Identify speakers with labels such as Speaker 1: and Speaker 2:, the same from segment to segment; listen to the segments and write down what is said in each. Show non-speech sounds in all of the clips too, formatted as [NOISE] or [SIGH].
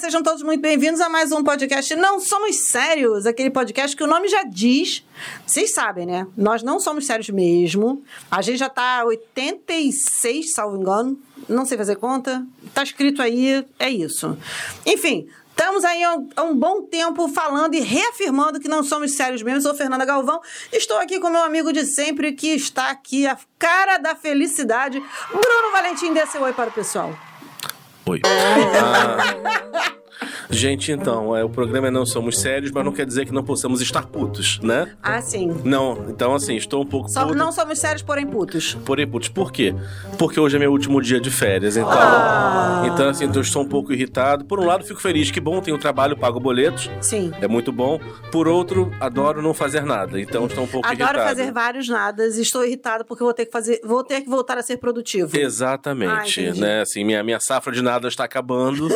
Speaker 1: sejam todos muito bem-vindos a mais um podcast Não Somos Sérios, aquele podcast que o nome já diz. Vocês sabem, né? Nós não somos sérios mesmo. A gente já tá 86, salvo engano. Não sei fazer conta. Tá escrito aí, é isso. Enfim, Estamos aí há um, há um bom tempo falando e reafirmando que não somos sérios mesmo. Sou Fernanda Galvão. Estou aqui com meu amigo de sempre, que está aqui, a cara da felicidade, Bruno Valentim. Dê seu oi para o pessoal.
Speaker 2: Oi. Ah. Gente, então, é, o programa é Não Somos Sérios, mas não quer dizer que não possamos estar putos, né?
Speaker 1: Ah, sim.
Speaker 2: Não, então assim, estou um pouco
Speaker 1: Só,
Speaker 2: puto,
Speaker 1: não somos sérios, porém putos.
Speaker 2: porém putos. Por quê? Porque hoje é meu último dia de férias, então...
Speaker 1: Ah.
Speaker 2: Então assim, então, eu estou um pouco irritado. Por um lado, fico feliz, que bom, tenho trabalho, pago boletos,
Speaker 1: Sim.
Speaker 2: é muito bom. Por outro, adoro não fazer nada, então estou um pouco
Speaker 1: Adoro
Speaker 2: irritado.
Speaker 1: fazer vários nadas. Estou irritada porque vou ter que fazer, vou ter que voltar a ser produtivo. Ah,
Speaker 2: Exatamente,
Speaker 1: entendi.
Speaker 2: né? Assim, minha, minha safra de nada
Speaker 1: [LAUGHS]
Speaker 2: está acabando.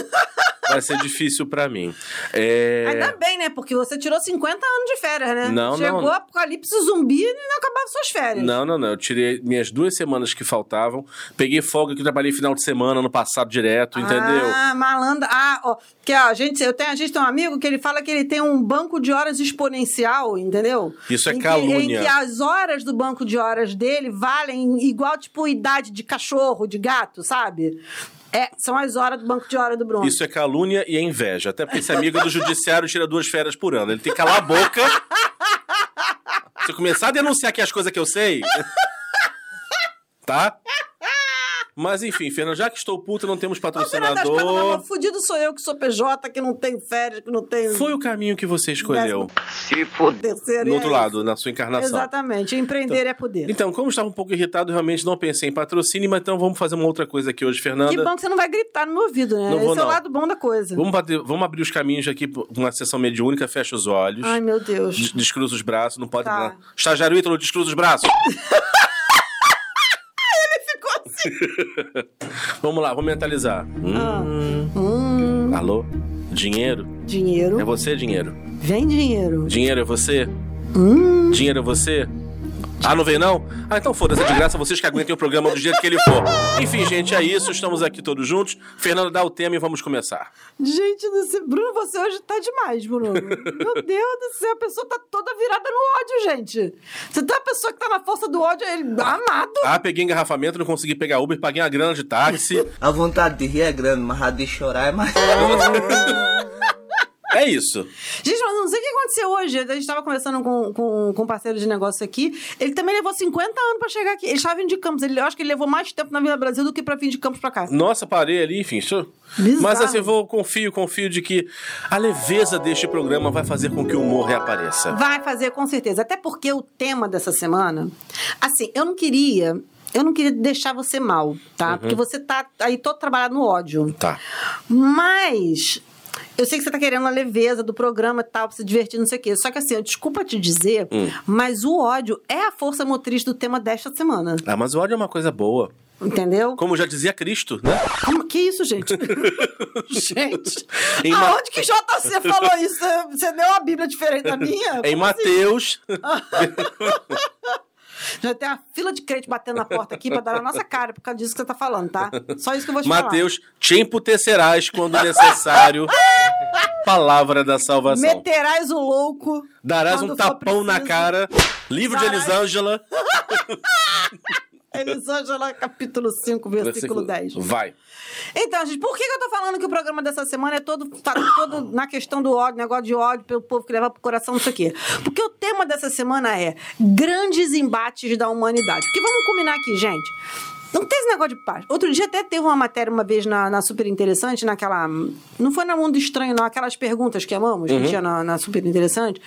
Speaker 2: Vai ser difícil pra mim. É...
Speaker 1: Ainda bem, né? Porque você tirou 50 anos de férias, né?
Speaker 2: Não,
Speaker 1: Chegou
Speaker 2: não.
Speaker 1: o apocalipse zumbi e não acabava suas férias.
Speaker 2: Não, não, não. Eu tirei minhas duas semanas que faltavam. Peguei folga que eu trabalhei final de semana, ano passado direto, entendeu?
Speaker 1: Ah, malandra. Ah, ó. Que a gente, eu tenho, a gente tem um amigo que ele fala que ele tem um banco de horas exponencial, entendeu?
Speaker 2: Isso é
Speaker 1: Em que-
Speaker 2: calúnia.
Speaker 1: em que as horas do banco de horas dele valem igual, tipo, idade de cachorro, de gato, sabe? É, são as horas do banco de horas do Bruno.
Speaker 2: Isso é calúnia e é inveja. Até porque esse amigo do judiciário tira duas férias por ano. Ele tem que calar a boca. Se eu começar a denunciar aqui as coisas que eu sei. tá? Mas enfim, Fernando, já que estou puto, não temos
Speaker 1: No final das contas, meu
Speaker 2: patrocinador.
Speaker 1: amor, fudido é sou eu que sou PJ, que não tenho férias, que não tenho
Speaker 2: Foi o caminho que você escolheu.
Speaker 3: Se fuder.
Speaker 1: terceiro.
Speaker 2: No outro
Speaker 1: é
Speaker 2: lado, na
Speaker 1: isso.
Speaker 2: sua encarnação.
Speaker 1: Exatamente. Empreender é poder.
Speaker 2: Então, como eu estava um pouco irritado, realmente não pensei em patrocínio, mas então vamos fazer uma outra coisa aqui hoje, Fernanda.
Speaker 1: Que bom que você não vai gritar no meu ouvido, né?
Speaker 2: Não
Speaker 1: Esse
Speaker 2: vou,
Speaker 1: é o
Speaker 2: não.
Speaker 1: lado bom da coisa.
Speaker 2: Vamos, bater- vamos abrir os caminhos aqui por uma sessão mediúnica, fecha os olhos,
Speaker 1: Ai, meu Deus.
Speaker 2: des- descruza os braços, não pode.
Speaker 1: Tá.
Speaker 2: Estagiário Ítalo, descruza
Speaker 1: [LAUGHS]
Speaker 2: os braços.
Speaker 1: Ficou assim.
Speaker 2: [LAUGHS] vamos lá, vamos mentalizar.
Speaker 1: Ah,
Speaker 2: Hum,
Speaker 1: Hum,
Speaker 2: Alô? Dinheiro?
Speaker 1: dinheiro.
Speaker 2: É você, dinheiro?
Speaker 1: Vem dinheiro.
Speaker 2: Dinheiro é você?
Speaker 1: Hum.
Speaker 2: Dinheiro é você? Ah, não vem não? Ah, então foda-se, é de graça vocês que aguentem o programa do jeito que ele for. Enfim, gente, é isso, estamos aqui todos juntos. Fernanda, dá o tema e vamos começar.
Speaker 1: Gente do céu. Bruno, você hoje tá demais, Bruno. Meu [LAUGHS] Deus do céu, a pessoa tá toda virada no ódio, gente. Você tem uma pessoa que tá na força do ódio, ele amado.
Speaker 2: Ah, peguei engarrafamento, não consegui pegar Uber, paguei uma grana de táxi.
Speaker 3: A vontade de rir é grande, mas a de chorar é mais.
Speaker 2: É isso.
Speaker 1: Gente, mas eu não sei o que aconteceu hoje. A gente tava conversando com, com, com um parceiro de negócio aqui. Ele também levou 50 anos pra chegar aqui. Ele estava vindo de Campos. Ele, eu acho que ele levou mais tempo na Vila Brasil do que pra vir de Campos pra cá.
Speaker 2: Nossa, parei ali, enfim. Isso...
Speaker 1: Bizarro.
Speaker 2: Mas assim, eu vou, confio, confio de que a leveza deste programa vai fazer com que o humor reapareça.
Speaker 1: Vai fazer, com certeza. Até porque o tema dessa semana, assim, eu não queria. Eu não queria deixar você mal, tá? Porque você tá aí todo trabalhado no ódio.
Speaker 2: Tá.
Speaker 1: Mas. Eu sei que você tá querendo a leveza do programa e tal, pra se divertir, não sei o quê. Só que assim, eu- desculpa te dizer, mas o ódio é a força motriz do tema desta semana.
Speaker 2: Ah, mas o ódio é uma coisa boa.
Speaker 1: Entendeu?
Speaker 2: Como já dizia Cristo, né?
Speaker 1: Como- Que isso,
Speaker 2: [LAUGHS]
Speaker 1: gente? gente,
Speaker 2: Em Ma-
Speaker 1: aonde que JC falou isso? Você- Você deu uma Bíblia diferente da
Speaker 2: [LAUGHS]
Speaker 1: minha?
Speaker 2: em
Speaker 1: Como assim?
Speaker 2: Mateus.
Speaker 1: Já tem uma fila de crente batendo na porta aqui pra dar na nossa cara por causa disso que você tá falando, tá? Só isso que eu vou te
Speaker 2: Mateus, te emputecerás quando
Speaker 1: [LAUGHS]
Speaker 2: necessário. Palavra da
Speaker 1: falar.
Speaker 2: salvação.
Speaker 1: Meterás o louco.
Speaker 2: Darás um
Speaker 1: quando for
Speaker 2: tapão na
Speaker 1: preciso.
Speaker 2: cara. Livro de
Speaker 1: Darás-
Speaker 2: Elisângela.
Speaker 1: Elisângela, capítulo 5, versículo 10.
Speaker 2: Vai.
Speaker 1: Então, gente, por que que eu tô falando que o programa dessa semana é todo, tá todo na questão do ódio, negócio de ódio pelo povo que leva pro coração, não sei o quê? Porque o tema dessa semana é grandes embates da humanidade. Porque vamos combinar aqui, gente. Não tem esse negócio de paz. Outro dia até teve uma matéria uma vez na, na Super Interessante, naquela. Não foi na Mundo Estranho, não, aquelas perguntas que amamos, que tinha na, na Super Interessante.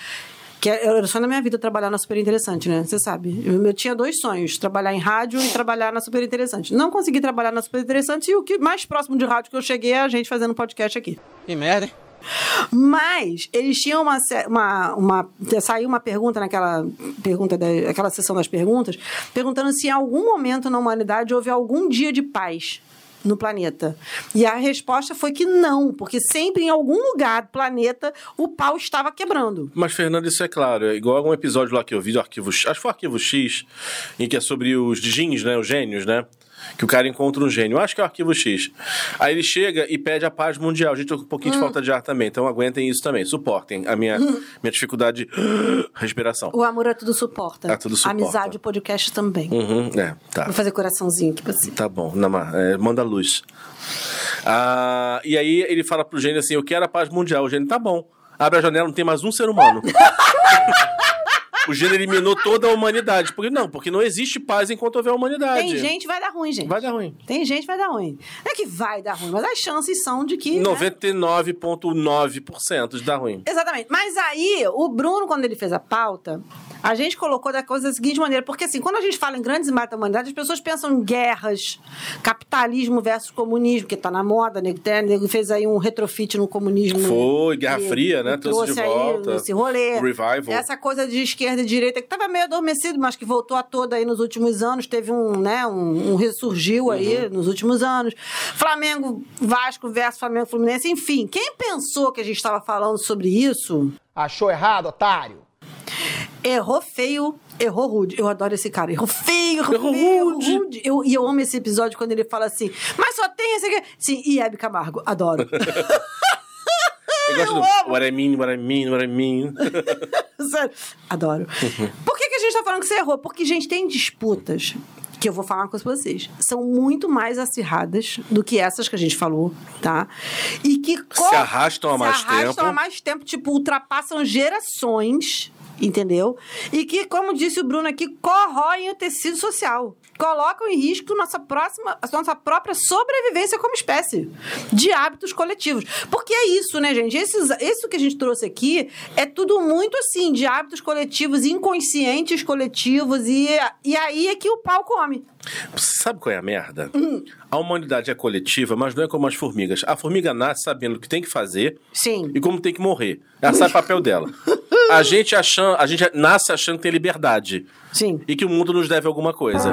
Speaker 1: Que é, era só na minha vida trabalhar na Super Interessante, né? Você sabe. Eu, eu tinha dois sonhos: trabalhar em rádio e trabalhar na Super Interessante. Não consegui trabalhar na Super Interessante e o que mais próximo de rádio que eu cheguei é a gente fazendo podcast aqui.
Speaker 3: Que merda, hein?
Speaker 1: Mas eles tinham uma, sé- uma, uma saiu uma pergunta naquela pergunta da, aquela sessão das perguntas, perguntando se em algum momento na humanidade houve algum dia de paz no planeta. E a resposta foi que não, porque sempre em algum lugar do planeta o pau estava quebrando.
Speaker 2: Mas, Fernando, isso é claro. É igual a um episódio lá que eu vi do Arquivo X. Acho que foi o Arquivo X, em que é sobre os jeans, né? Os gênios, né? que o cara encontra um gênio. Eu acho que é o arquivo X. Aí ele chega e pede a paz mundial. Gente, eu tô com um pouquinho de falta de ar também, então aguentem isso também. Suportem a minha, minha dificuldade de [GASPS] respiração.
Speaker 1: O amor é tudo suporta.
Speaker 2: É tudo suporta.
Speaker 1: Amizade, podcast também.
Speaker 2: Uhum, é, tá.
Speaker 1: Vou fazer coraçãozinho aqui pra você.
Speaker 2: Tá bom, Namá, é, manda luz. Ah, e aí ele fala pro gênio assim: Eu quero a paz mundial. O gênio, tá bom. Abre a janela, não tem mais um ser
Speaker 1: [LAUGHS]
Speaker 2: humano. o gênio eliminou toda a humanidade. Porque não, porque não existe paz enquanto houver humanidade.
Speaker 1: Tem gente, vai dar ruim, gente.
Speaker 2: Vai dar ruim.
Speaker 1: Tem gente, vai dar ruim. Não é que vai dar ruim, mas as chances são de que. né?
Speaker 2: 99,9% dá ruim.
Speaker 1: Exatamente. Mas aí, o Bruno, quando ele fez a pauta, a gente colocou da coisa da seguinte maneira. Porque, assim, quando a gente fala em grandes embates da humanidade, as pessoas pensam em guerras, capitalismo versus comunismo, que tá na moda, nego, né? nego fez aí um retrofit no comunismo.
Speaker 2: Foi, Guerra
Speaker 1: E-
Speaker 2: Fria, né?
Speaker 1: e
Speaker 2: Trouxe, de
Speaker 1: aí
Speaker 2: volta.
Speaker 1: Esse rolê.
Speaker 2: O Revival.
Speaker 1: Essa coisa de esquerda e direita que estava meio adormecido, mas que voltou à toda aí nos últimos anos, teve um, né, um, um ressurgiu
Speaker 2: Uhum.
Speaker 1: aí nos últimos anos. Flamengo, Vasco versus Flamengo Fluminense, enfim, quem pensou que a gente estava falando sobre isso,
Speaker 4: Achou errado, otário?
Speaker 1: errou feio, errou rude. Eu adoro esse cara, errou feio, errou,
Speaker 2: Errou
Speaker 1: feio, errou
Speaker 2: rude.
Speaker 1: rude. Eu, e eu amo esse episódio quando ele fala assim, mas só tem esse aqui. Sim, e Hebe Camargo,
Speaker 2: [LAUGHS]
Speaker 1: adoro.
Speaker 2: Eu gosto
Speaker 1: eu
Speaker 2: do
Speaker 1: amo.
Speaker 2: What I mean, what I mean, what I mean.
Speaker 1: [LAUGHS] Sério. Adoro.
Speaker 2: Uhum.
Speaker 1: Por que, que a gente tá falando que você errou? Porque, gente, tem disputas que eu vou falar uma coisa pra vocês. São muito mais acirradas do que essas que a gente falou, tá? E que co-
Speaker 2: Se arrastam há mais
Speaker 1: Se arrastam
Speaker 2: tempo.
Speaker 1: há mais tempo, tipo, ultrapassam gerações, entendeu? E que, como disse o Bruno aqui, corroem o tecido social. Colocam em risco nossa, próxima, a nossa própria sobrevivência como espécie de hábitos coletivos. Porque é isso, né, gente? Esses, isso que a gente trouxe aqui é tudo muito assim, de hábitos coletivos, inconscientes coletivos, e, e aí é que o pau come.
Speaker 2: Você sabe qual é a merda? A humanidade é coletiva, mas não é como as formigas. A formiga nasce sabendo o que tem que fazer
Speaker 1: Sim.
Speaker 2: e como tem que morrer. Ela sabe o papel dela. A gente, achando, a gente nasce achando que tem liberdade
Speaker 1: Sim.
Speaker 2: e que o mundo nos deve alguma coisa.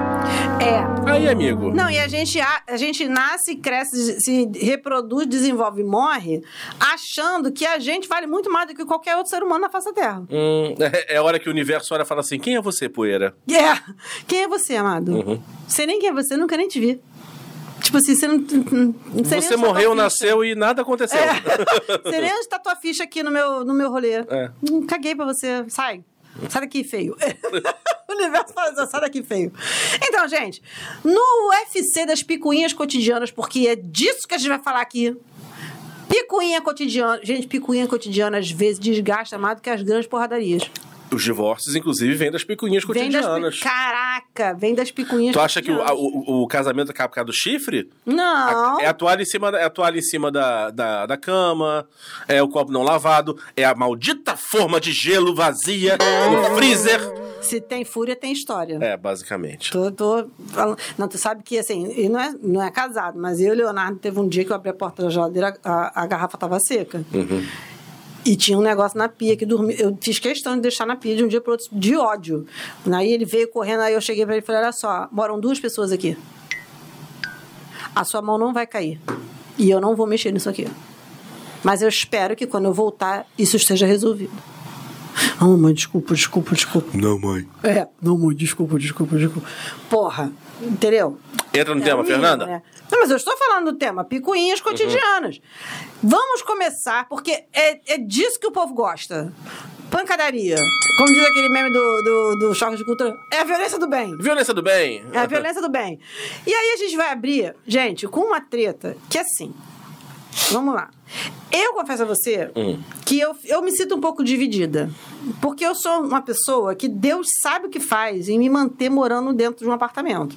Speaker 1: É.
Speaker 2: Aí, amigo.
Speaker 1: Não, e a gente, a, a gente nasce, cresce, se reproduz, desenvolve e morre achando que a gente vale muito mais do que qualquer outro ser humano na face da Terra.
Speaker 2: Hum, é, é hora que o universo olha e fala assim: quem é você, poeira?
Speaker 1: Yeah. Quem é você, amado?
Speaker 2: Uhum.
Speaker 1: Sei nem quem é você, nunca nem te vi. Tipo assim, você não. não- não sei nem onde
Speaker 2: Você
Speaker 1: tá
Speaker 2: morreu,
Speaker 1: tua ficha.
Speaker 2: nasceu e nada aconteceu.
Speaker 1: [LAUGHS] É. Sei nem onde tá tua ficha aqui no meu, no meu rolê.
Speaker 2: É.
Speaker 1: Hum, Caguei pra você. Sai. Sai daqui, feio. [LAUGHS] o universo fala assim, sai daqui, feio. Então, gente, no UFC das picuinhas cotidianas, porque é disso que a gente vai falar aqui. Picuinha cotidiana. Gente, picuinha cotidiana às vezes desgasta mais do que as grandes porradarias.
Speaker 2: [LAUGHS] Os divórcios, inclusive, vêm das picuinhas
Speaker 1: Vem das,
Speaker 2: cotidianas.
Speaker 1: pi- Caraca, vem das picuinhas
Speaker 2: Tu acha que o, a-
Speaker 1: cotidianas.
Speaker 2: o- o casamento acaba por causa do chifre?
Speaker 1: Não.
Speaker 2: É a toalha em cima, da- é a toalha em cima da, da, da cama, é o copo não lavado, é a maldita forma de gelo vazia no freezer.
Speaker 1: Se tem fúria, tem história.
Speaker 2: É, basicamente.
Speaker 1: Tô, tô falando. Não, tu sabe que assim, e não é, não é casado, mas eu e o Leonardo teve um dia que eu abri a porta da geladeira, a, a garrafa tava seca. E tinha um negócio na pia que dormia. Eu fiz questão de deixar na pia de um dia pro outro, de ódio. Aí ele veio correndo, aí eu cheguei pra ele e falei: olha só, moram duas pessoas aqui. A sua mão não vai cair. E eu não vou mexer nisso aqui. Mas eu espero que quando eu voltar, isso esteja resolvido. Ah, mãe, desculpa, desculpa, desculpa.
Speaker 2: Não, mãe.
Speaker 1: É, não, amor, desculpa, desculpa, desculpa. Porra, entendeu?
Speaker 2: Entra no
Speaker 1: É o
Speaker 2: tema,
Speaker 1: mínimo,
Speaker 2: Fernanda?
Speaker 1: né? Não, mas eu estou falando do tema, picuinhas cotidianas. Vamos começar, porque é, é disso que o povo gosta. Pancadaria. Como diz aquele meme do, do, do Choque de Cultura, é a violência do bem.
Speaker 2: Violência do bem.
Speaker 1: É a violência do bem. E aí a gente vai abrir, gente, com uma treta que assim. Vamos lá. Eu confesso a você que eu, eu me sinto um pouco dividida. Porque eu sou uma pessoa que Deus sabe o que faz em me manter morando dentro de um apartamento.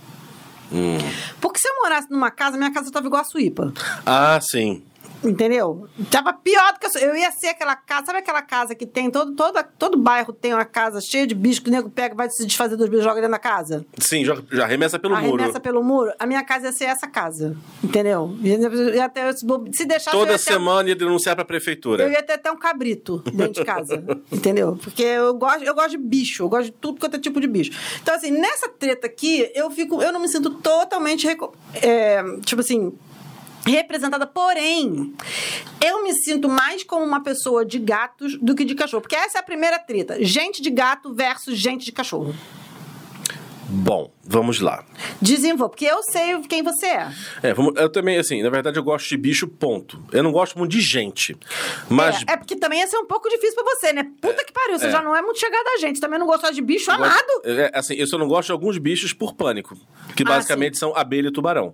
Speaker 1: Porque se eu morasse numa casa, minha casa tava igual a Suípa.
Speaker 2: Ah, sim.
Speaker 1: Entendeu? Tava pior do que a sua. Eu ia ser aquela casa, sabe aquela casa que tem? Todo, todo, todo bairro tem uma casa cheia de bicho que o nego pega, vai se desfazer dos bichos e joga dentro da casa
Speaker 2: Sim, já, já arremessa pelo
Speaker 1: arremessa
Speaker 2: muro.
Speaker 1: pelo muro, a minha casa ia ser essa casa. Entendeu? E até eu- se deixar eu
Speaker 2: Toda
Speaker 1: ia ter-
Speaker 2: semana ia denunciar pra prefeitura.
Speaker 1: eu ia ter até um cabrito dentro de
Speaker 2: [LAUGHS]
Speaker 1: casa, entendeu? Porque eu gosto, eu gosto de bicho, eu gosto de tudo quanto é tipo de bicho. Então, assim, nessa treta aqui, eu fico, eu não me sinto totalmente, reco- é, tipo assim, representada, porém, eu me sinto mais como uma pessoa de gatos do que de cachorro. Porque essa é a primeira treta, gente de gato versus gente de cachorro.
Speaker 2: Bom, vamos lá.
Speaker 1: Desenvolva, porque eu sei quem você é.
Speaker 2: É, vamos- eu também, assim, na verdade eu gosto de bicho, ponto. Eu não gosto muito de gente. Mas
Speaker 1: É, é porque também ia ser um pouco difícil pra você, né? Puta que pariu, você já não é muito chegada a gente. Também não gostar de bicho
Speaker 2: Eu gosto-
Speaker 1: amado.
Speaker 2: É, assim, eu só não gosto de alguns bichos por pânico, que
Speaker 1: Ah,
Speaker 2: basicamente são abelha e tubarão.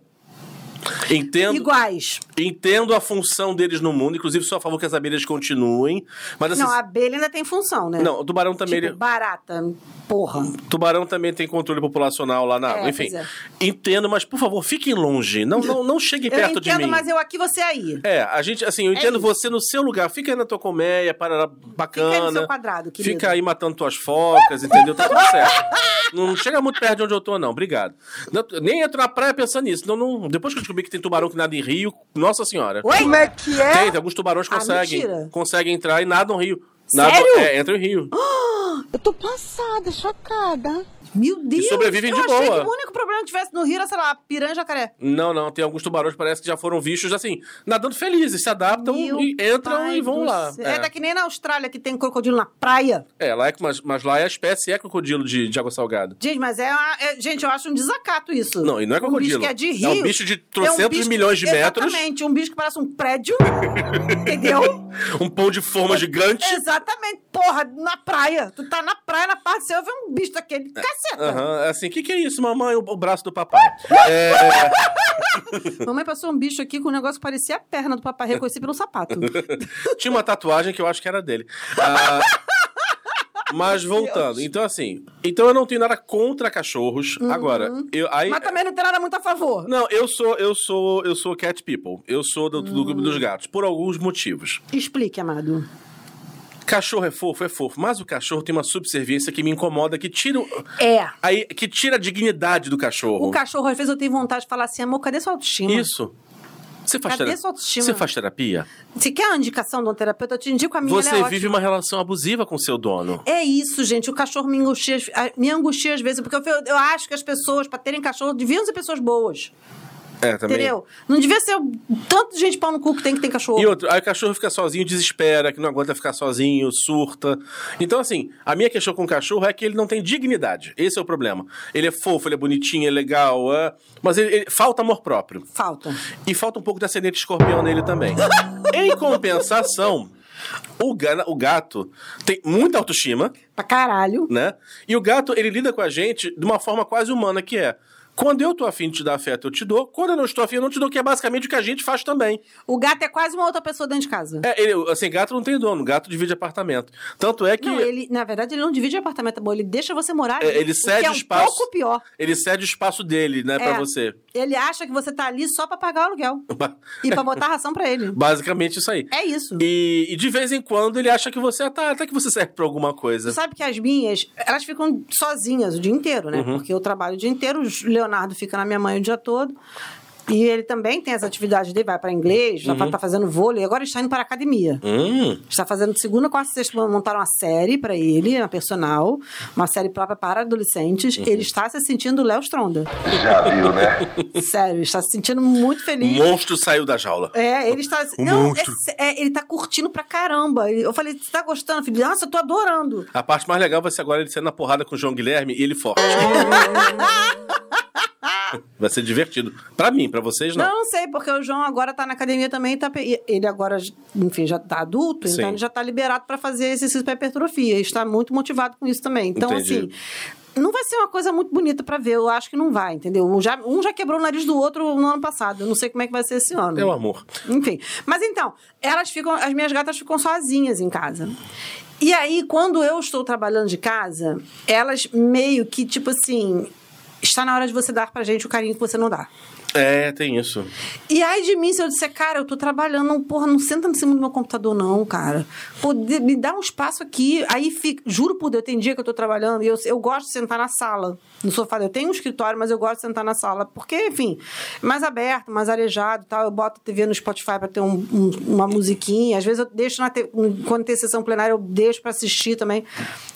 Speaker 2: Entendo,
Speaker 1: Iguais.
Speaker 2: entendo a função deles no mundo, inclusive sou a favor que as abelhas continuem, mas assim,
Speaker 1: Não, a abelha ainda tem função, né?
Speaker 2: não, o tubarão também,
Speaker 1: Tipo,
Speaker 2: ele-
Speaker 1: barata. Porra.
Speaker 2: tubarão também tem controle populacional lá na,
Speaker 1: É,
Speaker 2: água. enfim.
Speaker 1: pois é.
Speaker 2: Entendo, mas por favor, fiquem
Speaker 1: [LAUGHS]
Speaker 2: longe, não não, não cheguem
Speaker 1: Eu
Speaker 2: perto de
Speaker 1: entendo,
Speaker 2: mim.
Speaker 1: mas eu aqui, você aí.
Speaker 2: É, a gente, assim, eu entendo
Speaker 1: isso.
Speaker 2: você no seu lugar. Fica aí na tua colmeia, para bacana.
Speaker 1: Fica aí no seu quadrado, querido.
Speaker 2: Fica aí matando tuas focas, entendeu? Tá tudo certo. Não chega muito perto de onde eu tô, não. Obrigado. Não, nem entro na praia pensando nisso. Não, não- depois que eu descobri que tem tubarão que nada em rio, nossa senhora.
Speaker 1: Oi? Como é que é?
Speaker 2: Tem, tem alguns tubarões que
Speaker 1: Ah,
Speaker 2: conseguem,
Speaker 1: mentira.
Speaker 2: conseguem entrar e nadam em rio. Nadam-
Speaker 1: Sério?
Speaker 2: é, entram em rio.
Speaker 5: Eu tô passada, chocada.
Speaker 1: Meu Deus.
Speaker 2: sobrevivem
Speaker 1: eu
Speaker 2: de
Speaker 1: achei
Speaker 2: boa.
Speaker 1: que o único problema que tivesse no Rio era, sei lá, piranha e jacaré.
Speaker 2: Não, não. Tem alguns tubarões que parece que já foram vistos, assim, nadando felizes. Se adaptam
Speaker 1: Meu
Speaker 2: Então, e entram
Speaker 1: pai
Speaker 2: e vão
Speaker 1: do
Speaker 2: lá.
Speaker 1: céu. É. tá que nem na Austrália que tem crocodilo na praia.
Speaker 2: É, lá é, mas, mas lá é a espécie é crocodilo de, de água salgada.
Speaker 1: Gente, mas é, uma- é- Gente, eu acho um desacato isso.
Speaker 2: Não, e não é
Speaker 1: Um bicho
Speaker 2: crocodilo.
Speaker 1: que é de
Speaker 2: É
Speaker 1: rio.
Speaker 2: um bicho de trocentos milhões de metros.
Speaker 1: Exatamente, um bicho que parece um
Speaker 2: [LAUGHS]
Speaker 1: prédio. entendeu?
Speaker 2: Um pão de
Speaker 1: É.
Speaker 2: forma gigante.
Speaker 1: Exatamente, porra, na praia. Tu tá na praia, na parte seu, vê um bicho daquele. Caceta.
Speaker 2: Aham, é assim, o que, que é isso, mamãe? O, o braço
Speaker 1: [LAUGHS]
Speaker 2: do papai. É,
Speaker 1: Mamãe passou um bicho aqui com um negócio que parecia a perna do papai, reconheci pelo sapato.
Speaker 2: tinha uma tatuagem que eu acho que era dele. Ah, mas voltando, então assim, então eu não tenho nada contra cachorros. Agora, eu, [LAUGHS] aí,
Speaker 1: Uhum. Mas também não tem nada muito a favor.
Speaker 2: não, eu sou, eu sou, eu sou cat people. Eu sou do, do
Speaker 1: Hum.
Speaker 2: grupo dos gatos por alguns motivos.
Speaker 1: Explique, amado.
Speaker 2: Cachorro é fofo, é fofo, mas o cachorro tem uma subserviência que me incomoda, que tira, o-
Speaker 1: É.
Speaker 2: aí, que tira a dignidade do cachorro.
Speaker 1: O cachorro, às vezes, eu tenho vontade de falar assim, amor, cadê sua autoestima?
Speaker 2: Isso. Você faz,
Speaker 1: Cadê
Speaker 2: tera-
Speaker 1: sua autoestima?
Speaker 2: Você faz terapia?
Speaker 1: Se quer a indicação de um terapeuta, eu te indico a minha, ela
Speaker 2: Você
Speaker 1: é
Speaker 2: vive
Speaker 1: ótima.
Speaker 2: uma relação abusiva com seu dono.
Speaker 1: É isso, gente. O cachorro me angustia, a- me angustia às vezes, porque eu, eu acho que as pessoas, pra terem cachorro, deviam ser pessoas boas.
Speaker 2: É, também.
Speaker 1: Entendeu? Não devia ser o tanto de gente pau no cu que tem que ter cachorro.
Speaker 2: E outro, aí o cachorro fica sozinho, desespera, que não aguenta ficar sozinho, surta. Então, assim, a minha questão com o cachorro é que ele não tem dignidade. Esse é o problema. Ele é fofo, ele é bonitinho, ele é legal, é... mas ele, ele- falta amor próprio.
Speaker 1: Falta.
Speaker 2: E falta um pouco de ascendente escorpião
Speaker 1: [LAUGHS]
Speaker 2: nele também. em compensação, o, ga- o gato tem muita autoestima.
Speaker 1: Pra caralho.
Speaker 2: né? E o gato, ele lida com a gente de uma forma quase humana, que é. Quando eu tô afim de te dar afeto, eu te dou. Quando eu não estou afim, eu não te dou, que é basicamente o que a gente faz também.
Speaker 1: O gato é quase uma outra pessoa dentro de casa.
Speaker 2: É, ele, assim, gato não tem dono, gato divide apartamento. Tanto é que.
Speaker 1: Não, ele, na verdade, ele não divide apartamento, amor. Ele deixa você morar.
Speaker 2: é,
Speaker 1: ali,
Speaker 2: ele
Speaker 1: o que
Speaker 2: cede
Speaker 1: é
Speaker 2: o
Speaker 1: um
Speaker 2: espaço.
Speaker 1: pouco pior.
Speaker 2: Ele cede o espaço dele, né, pra
Speaker 1: É.
Speaker 2: você.
Speaker 1: Ele acha que você tá ali só pra pagar o aluguel.
Speaker 2: [LAUGHS]
Speaker 1: e pra botar ração pra ele.
Speaker 2: Basicamente isso aí.
Speaker 1: É isso.
Speaker 2: E, e de vez em quando ele acha que você tá, até que você serve pra alguma coisa.
Speaker 1: Tu sabe que as minhas, elas ficam sozinhas o dia inteiro, né?
Speaker 2: Uhum.
Speaker 1: Porque eu trabalho o dia inteiro, o Leonardo fica na minha mãe o dia todo. E ele também tem as atividades dele, vai pra inglês, já tá fazendo vôlei, agora está indo para a academia.
Speaker 2: Uhum. Hum,
Speaker 1: Está fazendo segunda, quarta, sexta, montaram uma série pra ele, uma personal, uma série própria para adolescentes.
Speaker 2: Uhum.
Speaker 1: Ele está se sentindo Léo
Speaker 2: [LAUGHS]
Speaker 1: Stronda.
Speaker 6: Já viu, né?
Speaker 1: Sério, está se sentindo muito
Speaker 2: o
Speaker 1: feliz.
Speaker 2: Um monstro saiu da jaula.
Speaker 1: É, ele está.
Speaker 2: O
Speaker 1: não,
Speaker 2: monstro.
Speaker 1: é sé- é, ele tá curtindo pra caramba. Ele- Eu falei, você tá gostando, filho? Nossa, eu tô adorando.
Speaker 2: A parte mais legal vai ser agora ele saindo na porrada com o João Guilherme e ele forte.
Speaker 1: [LAUGHS]
Speaker 2: vai ser divertido. Pra mim, pra vocês
Speaker 1: Não,
Speaker 2: não.
Speaker 1: eu não sei, porque o João agora tá na academia também, tá, pe- ele agora, enfim, já tá adulto,
Speaker 2: Sim.
Speaker 1: então ele já tá liberado pra fazer exercício pra hipertrofia, e está muito motivado com isso também. Então,
Speaker 2: Entendi.
Speaker 1: assim, não vai ser uma coisa muito bonita pra ver, eu acho que não vai, entendeu? Um já, um já quebrou o nariz do outro no ano passado, eu não sei como é que vai ser esse ano.
Speaker 2: É o amor.
Speaker 1: Enfim. Mas então, elas ficam, as minhas gatas ficam sozinhas em casa. E aí, quando eu estou trabalhando de casa, elas meio que, tipo assim, está na hora de você dar pra gente o carinho que você não dá.
Speaker 2: É, tem isso.
Speaker 1: E ai de mim se eu disser, cara, eu tô trabalhando, não, porra, não senta em cima do meu computador, não, cara. Pô, de- me dá um espaço aqui. Aí fica, juro por Deus, tem dia que eu tô trabalhando e eu, eu gosto de sentar na sala, no sofá. Eu tenho um escritório, mas eu gosto de sentar na sala, porque, enfim, mais aberto, mais arejado e tal. Eu boto a TV no Spotify pra ter um- um- uma musiquinha. Às vezes eu deixo, na te- quando tem sessão plenária, eu deixo pra assistir também.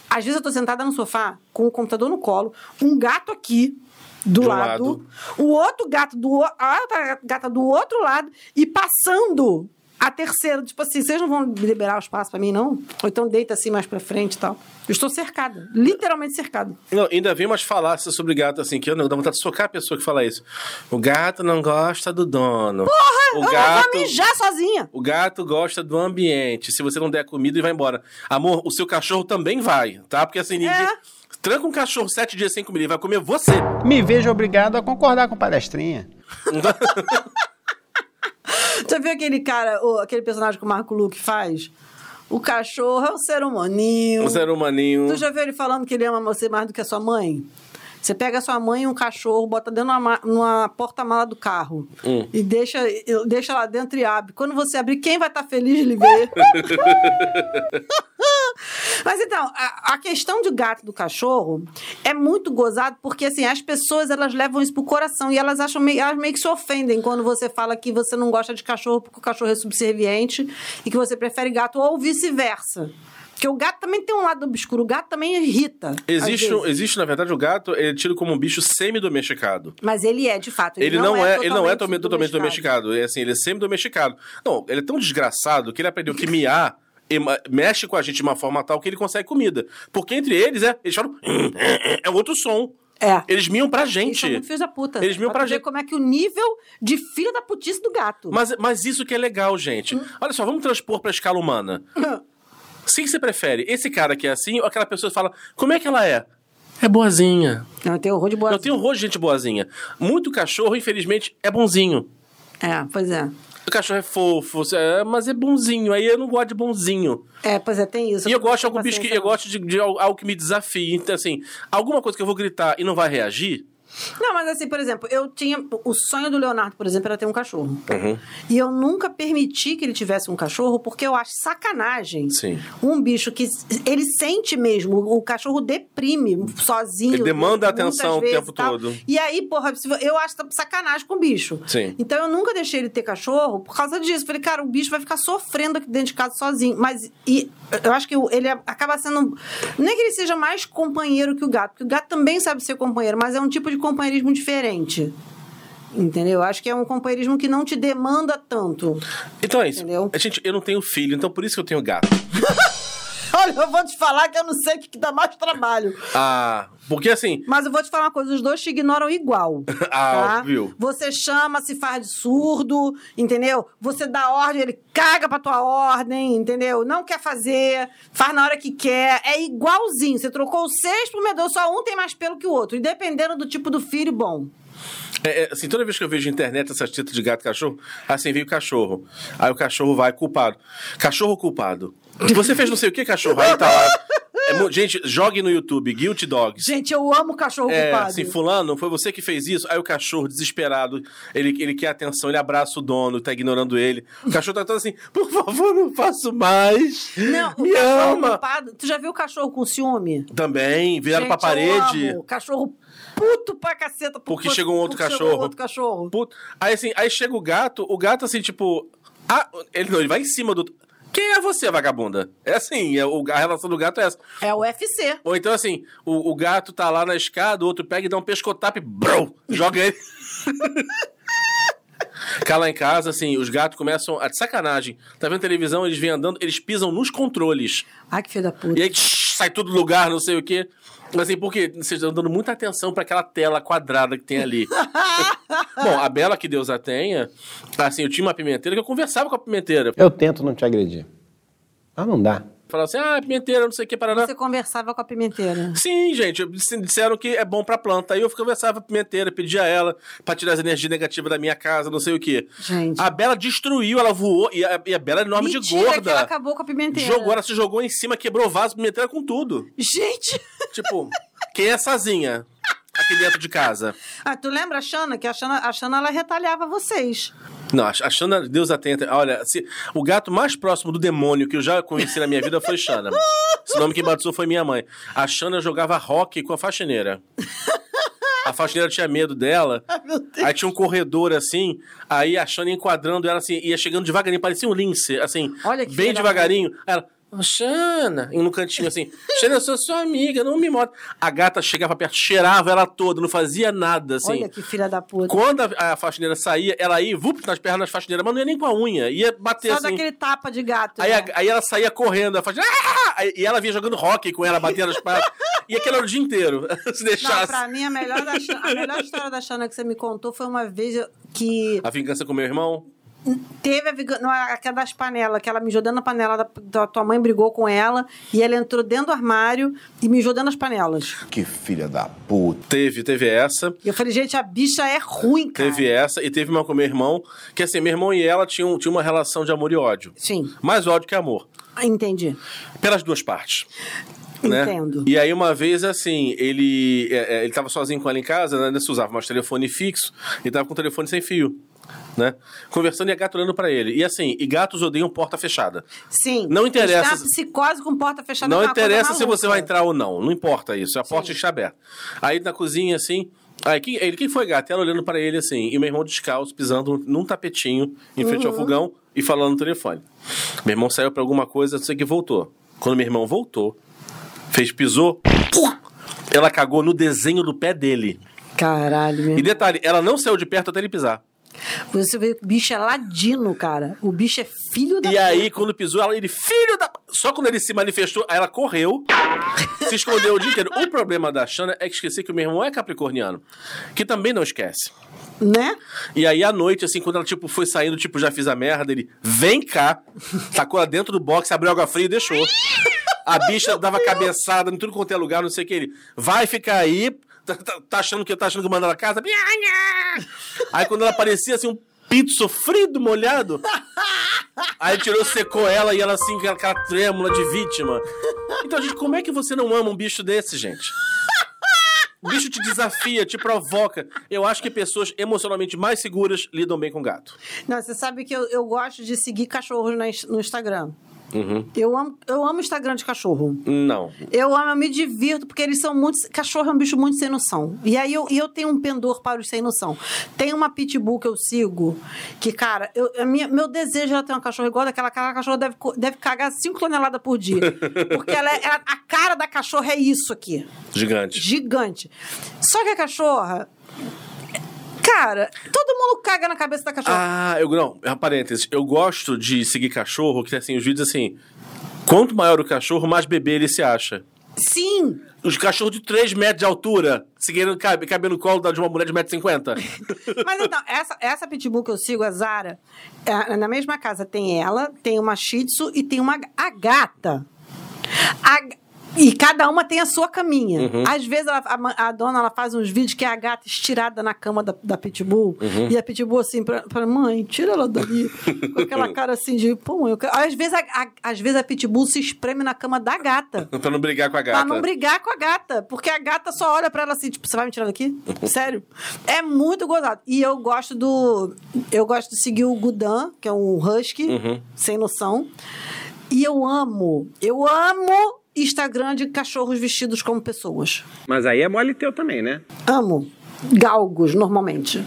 Speaker 1: Às vezes eu tô sentada no sofá, com o computador no colo, um gato aqui. Do,
Speaker 2: Do
Speaker 1: lado,
Speaker 2: lado.
Speaker 1: o outro gato do o- a outra gata do outro lado e passando A terceira, tipo assim, vocês não vão liberar o espaço pra mim, não? Ou então deita assim mais pra frente e tal. Eu estou cercada, literalmente cercada.
Speaker 2: Não, ainda vem umas falácias sobre gato assim, que eu não dá vontade de socar a pessoa que fala isso. O gato não gosta do dono.
Speaker 1: Porra,
Speaker 2: o
Speaker 1: Ah, eu
Speaker 2: gato,
Speaker 1: vou mijar sozinha.
Speaker 2: o gato gosta do ambiente. Se você não der comida, ele vai embora. Amor, o seu cachorro também vai, tá? Porque assim, ninguém.
Speaker 1: É.
Speaker 2: Tranca um cachorro sete dias sem comida, ele vai comer você.
Speaker 4: Me vejo obrigado a concordar com palestrinha.
Speaker 1: Já viu aquele cara, o- aquele personagem que o Marco Luque faz? O cachorro é um ser humaninho.
Speaker 2: Um ser humaninho.
Speaker 1: Tu já viu ele falando que ele ama você mais do que a sua mãe? Você pega a sua mãe e um cachorro, bota dentro de uma ma- numa porta-mala do carro
Speaker 2: Hum.
Speaker 1: e deixa, e deixa lá dentro e abre. Quando você abrir, quem vai estar feliz de lhe
Speaker 2: [LAUGHS]
Speaker 1: ver? Mas então, a, a questão de gato e do cachorro é muito gozado porque assim, as pessoas elas levam isso pro coração e elas acham meio, elas meio que se ofendem quando você fala que você não gosta de cachorro porque o cachorro é subserviente e que você prefere gato ou vice-versa. Porque o gato também tem um lado obscuro, o gato também irrita. às
Speaker 2: Existe, um-
Speaker 1: vezes.
Speaker 2: existe, na verdade, o gato ele é tido como um bicho semi-domesticado.
Speaker 1: Mas ele é, de fato.
Speaker 2: Ele, não, é, ele não é tome- totalmente domesticado. É assim, ele é semi-domesticado. Não, ele é tão desgraçado que ele aprendeu que miar e ma- mexe com a gente de uma forma tal que ele consegue comida. Porque entre eles, é, eles falam. É outro som.
Speaker 1: É.
Speaker 2: Eles miam pra
Speaker 1: Eles são
Speaker 2: gente.
Speaker 1: muito filhos da puta.
Speaker 2: Eles miam pra
Speaker 1: tu ver
Speaker 2: gente.
Speaker 1: como é que o nível de filho da putice do gato.
Speaker 2: Mas, mas isso que é legal,
Speaker 1: Uhum.
Speaker 2: gente. Olha só, vamos transpor pra
Speaker 1: [LAUGHS]
Speaker 2: escala humana. Sim que você prefere? Esse cara que é assim ou aquela pessoa que fala, como é que ela é? É boazinha.
Speaker 1: Não, tem horror de boa.
Speaker 2: Eu tenho horror de gente boazinha. Muito cachorro, infelizmente, é bonzinho.
Speaker 1: É, pois é.
Speaker 2: O cachorro é fofo, é, mas é bonzinho. Aí eu não gosto de bonzinho.
Speaker 1: É, pois é, tem isso.
Speaker 2: E eu gosto de
Speaker 1: Tem
Speaker 2: algum bicho que
Speaker 1: paciência,
Speaker 2: eu gosto de, de al- algo que me desafie. Então, assim, alguma coisa que eu vou gritar e não vai reagir.
Speaker 1: Não, mas assim, por exemplo, eu tinha. O sonho do Leonardo, por exemplo, era ter um cachorro.
Speaker 2: Uhum.
Speaker 1: E eu nunca permiti que ele tivesse um cachorro, porque eu acho sacanagem.
Speaker 2: Sim.
Speaker 1: Um bicho que. Ele sente mesmo. O cachorro deprime sozinho.
Speaker 2: Ele demanda
Speaker 1: muitas
Speaker 2: atenção o
Speaker 1: vezes
Speaker 2: tempo
Speaker 1: e tal.
Speaker 2: todo.
Speaker 1: E aí, porra, se vo- eu acho tá sacanagem com o bicho.
Speaker 2: Sim.
Speaker 1: Então eu nunca deixei ele ter cachorro por causa disso. Falei, cara, o bicho vai ficar sofrendo aqui dentro de casa sozinho. Mas e, eu acho que o- ele é, acaba sendo. Não é que ele seja mais companheiro que o gato, porque o gato também sabe ser companheiro, mas é um tipo de companheirismo diferente. Entendeu? Eu Acho que é um companheirismo que não te demanda tanto.
Speaker 2: Então é isso.
Speaker 1: Entendeu?
Speaker 2: Gente, eu não tenho filho, então por isso que eu tenho gato.
Speaker 1: [LAUGHS] Olha, eu vou te falar que eu não sei o que que dá mais trabalho.
Speaker 2: Ah, porque assim,
Speaker 1: Mas eu vou te falar uma coisa, os dois te ignoram igual.
Speaker 2: [LAUGHS] Ah,
Speaker 1: tá?
Speaker 2: viu?
Speaker 1: Você chama, se faz de surdo, entendeu? Você dá ordem, ele caga pra tua ordem, entendeu? Não quer fazer, faz na hora que quer. É igualzinho. Você trocou os seis pro medonho, só um tem mais pelo que o outro. E dependendo do tipo do filho, bom.
Speaker 2: É, é, assim, toda vez que eu vejo na internet essas tetas de gato e cachorro, assim, vem o cachorro. Aí o cachorro vai culpado. Cachorro culpado. Você fez não sei o que, cachorro? Aí tá lá. É mu- gente, jogue no YouTube, Guilty Dogs.
Speaker 1: Gente, eu amo cachorro
Speaker 2: É,
Speaker 1: culpado.
Speaker 2: assim, fulano, foi você que fez isso? Aí o cachorro, desesperado, ele, ele quer atenção, ele abraça o dono, tá ignorando ele. O cachorro tá todo assim, por favor, não faço mais.
Speaker 1: Não, o
Speaker 2: Me
Speaker 1: cachorro
Speaker 2: ama.
Speaker 1: culpado. Tu já viu o cachorro com ciúme?
Speaker 2: Também, viraram
Speaker 1: Gente,
Speaker 2: pra parede.
Speaker 1: Eu amo. Cachorro puto pra caceta. por-
Speaker 2: Porque chegou um outro
Speaker 1: porque
Speaker 2: cachorro.
Speaker 1: Chegou outro cachorro.
Speaker 2: Puta. Aí assim, aí chega o gato, o gato assim, tipo. Ah, ele não, ele vai em cima do. Quem é você, vagabunda? É assim, é o- a relação do gato é essa.
Speaker 1: É o UFC.
Speaker 2: Ou então assim, o, o gato tá lá na escada, o outro pega e dá um pescotapo e brou, joga ele. [LAUGHS] Cá lá em casa, assim, os gatos começam a de sacanagem. Tá vendo televisão, eles vêm andando, eles pisam nos controles.
Speaker 1: Ai, que filho da puta.
Speaker 2: E aí tsh, sai todo lugar, não sei o quê. Mas assim, porque vocês estão dando muita atenção pra aquela tela quadrada que tem ali. Bom, a Bela, que Deus a tenha, assim, eu tinha uma pimenteira que eu conversava com a pimenteira.
Speaker 4: Eu tento não te agredir. Ah, não dá.
Speaker 2: Falava assim, ah, pimenteira, não sei o que, Paraná.
Speaker 1: Você conversava com a pimenteira.
Speaker 2: Sim, gente, dis- disseram que é bom pra planta. Aí eu conversava com a pimenteira, pedia a ela pra tirar as energias negativas da minha casa, não sei o quê.
Speaker 1: Gente.
Speaker 2: A Bela destruiu, ela voou, e a, e a Bela é enorme de
Speaker 1: Mentira
Speaker 2: gorda.
Speaker 1: que ela acabou com a pimenteira.
Speaker 2: Jogou, ela se jogou em cima, quebrou o vaso, pimenteira com tudo.
Speaker 1: Gente!
Speaker 2: Tipo, quem é essazinha aqui dentro de casa?
Speaker 1: Ah, tu lembra a Xana? Que a Xana, a Xana ela retalhava vocês.
Speaker 2: Não, a Xana, Deus atenta. Olha, se- o gato mais próximo do demônio que eu já conheci na minha vida foi Xana. Esse nome que batizou foi minha mãe. A Xana jogava rock com a faxineira. A faxineira tinha medo
Speaker 1: [LAUGHS]
Speaker 2: dela. Aí tinha um corredor assim, aí a Xana enquadrando ela assim, ia chegando devagarinho, parecia um lince, assim,
Speaker 1: Olha que
Speaker 2: bem
Speaker 1: filha da
Speaker 2: devagarinho. Aí Ela, "Ô, Xana, e no
Speaker 1: [LAUGHS]
Speaker 2: cantinho assim, Xana, eu sou sua amiga, não me morde. A gata chegava perto, cheirava ela toda, não fazia nada, assim.
Speaker 1: Olha que filha da puta.
Speaker 2: Quando a, a faxineira saía, ela ia, vup, nas pernas da faxineira, mas não ia nem com a unha, ia bater
Speaker 1: Só
Speaker 2: assim.
Speaker 1: daquele tapa de gato.
Speaker 2: Aí,
Speaker 1: né?
Speaker 2: a- aí ela saía correndo, a faxineira, "Ah!" Aí- e ela vinha jogando rock com ela, batendo as
Speaker 1: [LAUGHS]
Speaker 2: patas. e aquele era o dia inteiro, [LAUGHS] se deixasse.
Speaker 1: Não, pra mim, a melhor, da Xana- a melhor história da Xana que você me contou foi uma vez que
Speaker 2: A vingança com meu irmão.
Speaker 1: teve a viga- não, aquela das panelas, que ela mijou dentro da panela da, da tua mãe, brigou com ela, e ela entrou dentro do armário e mijou dentro das panelas.
Speaker 6: Que filha da puta.
Speaker 2: Teve, teve essa.
Speaker 1: E eu falei, gente, a bicha é ruim, cara.
Speaker 2: Teve essa e teve uma com meu irmão, que assim, meu irmão e ela tinham, tinham uma relação de amor e ódio.
Speaker 1: Sim.
Speaker 2: Mais ódio que amor.
Speaker 1: Ah, Entendi.
Speaker 2: Pelas duas partes. né?
Speaker 1: Entendo.
Speaker 2: E aí, uma vez, assim, ele, é, é, ele tava sozinho com ela em casa, né? Ainda se usava mais telefone fixo, e tava com o telefone sem fio. Né? Conversando e a gata olhando pra ele. E assim, e gatos odeiam porta fechada.
Speaker 1: Sim.
Speaker 2: Não interessa
Speaker 1: Está
Speaker 2: se-
Speaker 1: psicose com porta fechada. é
Speaker 2: Não
Speaker 1: uma coisa
Speaker 2: interessa se
Speaker 1: maluca.
Speaker 2: você vai entrar ou não, não importa isso. A porta está aberta. Aí na cozinha, assim. Aí quem, ele, quem foi gata? Ela olhando pra ele assim, e meu irmão descalço, pisando num tapetinho em frente
Speaker 1: Uhum.
Speaker 2: ao fogão e falando no telefone. Meu irmão saiu pra alguma coisa, não sei o que voltou. Quando meu irmão voltou, fez pisou, ela cagou no desenho do pé dele.
Speaker 1: Caralho, meu.
Speaker 2: E detalhe, ela não saiu de perto até ele pisar.
Speaker 1: Você vê que o bicho é ladino, cara. O bicho é filho da.
Speaker 2: E aí, quando pisou, ela, ele, filho da. Só quando ele se manifestou, aí ela correu, se escondeu o dia inteiro. O problema da Xana é que esqueci que o meu irmão é capricorniano, que também não esquece.
Speaker 1: Né?
Speaker 2: E aí, à noite, assim, quando ela, tipo, foi saindo, tipo, já fiz a merda, ele, vem cá, tacou ela dentro do box, abriu água fria e deixou. A bicha dava cabeçada em tudo quanto é lugar, não sei o que, ele, vai ficar aí, tá, tá- tá achando que tá achando que manda ela casa. Aí, quando ela aparecia, assim, um pito sofrido, molhado, Aí tirou, secou ela e ela assim, com aquela trêmula de vítima. Então, gente, como é que você não ama um bicho desse, gente? O bicho te desafia, te provoca. Eu acho que pessoas emocionalmente mais seguras lidam bem com gato.
Speaker 1: Não, você sabe que eu, eu gosto de seguir cachorros na ins- no Instagram.
Speaker 2: Uhum.
Speaker 1: Eu amo eu amo Instagram de cachorro.
Speaker 2: Não.
Speaker 1: Eu amo, eu me divirto, porque eles são muito. Cachorro é um bicho muito sem noção. E aí eu, e eu tenho um pendor para os sem noção. Tem uma pitbull que eu sigo, que, cara, eu, a minha- meu desejo era ter uma cachorra igual daquela. Aquela cachorra deve, co- deve cagar 5 toneladas por dia. Porque ela, é- ela- a cara da cachorra é isso aqui
Speaker 2: Gigante.
Speaker 1: gigante. Só que a cachorra. Cara, todo mundo caga na cabeça da cachorra.
Speaker 2: Ah, eu não, é um parênteses. Eu gosto de seguir cachorro, que tem assim, os vídeos assim. Quanto maior o cachorro, mais bebê ele se acha.
Speaker 1: Sim!
Speaker 2: Os cachorros de 3 metros de altura, seguindo cabe, cabe no colo da- de uma mulher de 1,50m.
Speaker 1: Mas então, essa, essa pitbull que eu sigo, a Zara, é, na mesma casa tem ela, tem uma shih tzu e tem uma a gata. A g- e cada uma tem a sua caminha. Às vezes ela- a, ma- a dona ela faz uns vídeos que é a gata estirada na cama da, da pitbull. E a pitbull assim, pra, pra mãe, tira ela dali. com aquela cara assim de, pô, eu quero... Às vezes a, a- às vezes a pitbull se espreme na cama da gata.
Speaker 2: [LAUGHS] pra não brigar com a gata.
Speaker 1: Pra não brigar com a gata. Porque a gata só olha pra ela assim, tipo, você vai me tirar
Speaker 7: [LAUGHS]
Speaker 1: daqui? Sério? É muito gozado. E eu gosto do. Eu gosto de seguir o Gudan, que é um husky,
Speaker 7: Uhum.
Speaker 1: sem noção. E eu amo, eu amo Instagram de cachorros vestidos como pessoas.
Speaker 7: Mas aí é mole teu também, né?
Speaker 1: Amo. Galgos, normalmente.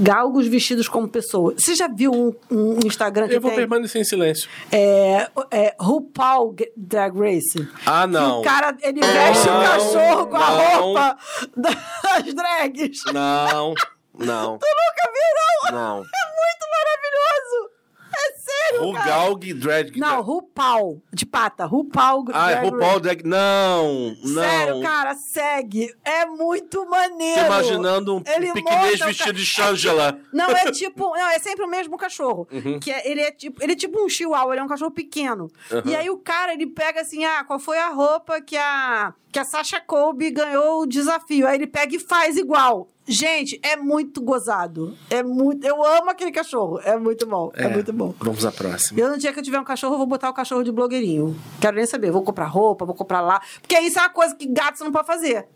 Speaker 1: Galgos vestidos como pessoas. Você já viu um, um Instagram que
Speaker 2: Eu vou
Speaker 1: tem?
Speaker 2: permanecer em silêncio.
Speaker 1: É, é RuPaul G- Drag Race.
Speaker 2: Ah, não.
Speaker 1: Que o cara, ele veste
Speaker 2: Não,
Speaker 1: o cachorro com a
Speaker 2: não.
Speaker 1: roupa das drags.
Speaker 2: Não, não,
Speaker 1: Tu nunca viu, não?
Speaker 2: Não.
Speaker 1: É muito maravilhoso. É sério,
Speaker 2: O
Speaker 1: cara.
Speaker 2: Galg Drag.
Speaker 1: Não, RuPaul. De pata. RuPaul
Speaker 2: Ah, é
Speaker 1: Drag
Speaker 2: RuPaul Drag. Não, não.
Speaker 1: Sério, cara, segue. É muito maneiro.
Speaker 2: Tô imaginando um
Speaker 1: Ele
Speaker 2: piquenês
Speaker 1: monta o
Speaker 2: vestido de
Speaker 1: ca-
Speaker 2: Shangela.
Speaker 1: Não, é tipo. Não, é sempre o mesmo cachorro.
Speaker 2: Uhum.
Speaker 1: Que é- ele, é tipo, ele é tipo um chihuahua, ele é um cachorro pequeno. E aí o cara, ele pega assim: ah, qual foi a roupa que a, que a Sasha Colby ganhou o desafio? Aí ele pega e faz igual. Gente, é muito gozado. É muito. Eu amo aquele cachorro. É muito bom. É, muito bom.
Speaker 2: Vamos à próxima.
Speaker 1: Eu, no dia que eu tiver um cachorro, eu vou botar o cachorro de blogueirinho. Quero nem saber. Vou comprar roupa, vou comprar lá. Porque isso é uma coisa que gatos não pode fazer.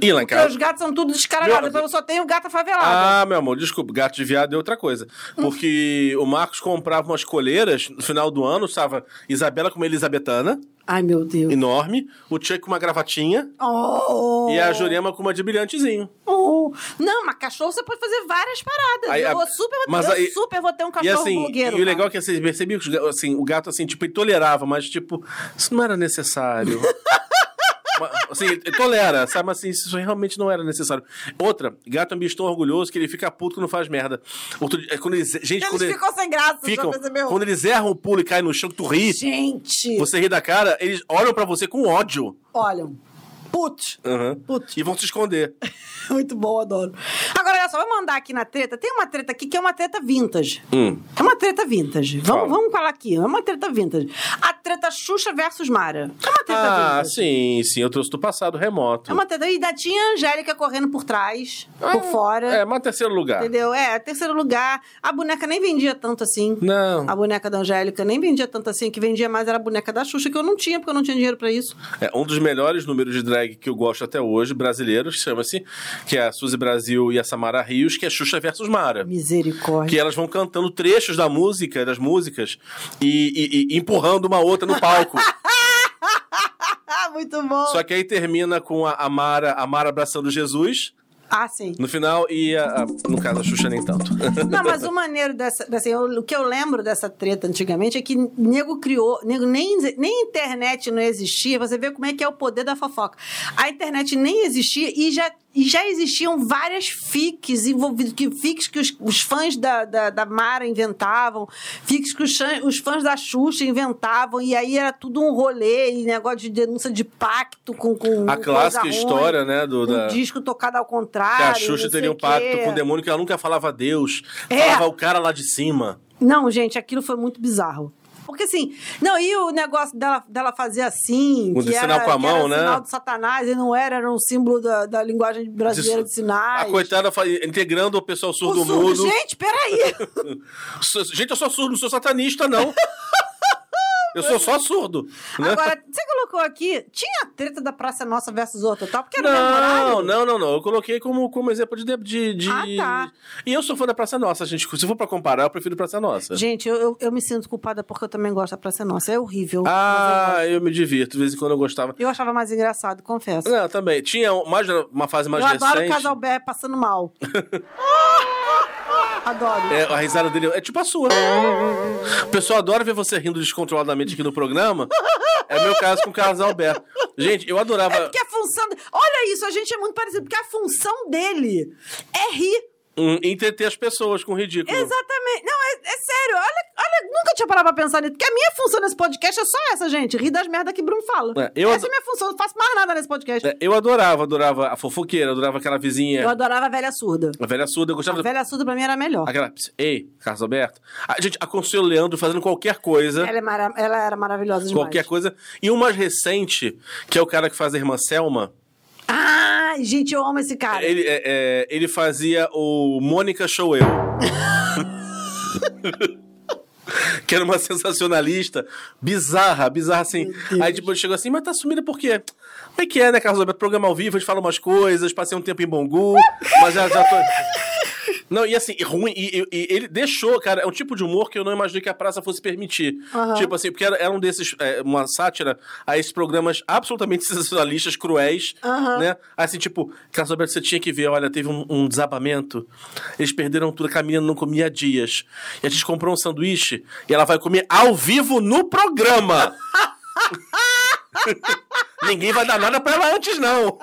Speaker 2: E lá em
Speaker 1: Porque
Speaker 2: casa.
Speaker 1: os gatos são tudo descaralhados.
Speaker 2: Meu-
Speaker 1: Então eu só tenho gata favelada.
Speaker 2: Ah, meu amor, desculpa, gato de viado é outra coisa.
Speaker 1: Hum.
Speaker 2: Porque o Marcos comprava umas coleiras no final do ano, estava Isabela como Elizabetana.
Speaker 1: Ai, meu Deus.
Speaker 2: enorme, o Chuck com uma gravatinha
Speaker 1: Oh,
Speaker 2: e a Jurema com uma de brilhantezinho.
Speaker 1: oh. Não, mas cachorro você pode fazer várias paradas.
Speaker 2: Aí,
Speaker 1: eu
Speaker 2: a-
Speaker 1: vou super,
Speaker 2: mas
Speaker 1: eu
Speaker 2: aí-
Speaker 1: super vou ter um
Speaker 2: E
Speaker 1: cachorro
Speaker 2: assim,
Speaker 1: blogueiro.
Speaker 2: e o
Speaker 1: cara.
Speaker 2: legal é que vocês percebiam que os ga- assim, o gato, assim, tipo, ele tolerava, mas, tipo, isso não era
Speaker 1: [LAUGHS]
Speaker 2: necessário. Mas, assim, ele tolera, sabe? Mas, assim, isso realmente não era necessário. Outra, gato é um bicho tão orgulhoso que ele fica puto quando faz merda. Outro dia, é, quando eles, gente,
Speaker 1: Eles
Speaker 2: quando ele-
Speaker 1: ficam sem graça,
Speaker 2: ficam-
Speaker 1: já percebeu?
Speaker 2: quando eles erram o pulo e caem no chão, que tu ri,
Speaker 1: Gente,
Speaker 2: você ri da cara, eles olham pra você com ódio.
Speaker 1: olham. Putz. [LAUGHS]
Speaker 2: Uhum.
Speaker 1: Putz.
Speaker 2: E vão se esconder.
Speaker 1: [LAUGHS] Muito bom, adoro. Agora, olha só, vou mandar aqui na treta. Tem uma treta aqui que é uma treta vintage.
Speaker 2: Hum.
Speaker 1: É uma treta vintage. Vamos,
Speaker 2: Fala.
Speaker 1: vamos falar aqui. É uma treta vintage. A treta Xuxa versus Mara. É uma treta
Speaker 2: Ah,
Speaker 1: vintage.
Speaker 2: sim, sim. Eu trouxe do passado remoto.
Speaker 1: É uma treta. E ainda tinha a Angélica correndo por trás, por fora.
Speaker 2: É, mas terceiro lugar.
Speaker 1: Entendeu? É, terceiro lugar. A boneca nem vendia tanto assim.
Speaker 2: Não.
Speaker 1: A boneca da Angélica nem vendia tanto assim. O que vendia mais era a boneca da Xuxa, que eu não tinha, porque eu não tinha dinheiro pra isso.
Speaker 2: É, um dos melhores números de drag que eu gosto até hoje, brasileiros, chama-se, que é a Suzy Brasil e a Samara Rios, que é Xuxa versus Mara. Que
Speaker 1: Misericórdia.
Speaker 2: elas vão cantando trechos da música, das músicas, e, e- e empurrando uma outra no
Speaker 1: [LAUGHS]
Speaker 2: palco.
Speaker 1: [LAUGHS] Ah, muito bom.
Speaker 2: Só que aí termina com a, a Mara, a Mara abraçando Jesus
Speaker 1: Ah, sim.
Speaker 2: no final e a, a- no caso a Xuxa
Speaker 1: [LAUGHS]
Speaker 2: nem tanto.
Speaker 1: Não, mas o maneiro dessa. Assim, eu- o que eu lembro dessa treta antigamente é que nego criou. Nego, nem, nem internet não existia. Você vê como é que é o poder da fofoca. A internet nem existia e já, e já existiam várias fics envolvidas. Que, fics que os, os fãs da, da, da Mara inventavam, fics que os, chan- os fãs da Xuxa inventavam, e aí era tudo um rolê e negócio de denúncia de pacto com. com
Speaker 2: A
Speaker 1: coisa
Speaker 2: clássica
Speaker 1: ruim,
Speaker 2: história, né, do-
Speaker 1: um
Speaker 2: da-
Speaker 1: disco tocado ao
Speaker 2: Que
Speaker 1: contrário.
Speaker 2: a
Speaker 1: não
Speaker 2: Xuxa
Speaker 1: sei
Speaker 2: teria um
Speaker 1: o
Speaker 2: pacto
Speaker 1: quê.
Speaker 2: com o demônio que ela nunca falava Deus,
Speaker 1: É.
Speaker 2: falava o cara lá de cima.
Speaker 1: Não, gente, aquilo foi muito bizarro. Porque assim, não, e o negócio dela, dela fazer assim,
Speaker 2: O
Speaker 1: que
Speaker 2: sinal
Speaker 1: era,
Speaker 2: com a
Speaker 1: que
Speaker 2: mão,
Speaker 1: era
Speaker 2: né?
Speaker 1: sinal do satanás, e não era, era um símbolo da, da linguagem brasileira de sinais.
Speaker 2: A coitada fa- integrando o pessoal
Speaker 1: O
Speaker 2: surdo
Speaker 1: surdo-
Speaker 2: mudo.
Speaker 1: Gente, peraí!
Speaker 2: Su- Gente, eu sou surdo, não sou satanista, não. Eu sou só surdo. [LAUGHS] Né?
Speaker 1: Agora, você colocou aqui, tinha a treta da Praça Nossa versus outra, tal, porque era um
Speaker 2: não,
Speaker 1: memorável.
Speaker 2: não, não, não. Eu coloquei como, como exemplo de, de, de-
Speaker 1: Ah, tá.
Speaker 2: E eu sou fã da Praça Nossa, gente. Se for pra comparar, eu prefiro Praça Nossa.
Speaker 1: Gente, eu, eu, eu me sinto culpada porque eu também gosto da Praça Nossa. É horrível. mas eu,
Speaker 2: ah,
Speaker 1: gosto.
Speaker 2: eu me divirto. De vez em quando eu gostava.
Speaker 1: eu achava mais engraçado, confesso.
Speaker 2: Não, é também. Tinha um- mais, uma fase mais
Speaker 1: eu
Speaker 2: recente.
Speaker 1: adoro o Casalbé passando
Speaker 2: [LAUGHS]
Speaker 1: mal. adoro.
Speaker 2: É, a risada dele é tipo a sua. O pessoal adora ver você rindo descontroladamente aqui no programa. É meu caso com o Carlos Alberto. Gente, eu adorava.
Speaker 1: É porque a função. de- Olha isso, a gente é muito parecido, porque a função dele é rir.
Speaker 2: hum, entreter as pessoas com o ridículo.
Speaker 1: Exatamente. Não, é, é sério. Olha, olha, nunca tinha parado pra pensar nisso. Porque a minha função nesse podcast é só essa, gente. Rir das merdas que o Bruno fala.
Speaker 2: É, eu
Speaker 1: essa é
Speaker 2: ado-
Speaker 1: a minha função. eu Não faço mais nada nesse podcast.
Speaker 2: É, Eu adorava, adorava a fofoqueira, adorava aquela vizinha,
Speaker 1: Eu adorava a velha surda.
Speaker 2: a velha surda, eu gostava
Speaker 1: A
Speaker 2: da...
Speaker 1: velha surda pra mim era a melhor.
Speaker 2: Aquela, ps, ei, Carlos Alberto. A gente aconselha o Leandro fazendo qualquer coisa,
Speaker 1: Ela, é mara- ela era maravilhosa demais.
Speaker 2: qualquer coisa. E o mais recente, que é o cara que faz a irmã Selma,
Speaker 1: Ai, gente, eu amo esse cara.
Speaker 2: ele, é, é, ele fazia o Mônica Show Eu. [LAUGHS] Que era uma sensacionalista bizarra, bizarra assim. Aí depois chegou assim, mas tá sumida por quê? Como é que é, né, Carlos Alberto? Programa ao vivo, a gente fala umas coisas, passei um tempo em Bangu, mas já, já tô. Não, e assim, e ruim, e, e- e ele deixou, cara, é um tipo de humor que eu não imaginei que a praça fosse permitir.
Speaker 1: Aham.
Speaker 2: Tipo assim, porque era, era um desses, é, uma sátira a esses programas absolutamente [LAUGHS] sensacionalistas, cruéis,
Speaker 1: Aham.
Speaker 2: né? Assim, tipo, Carlos Alberto, você tinha que ver, olha, teve um, um desabamento, eles perderam tudo, a menina não comia há dias. E a gente comprou um sanduíche e ela vai comer ao vivo no
Speaker 1: [LAUGHS]
Speaker 2: programa. Ninguém vai dar nada pra ela antes, não.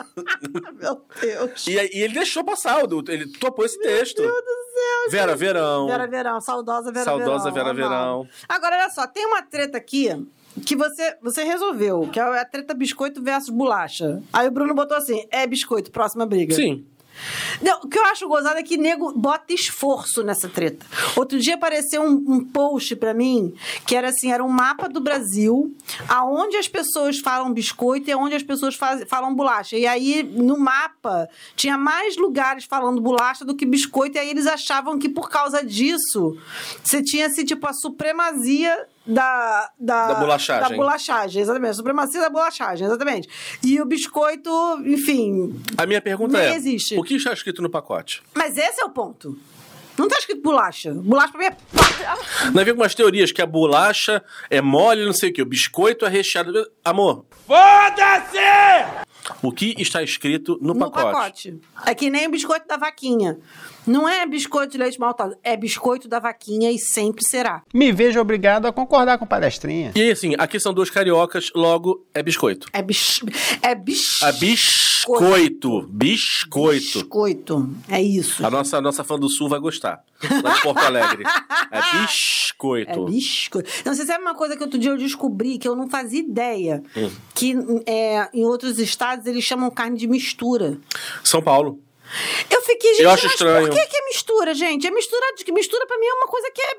Speaker 1: Meu Deus.
Speaker 2: E, aí- e ele deixou passar, o do- ele topou esse texto. Meu Deus do céu. Vera Verão.
Speaker 1: Vera Verão, saudosa Vera
Speaker 2: Saudosa
Speaker 1: Verão.
Speaker 2: Vera
Speaker 1: amava.
Speaker 2: Verão.
Speaker 1: Agora, olha só, tem uma treta aqui que você, você resolveu, que é a treta biscoito versus bolacha. Aí o Bruno botou assim, é biscoito, próxima briga.
Speaker 2: Sim.
Speaker 1: Não, o que eu acho gozado é que nego bota esforço nessa treta. Outro dia apareceu um, um post pra mim que era assim, era um mapa do Brasil, aonde as pessoas falam biscoito e aonde as pessoas faz- falam bolacha. E aí no mapa tinha mais lugares falando bolacha do que biscoito e aí eles achavam que por causa disso você tinha assim tipo a supremazia da da,
Speaker 2: Da bolachagem.
Speaker 1: da bolachagem, exatamente, a supremacia da bolachagem, exatamente. E o biscoito, enfim,
Speaker 2: A minha pergunta
Speaker 1: Nem
Speaker 2: é:
Speaker 1: existe.
Speaker 2: o que está escrito no pacote?
Speaker 1: mas esse é o ponto. Não tá escrito bolacha. Bolacha pra mim é.
Speaker 2: Não havia algumas teorias que a bolacha é mole, não sei o que, o biscoito é recheado. Amor. Foda-se! O que está escrito no,
Speaker 1: No
Speaker 2: pacote?
Speaker 1: pacote. É que nem o biscoito da vaquinha. Não é biscoito de leite maltado, é biscoito da vaquinha e sempre será.
Speaker 4: Me vejo obrigado a concordar com palestrinha.
Speaker 2: E aí, assim, aqui são dois cariocas, logo é biscoito.
Speaker 1: É bis... É bis...
Speaker 2: A biscoito. Biscoito.
Speaker 1: Biscoito. É isso.
Speaker 2: A nossa, nossa fã do sul vai gostar. Lá de Porto Alegre. [LAUGHS] É
Speaker 1: É
Speaker 2: biscoito.
Speaker 1: biscoito. Não, você sabe uma coisa que outro dia eu descobri que eu não fazia ideia.
Speaker 2: Hum.
Speaker 1: Que é, em outros estados eles chamam carne de mistura.
Speaker 2: São Paulo.
Speaker 1: Eu fiquei, gente,
Speaker 2: Eu acho
Speaker 1: mas
Speaker 2: estranho.
Speaker 1: por que, que é mistura, gente? É mistura, de- mistura pra mim é uma coisa que é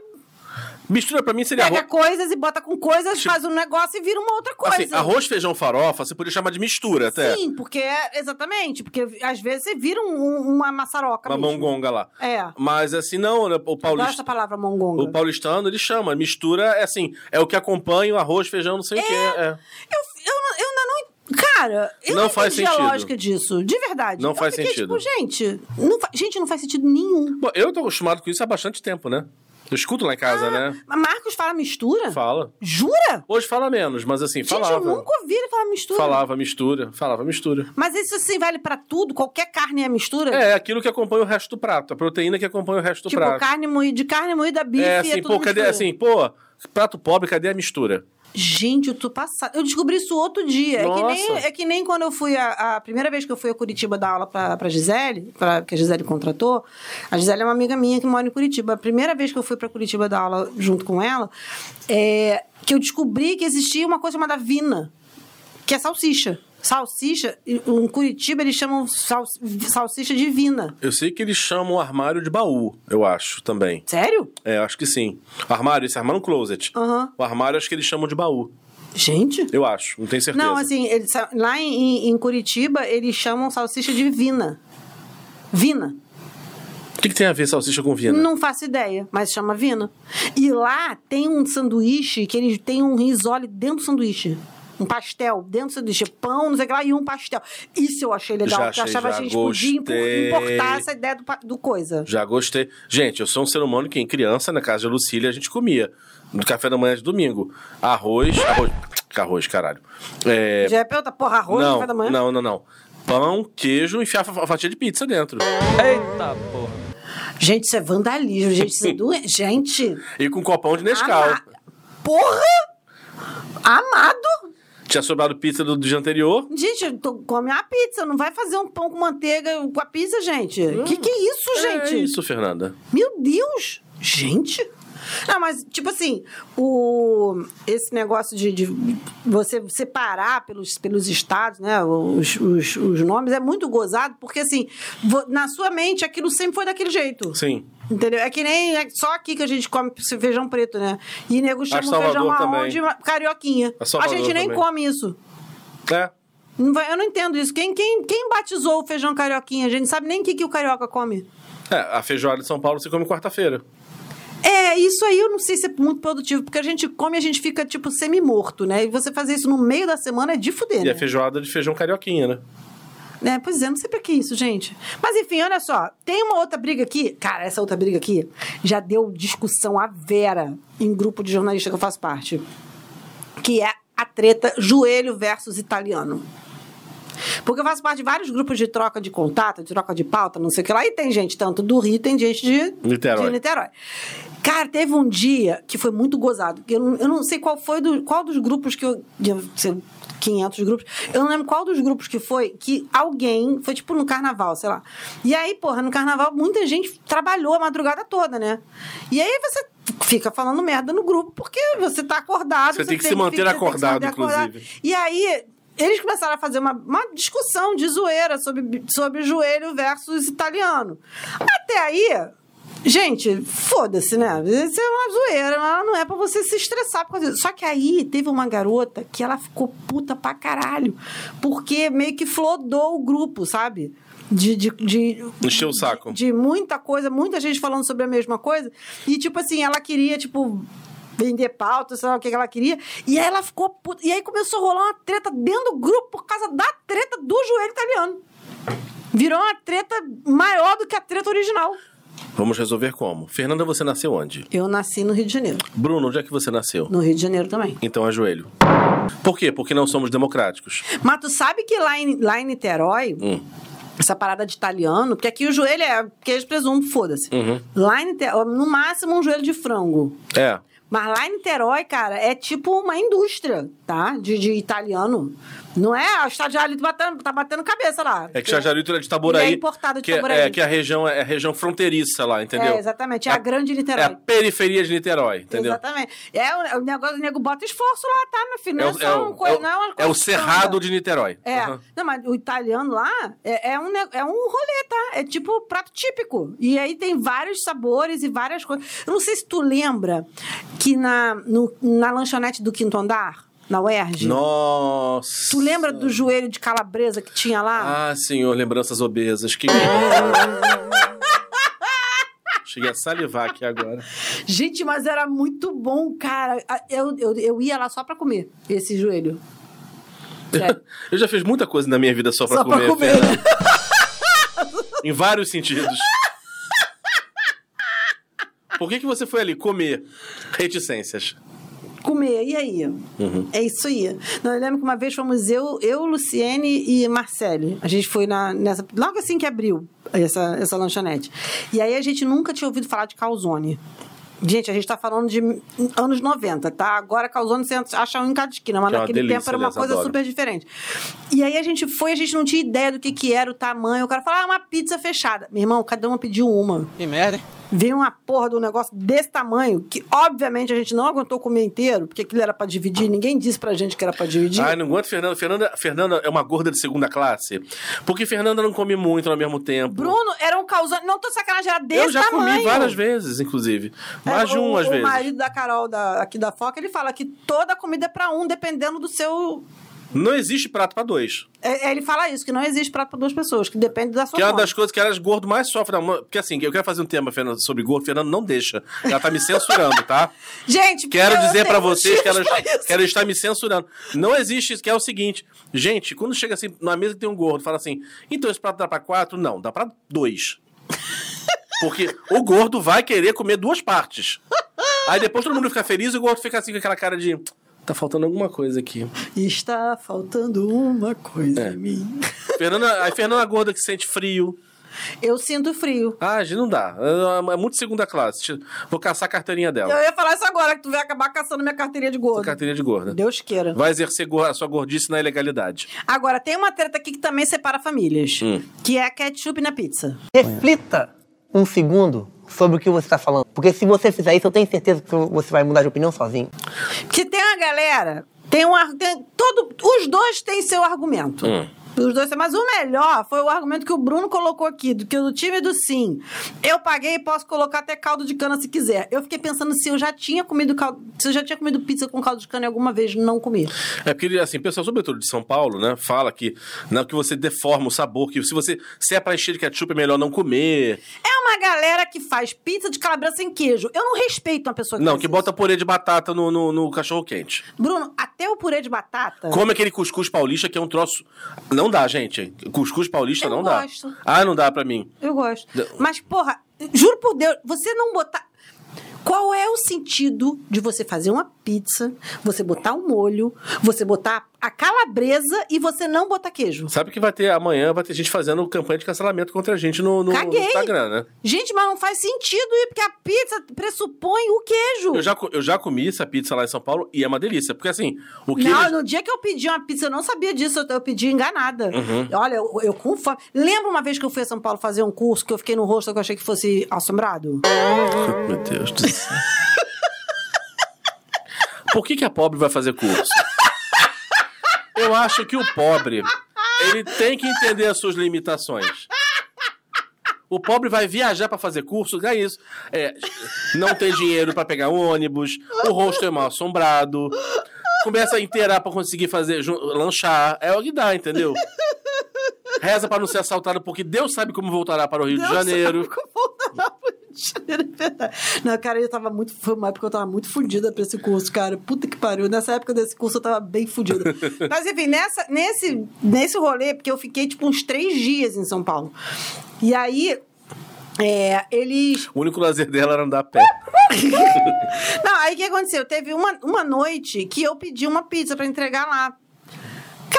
Speaker 2: Mistura pra mim seria
Speaker 1: pega
Speaker 2: arroz.
Speaker 1: coisas e bota com coisas,
Speaker 2: Tipo-
Speaker 1: faz um negócio e vira uma outra coisa.
Speaker 2: Assim, arroz, feijão, farofa, você poderia chamar de mistura até.
Speaker 1: Sim, porque é exatamente, porque às vezes você vira um- um- uma maçaroca
Speaker 2: Uma
Speaker 1: mesmo.
Speaker 2: mongonga lá.
Speaker 1: É.
Speaker 2: Mas assim, não, né, o
Speaker 1: Adoro essa
Speaker 2: paulista.
Speaker 1: palavra
Speaker 2: O
Speaker 1: mongonga.
Speaker 2: paulistano, ele chama. Mistura é assim, é o que acompanha o arroz, feijão, não sei o quê. é.
Speaker 1: Eu, eu, não- eu ainda não. Cara, eu
Speaker 2: Não
Speaker 1: não,
Speaker 2: faz
Speaker 1: entendi a
Speaker 2: sentido.
Speaker 1: lógica disso. De verdade.
Speaker 2: Não
Speaker 1: Eu
Speaker 2: faz
Speaker 1: fiquei,
Speaker 2: sentido.
Speaker 1: Tipo, gente, não fa- gente, não faz sentido nenhum.
Speaker 2: Bom, eu tô acostumado com isso há bastante tempo, né? Eu escuto lá em casa, né?
Speaker 1: Mas Marcos fala mistura?
Speaker 2: Fala.
Speaker 1: Jura?
Speaker 2: Hoje fala menos, mas assim,
Speaker 1: Gente, eu
Speaker 2: falava.
Speaker 1: nunca ouvi ele falar mistura.
Speaker 2: Falava mistura, falava mistura.
Speaker 1: Mas isso assim vale pra tudo? Qualquer carne é mistura?
Speaker 2: É, é aquilo que acompanha o resto do prato, a proteína que acompanha o resto do
Speaker 1: Tipo,
Speaker 2: prato.
Speaker 1: carne moída, de carne moída, bife,
Speaker 2: é
Speaker 1: é,
Speaker 2: assim,
Speaker 1: tudo
Speaker 2: pô, cadê
Speaker 1: mistura.
Speaker 2: assim, pô, prato pobre, cadê a mistura?
Speaker 1: Gente, eu tô passada. Eu descobri isso outro dia. É que, nem,
Speaker 2: Nossa.
Speaker 1: é que nem quando eu fui. A, a primeira vez que eu fui a Curitiba dar aula pra, pra Gisele, pra, que a Gisele contratou. A Gisele é uma amiga minha que mora em Curitiba. A primeira vez que eu fui pra Curitiba dar aula junto com ela, é, que eu descobri que existia uma coisa chamada vina, que é salsicha. Salsicha, em em Curitiba eles chamam sal- salsicha de vina.
Speaker 2: Eu sei que eles chamam o armário de baú, eu acho, também.
Speaker 1: Sério?
Speaker 2: É, acho que sim. Armário, esse armário é um closet.
Speaker 1: Aham.
Speaker 2: O armário acho que eles chamam de baú,
Speaker 1: Gente.
Speaker 2: eu acho, não tenho certeza.
Speaker 1: Não, assim, eles sa- lá em, em- em Curitiba, eles chamam salsicha de vina. Vina.
Speaker 2: O que, que tem a ver salsicha com vina?
Speaker 1: Não faço ideia, mas chama vina. E lá tem um sanduíche que eles têm um risole dentro do sanduíche. Um pastel dentro do sanduíche, pão, não sei o que lá, e um pastel. Isso eu achei legal,
Speaker 2: Já
Speaker 1: porque eu
Speaker 2: achei,
Speaker 1: achava
Speaker 2: já
Speaker 1: que a gente podia impo-
Speaker 2: gostei.
Speaker 1: importar essa ideia do, pa- do coisa.
Speaker 2: Já gostei. Gente, eu sou um ser humano que em criança, na casa de Lucília, a gente comia. No café da manhã de domingo. Arroz. Arroz. Arroz, caralho. É,
Speaker 1: Já é pergunta, porra, arroz no
Speaker 2: não,
Speaker 1: café da manhã?
Speaker 2: Não, não, não. Pão, queijo, enfiar a fatia de pizza dentro.
Speaker 1: Gente, isso é vandalismo, gente,
Speaker 2: [LAUGHS]
Speaker 1: isso é doente. Gente,
Speaker 2: E com um copão de Nescau.
Speaker 1: ama- porra! Amado!
Speaker 2: Tinha sobrado pizza do dia anterior.
Speaker 1: Gente, eu tô- come uma pizza, não vai fazer um pão com manteiga com a pizza, gente. Que que é isso, gente?
Speaker 2: Hum, É isso, Fernanda.
Speaker 1: Meu Deus! Gente! Não, mas, tipo assim, o, esse negócio de, de você separar pelos, pelos estados, né, os, os, os nomes, é muito gozado, porque, assim, vo- na sua mente aquilo sempre foi daquele jeito.
Speaker 2: Sim.
Speaker 1: Entendeu? É que nem é só aqui que a gente come esse feijão preto, né? E nego chama o feijão
Speaker 2: Salvador
Speaker 1: marrom
Speaker 2: também.
Speaker 1: de ma- carioquinha.
Speaker 2: A
Speaker 1: A
Speaker 2: Salvador
Speaker 1: gente nem
Speaker 2: também.
Speaker 1: come isso.
Speaker 2: É.
Speaker 1: Não vai- eu não entendo isso. Quem, quem, quem batizou o feijão carioquinha? A gente sabe nem o que, que o carioca come.
Speaker 2: É, a feijoada de São Paulo se come quarta-feira.
Speaker 1: É, isso aí eu não sei se é muito produtivo, porque a gente come e a gente fica, tipo, semi-morto, né? E você fazer isso no meio da semana é de fuder,
Speaker 2: E a
Speaker 1: né?
Speaker 2: feijoada de feijão carioquinha, né?
Speaker 1: É, pois é, não sei pra que isso, gente. Mas enfim, olha só, tem uma outra briga aqui. Cara, essa outra briga aqui já deu discussão à vera em grupo de jornalista que eu faço parte. Que é a treta joelho versus italiano. Porque eu faço parte de vários grupos de troca de contato, de troca de pauta, não sei o que lá. E tem gente tanto do Rio, tem gente de
Speaker 2: Niterói.
Speaker 1: de Niterói. Cara, teve um dia que foi muito gozado. que Eu não, eu não sei qual foi do, qual dos grupos que eu. de- sei, 500 grupos. Eu não lembro qual dos grupos que foi que alguém. Foi tipo no carnaval, sei lá. E aí, porra, no carnaval muita gente trabalhou a madrugada toda, né? E aí você fica falando merda no grupo porque você tá acordado.
Speaker 2: Você tem que se manter
Speaker 1: ficar- você tem que se
Speaker 2: acordado,
Speaker 1: manter
Speaker 2: inclusive.
Speaker 1: e aí, eles começaram a fazer uma, uma discussão de zoeira sobre, sobre joelho versus italiano. Até aí. Gente, foda-se, né? Isso é uma zoeira, mas não é pra você se estressar por causa disso. Só que aí teve uma garota que ela ficou puta pra caralho, porque meio que flodou o grupo, sabe? De, de, de-
Speaker 2: Encheu o saco.
Speaker 1: de muita coisa, muita gente falando sobre a mesma coisa. E, tipo assim, ela queria, tipo, vender pauta, sei lá o que que ela queria. E aí ela ficou puta. E aí começou a rolar uma treta dentro do grupo por causa da treta do joelho italiano. Virou uma treta maior do que a treta original.
Speaker 2: Vamos resolver como. Fernanda, você nasceu onde?
Speaker 1: Eu nasci no Rio de Janeiro.
Speaker 2: Bruno, onde é que você nasceu?
Speaker 1: No Rio de Janeiro também.
Speaker 2: Então ajoelho. Por quê? Porque não somos democráticos.
Speaker 1: Mas tu sabe que lá em, lá em Niterói, essa parada de italiano, porque aqui o joelho é queijo presunto, foda-se. Lá em Niterói, no máximo um joelho de frango.
Speaker 2: É.
Speaker 1: Mas lá em Niterói, cara, é tipo uma indústria, tá? De, de italiano. Não é? O estado de Alito batendo, tá batendo cabeça lá.
Speaker 2: É que Chajarito é de Itaboraí.
Speaker 1: E é importado de
Speaker 2: que é-
Speaker 1: Itaboraí.
Speaker 2: É, que a região é a região fronteiriça lá, entendeu?
Speaker 1: É, exatamente. É a grande
Speaker 2: É
Speaker 1: Niterói.
Speaker 2: a periferia de Niterói, entendeu?
Speaker 1: Exatamente. É o, é o negócio, o nego bota esforço lá, tá, meu filho? Não é,
Speaker 2: É o,
Speaker 1: só
Speaker 2: é
Speaker 1: uma
Speaker 2: o,
Speaker 1: coisa,
Speaker 2: é o-
Speaker 1: não é uma
Speaker 2: é
Speaker 1: coisa
Speaker 2: o cerrado
Speaker 1: escrota.
Speaker 2: de Niterói.
Speaker 1: É.
Speaker 2: Aham.
Speaker 1: Não, mas o italiano lá é, é um, ne- é um rolê, tá? É tipo prato típico. E aí tem vários sabores e várias coisas. Eu não sei se tu lembra que na, no- na lanchonete do quinto andar, na UERJ,
Speaker 2: Nossa.
Speaker 1: tu lembra do joelho de calabresa que tinha lá?
Speaker 2: Ah, senhor, lembranças
Speaker 1: [LAUGHS]
Speaker 2: obesas. Que. Cheguei a salivar aqui agora.
Speaker 1: Gente, mas era muito bom, cara. Ah, Eu, eu, eu ia lá só pra comer esse joelho. Sério.
Speaker 2: Eu já fiz muita coisa na minha vida só pra
Speaker 1: É. Só pra
Speaker 2: comer.
Speaker 1: comer, [LAUGHS]
Speaker 2: Fernanda. em vários sentidos. Por que, que você foi ali comer? Reticências.
Speaker 1: comer. E aí?
Speaker 2: Uhum.
Speaker 1: É isso aí. Não, eu lembro que uma vez fomos eu, eu Luciene e Marcele. A gente foi na, nessa. Logo assim que abriu essa, essa lanchonete. E aí a gente nunca tinha ouvido falar de calzone. Gente, a gente tá falando de anos 90, tá? Agora calzone você acha um em cada esquina, mas
Speaker 2: Que é uma
Speaker 1: naquele
Speaker 2: delícia,
Speaker 1: tempo era uma
Speaker 2: aliás,
Speaker 1: coisa
Speaker 2: adoro.
Speaker 1: super diferente. E aí a gente foi, a gente não tinha ideia do que, que era o tamanho. O cara falou, ah, uma pizza fechada. Meu irmão, cada uma pediu uma.
Speaker 6: Que merda, hein?
Speaker 1: Veio uma porra de um negócio desse tamanho, que obviamente a gente não aguentou comer inteiro, porque aquilo era pra dividir, ninguém disse pra gente que era pra dividir.
Speaker 2: Ai, Ah, não aguento Fernanda. Fernanda. Fernanda é uma gorda de segunda classe. Porque Fernanda não come muito ao mesmo tempo.
Speaker 1: Bruno era um causante, não tô de sacanagem, era desse
Speaker 2: Eu já
Speaker 1: tamanho.
Speaker 2: comi várias vezes, inclusive. Mais
Speaker 1: É,
Speaker 2: de um,
Speaker 1: o,
Speaker 2: às
Speaker 1: o
Speaker 2: vezes.
Speaker 1: marido da Carol, da- aqui da Foca, ele fala que toda comida é pra um, dependendo do seu...
Speaker 2: Não existe prato pra dois.
Speaker 1: É, é, ele fala isso, que não existe prato pra duas pessoas, que depende da sua
Speaker 2: Que é uma
Speaker 1: fome.
Speaker 2: das coisas que elas gordo mais sofrem. na mão. Porque assim, eu quero fazer um tema Fernanda, sobre gordo. Fernando não deixa. Ela tá me censurando,
Speaker 1: [LAUGHS]
Speaker 2: tá?
Speaker 1: Gente,
Speaker 2: Quero
Speaker 1: eu- eu
Speaker 2: dizer
Speaker 1: tenho
Speaker 2: pra vocês que ela,
Speaker 1: motivos pra isso.
Speaker 2: que ela está me censurando. Não existe isso, que é o seguinte. Gente, quando chega assim, na mesa que tem um gordo, fala assim, então esse prato dá pra quatro? Não, dá pra
Speaker 1: [LAUGHS]
Speaker 2: dois. Porque o gordo vai querer comer duas partes. Aí depois todo mundo fica feliz e o gordo fica assim com aquela cara de... Tá faltando alguma
Speaker 1: [LAUGHS]
Speaker 2: coisa aqui.
Speaker 1: Está faltando uma coisa
Speaker 2: É.
Speaker 1: em mim.
Speaker 2: Fernanda, aí Fernanda gorda que sente frio.
Speaker 1: Eu sinto frio.
Speaker 2: Ah, gente, não dá. É muito segunda classe. Vou caçar a carteirinha
Speaker 1: Eu
Speaker 2: dela.
Speaker 1: ia falar isso agora, que tu vai acabar caçando minha carteirinha de é gordo.
Speaker 2: Carteirinha de gorda.
Speaker 1: Deus queira.
Speaker 2: Vai exercer go- a sua gordice na ilegalidade.
Speaker 1: Agora, tem uma treta aqui que também separa famílias,
Speaker 2: Hum.
Speaker 1: que é a ketchup na pizza.
Speaker 8: Reflita um segundo sobre o que você está falando. Porque se você fizer isso, eu tenho certeza que você vai mudar de opinião sozinho.
Speaker 1: Porque tem uma galera, tem um ar- tem todo os dois têm seu argumento.
Speaker 2: Hum.
Speaker 1: Os dois, mas o melhor foi o argumento que o Bruno colocou aqui, do que o do time do sim. Eu paguei e posso colocar até caldo de cana se quiser. Eu fiquei pensando se eu já tinha comido caldo, se eu já tinha comido pizza com caldo de cana alguma vez, não comi.
Speaker 2: É porque, assim, pessoal, sobretudo de São Paulo, né, fala que, não, que você deforma o sabor, que se você se é pra encher de ketchup é melhor não comer.
Speaker 1: É uma galera que faz pizza de calabresa sem queijo. Eu não respeito uma pessoa que
Speaker 2: Não,
Speaker 1: faz
Speaker 2: que
Speaker 1: isso.
Speaker 2: bota purê de batata no, no, no cachorro-quente.
Speaker 1: Bruno, até o purê de batata.
Speaker 2: Come aquele cuscuz paulista que é um troço... Não dá, gente. Cuscuz paulista
Speaker 1: Eu
Speaker 2: não dá.
Speaker 1: gosto.
Speaker 2: Ah, não dá pra mim.
Speaker 1: Eu gosto.
Speaker 2: Da-
Speaker 1: Mas, porra, juro por Deus, você não botar. Qual é o sentido de você fazer uma pizza, você botar um molho, você botar a calabresa e você não botar queijo?
Speaker 2: Sabe que vai ter amanhã, vai ter gente fazendo campanha de cancelamento contra a gente no, no, no
Speaker 1: Caguei.
Speaker 2: Instagram, né?
Speaker 1: Gente, mas não faz sentido ir, porque a pizza pressupõe o queijo.
Speaker 2: Eu já, co- eu já comi essa pizza lá em São Paulo e é uma delícia. Porque assim, o que.
Speaker 1: Não,
Speaker 2: eles-
Speaker 1: no dia que eu pedi uma pizza, eu não sabia disso, eu, eu pedi enganada. Olha, eu, eu com fome. Lembra uma vez que eu fui a São Paulo fazer um curso que eu fiquei no rosto que eu achei que fosse assombrado?
Speaker 2: Meu Deus do céu. [LAUGHS] Por que, que a pobre vai fazer curso? Eu acho que o pobre, ele tem que entender as suas limitações. O pobre vai viajar pra fazer curso, é isso. É, não tem dinheiro pra pegar um ônibus, o rosto é mal assombrado, começa a inteirar pra conseguir fazer jun- lanchar, é o que dá, entendeu? Reza pra não ser assaltado porque Deus sabe como voltará para o Rio de Janeiro.
Speaker 1: é Não, cara, eu tava muito. Foi uma época que eu tava muito fudida pra esse curso, cara. Puta que pariu. Nessa época desse curso eu tava bem fudida.
Speaker 2: [LAUGHS]
Speaker 1: Mas enfim, nessa, nesse, nesse rolê, porque eu fiquei tipo uns três dias em São Paulo. E aí. É, eles.
Speaker 2: O único lazer dela era andar a pé.
Speaker 1: Não, aí o que aconteceu? Teve uma, uma noite que eu pedi uma pizza pra entregar lá.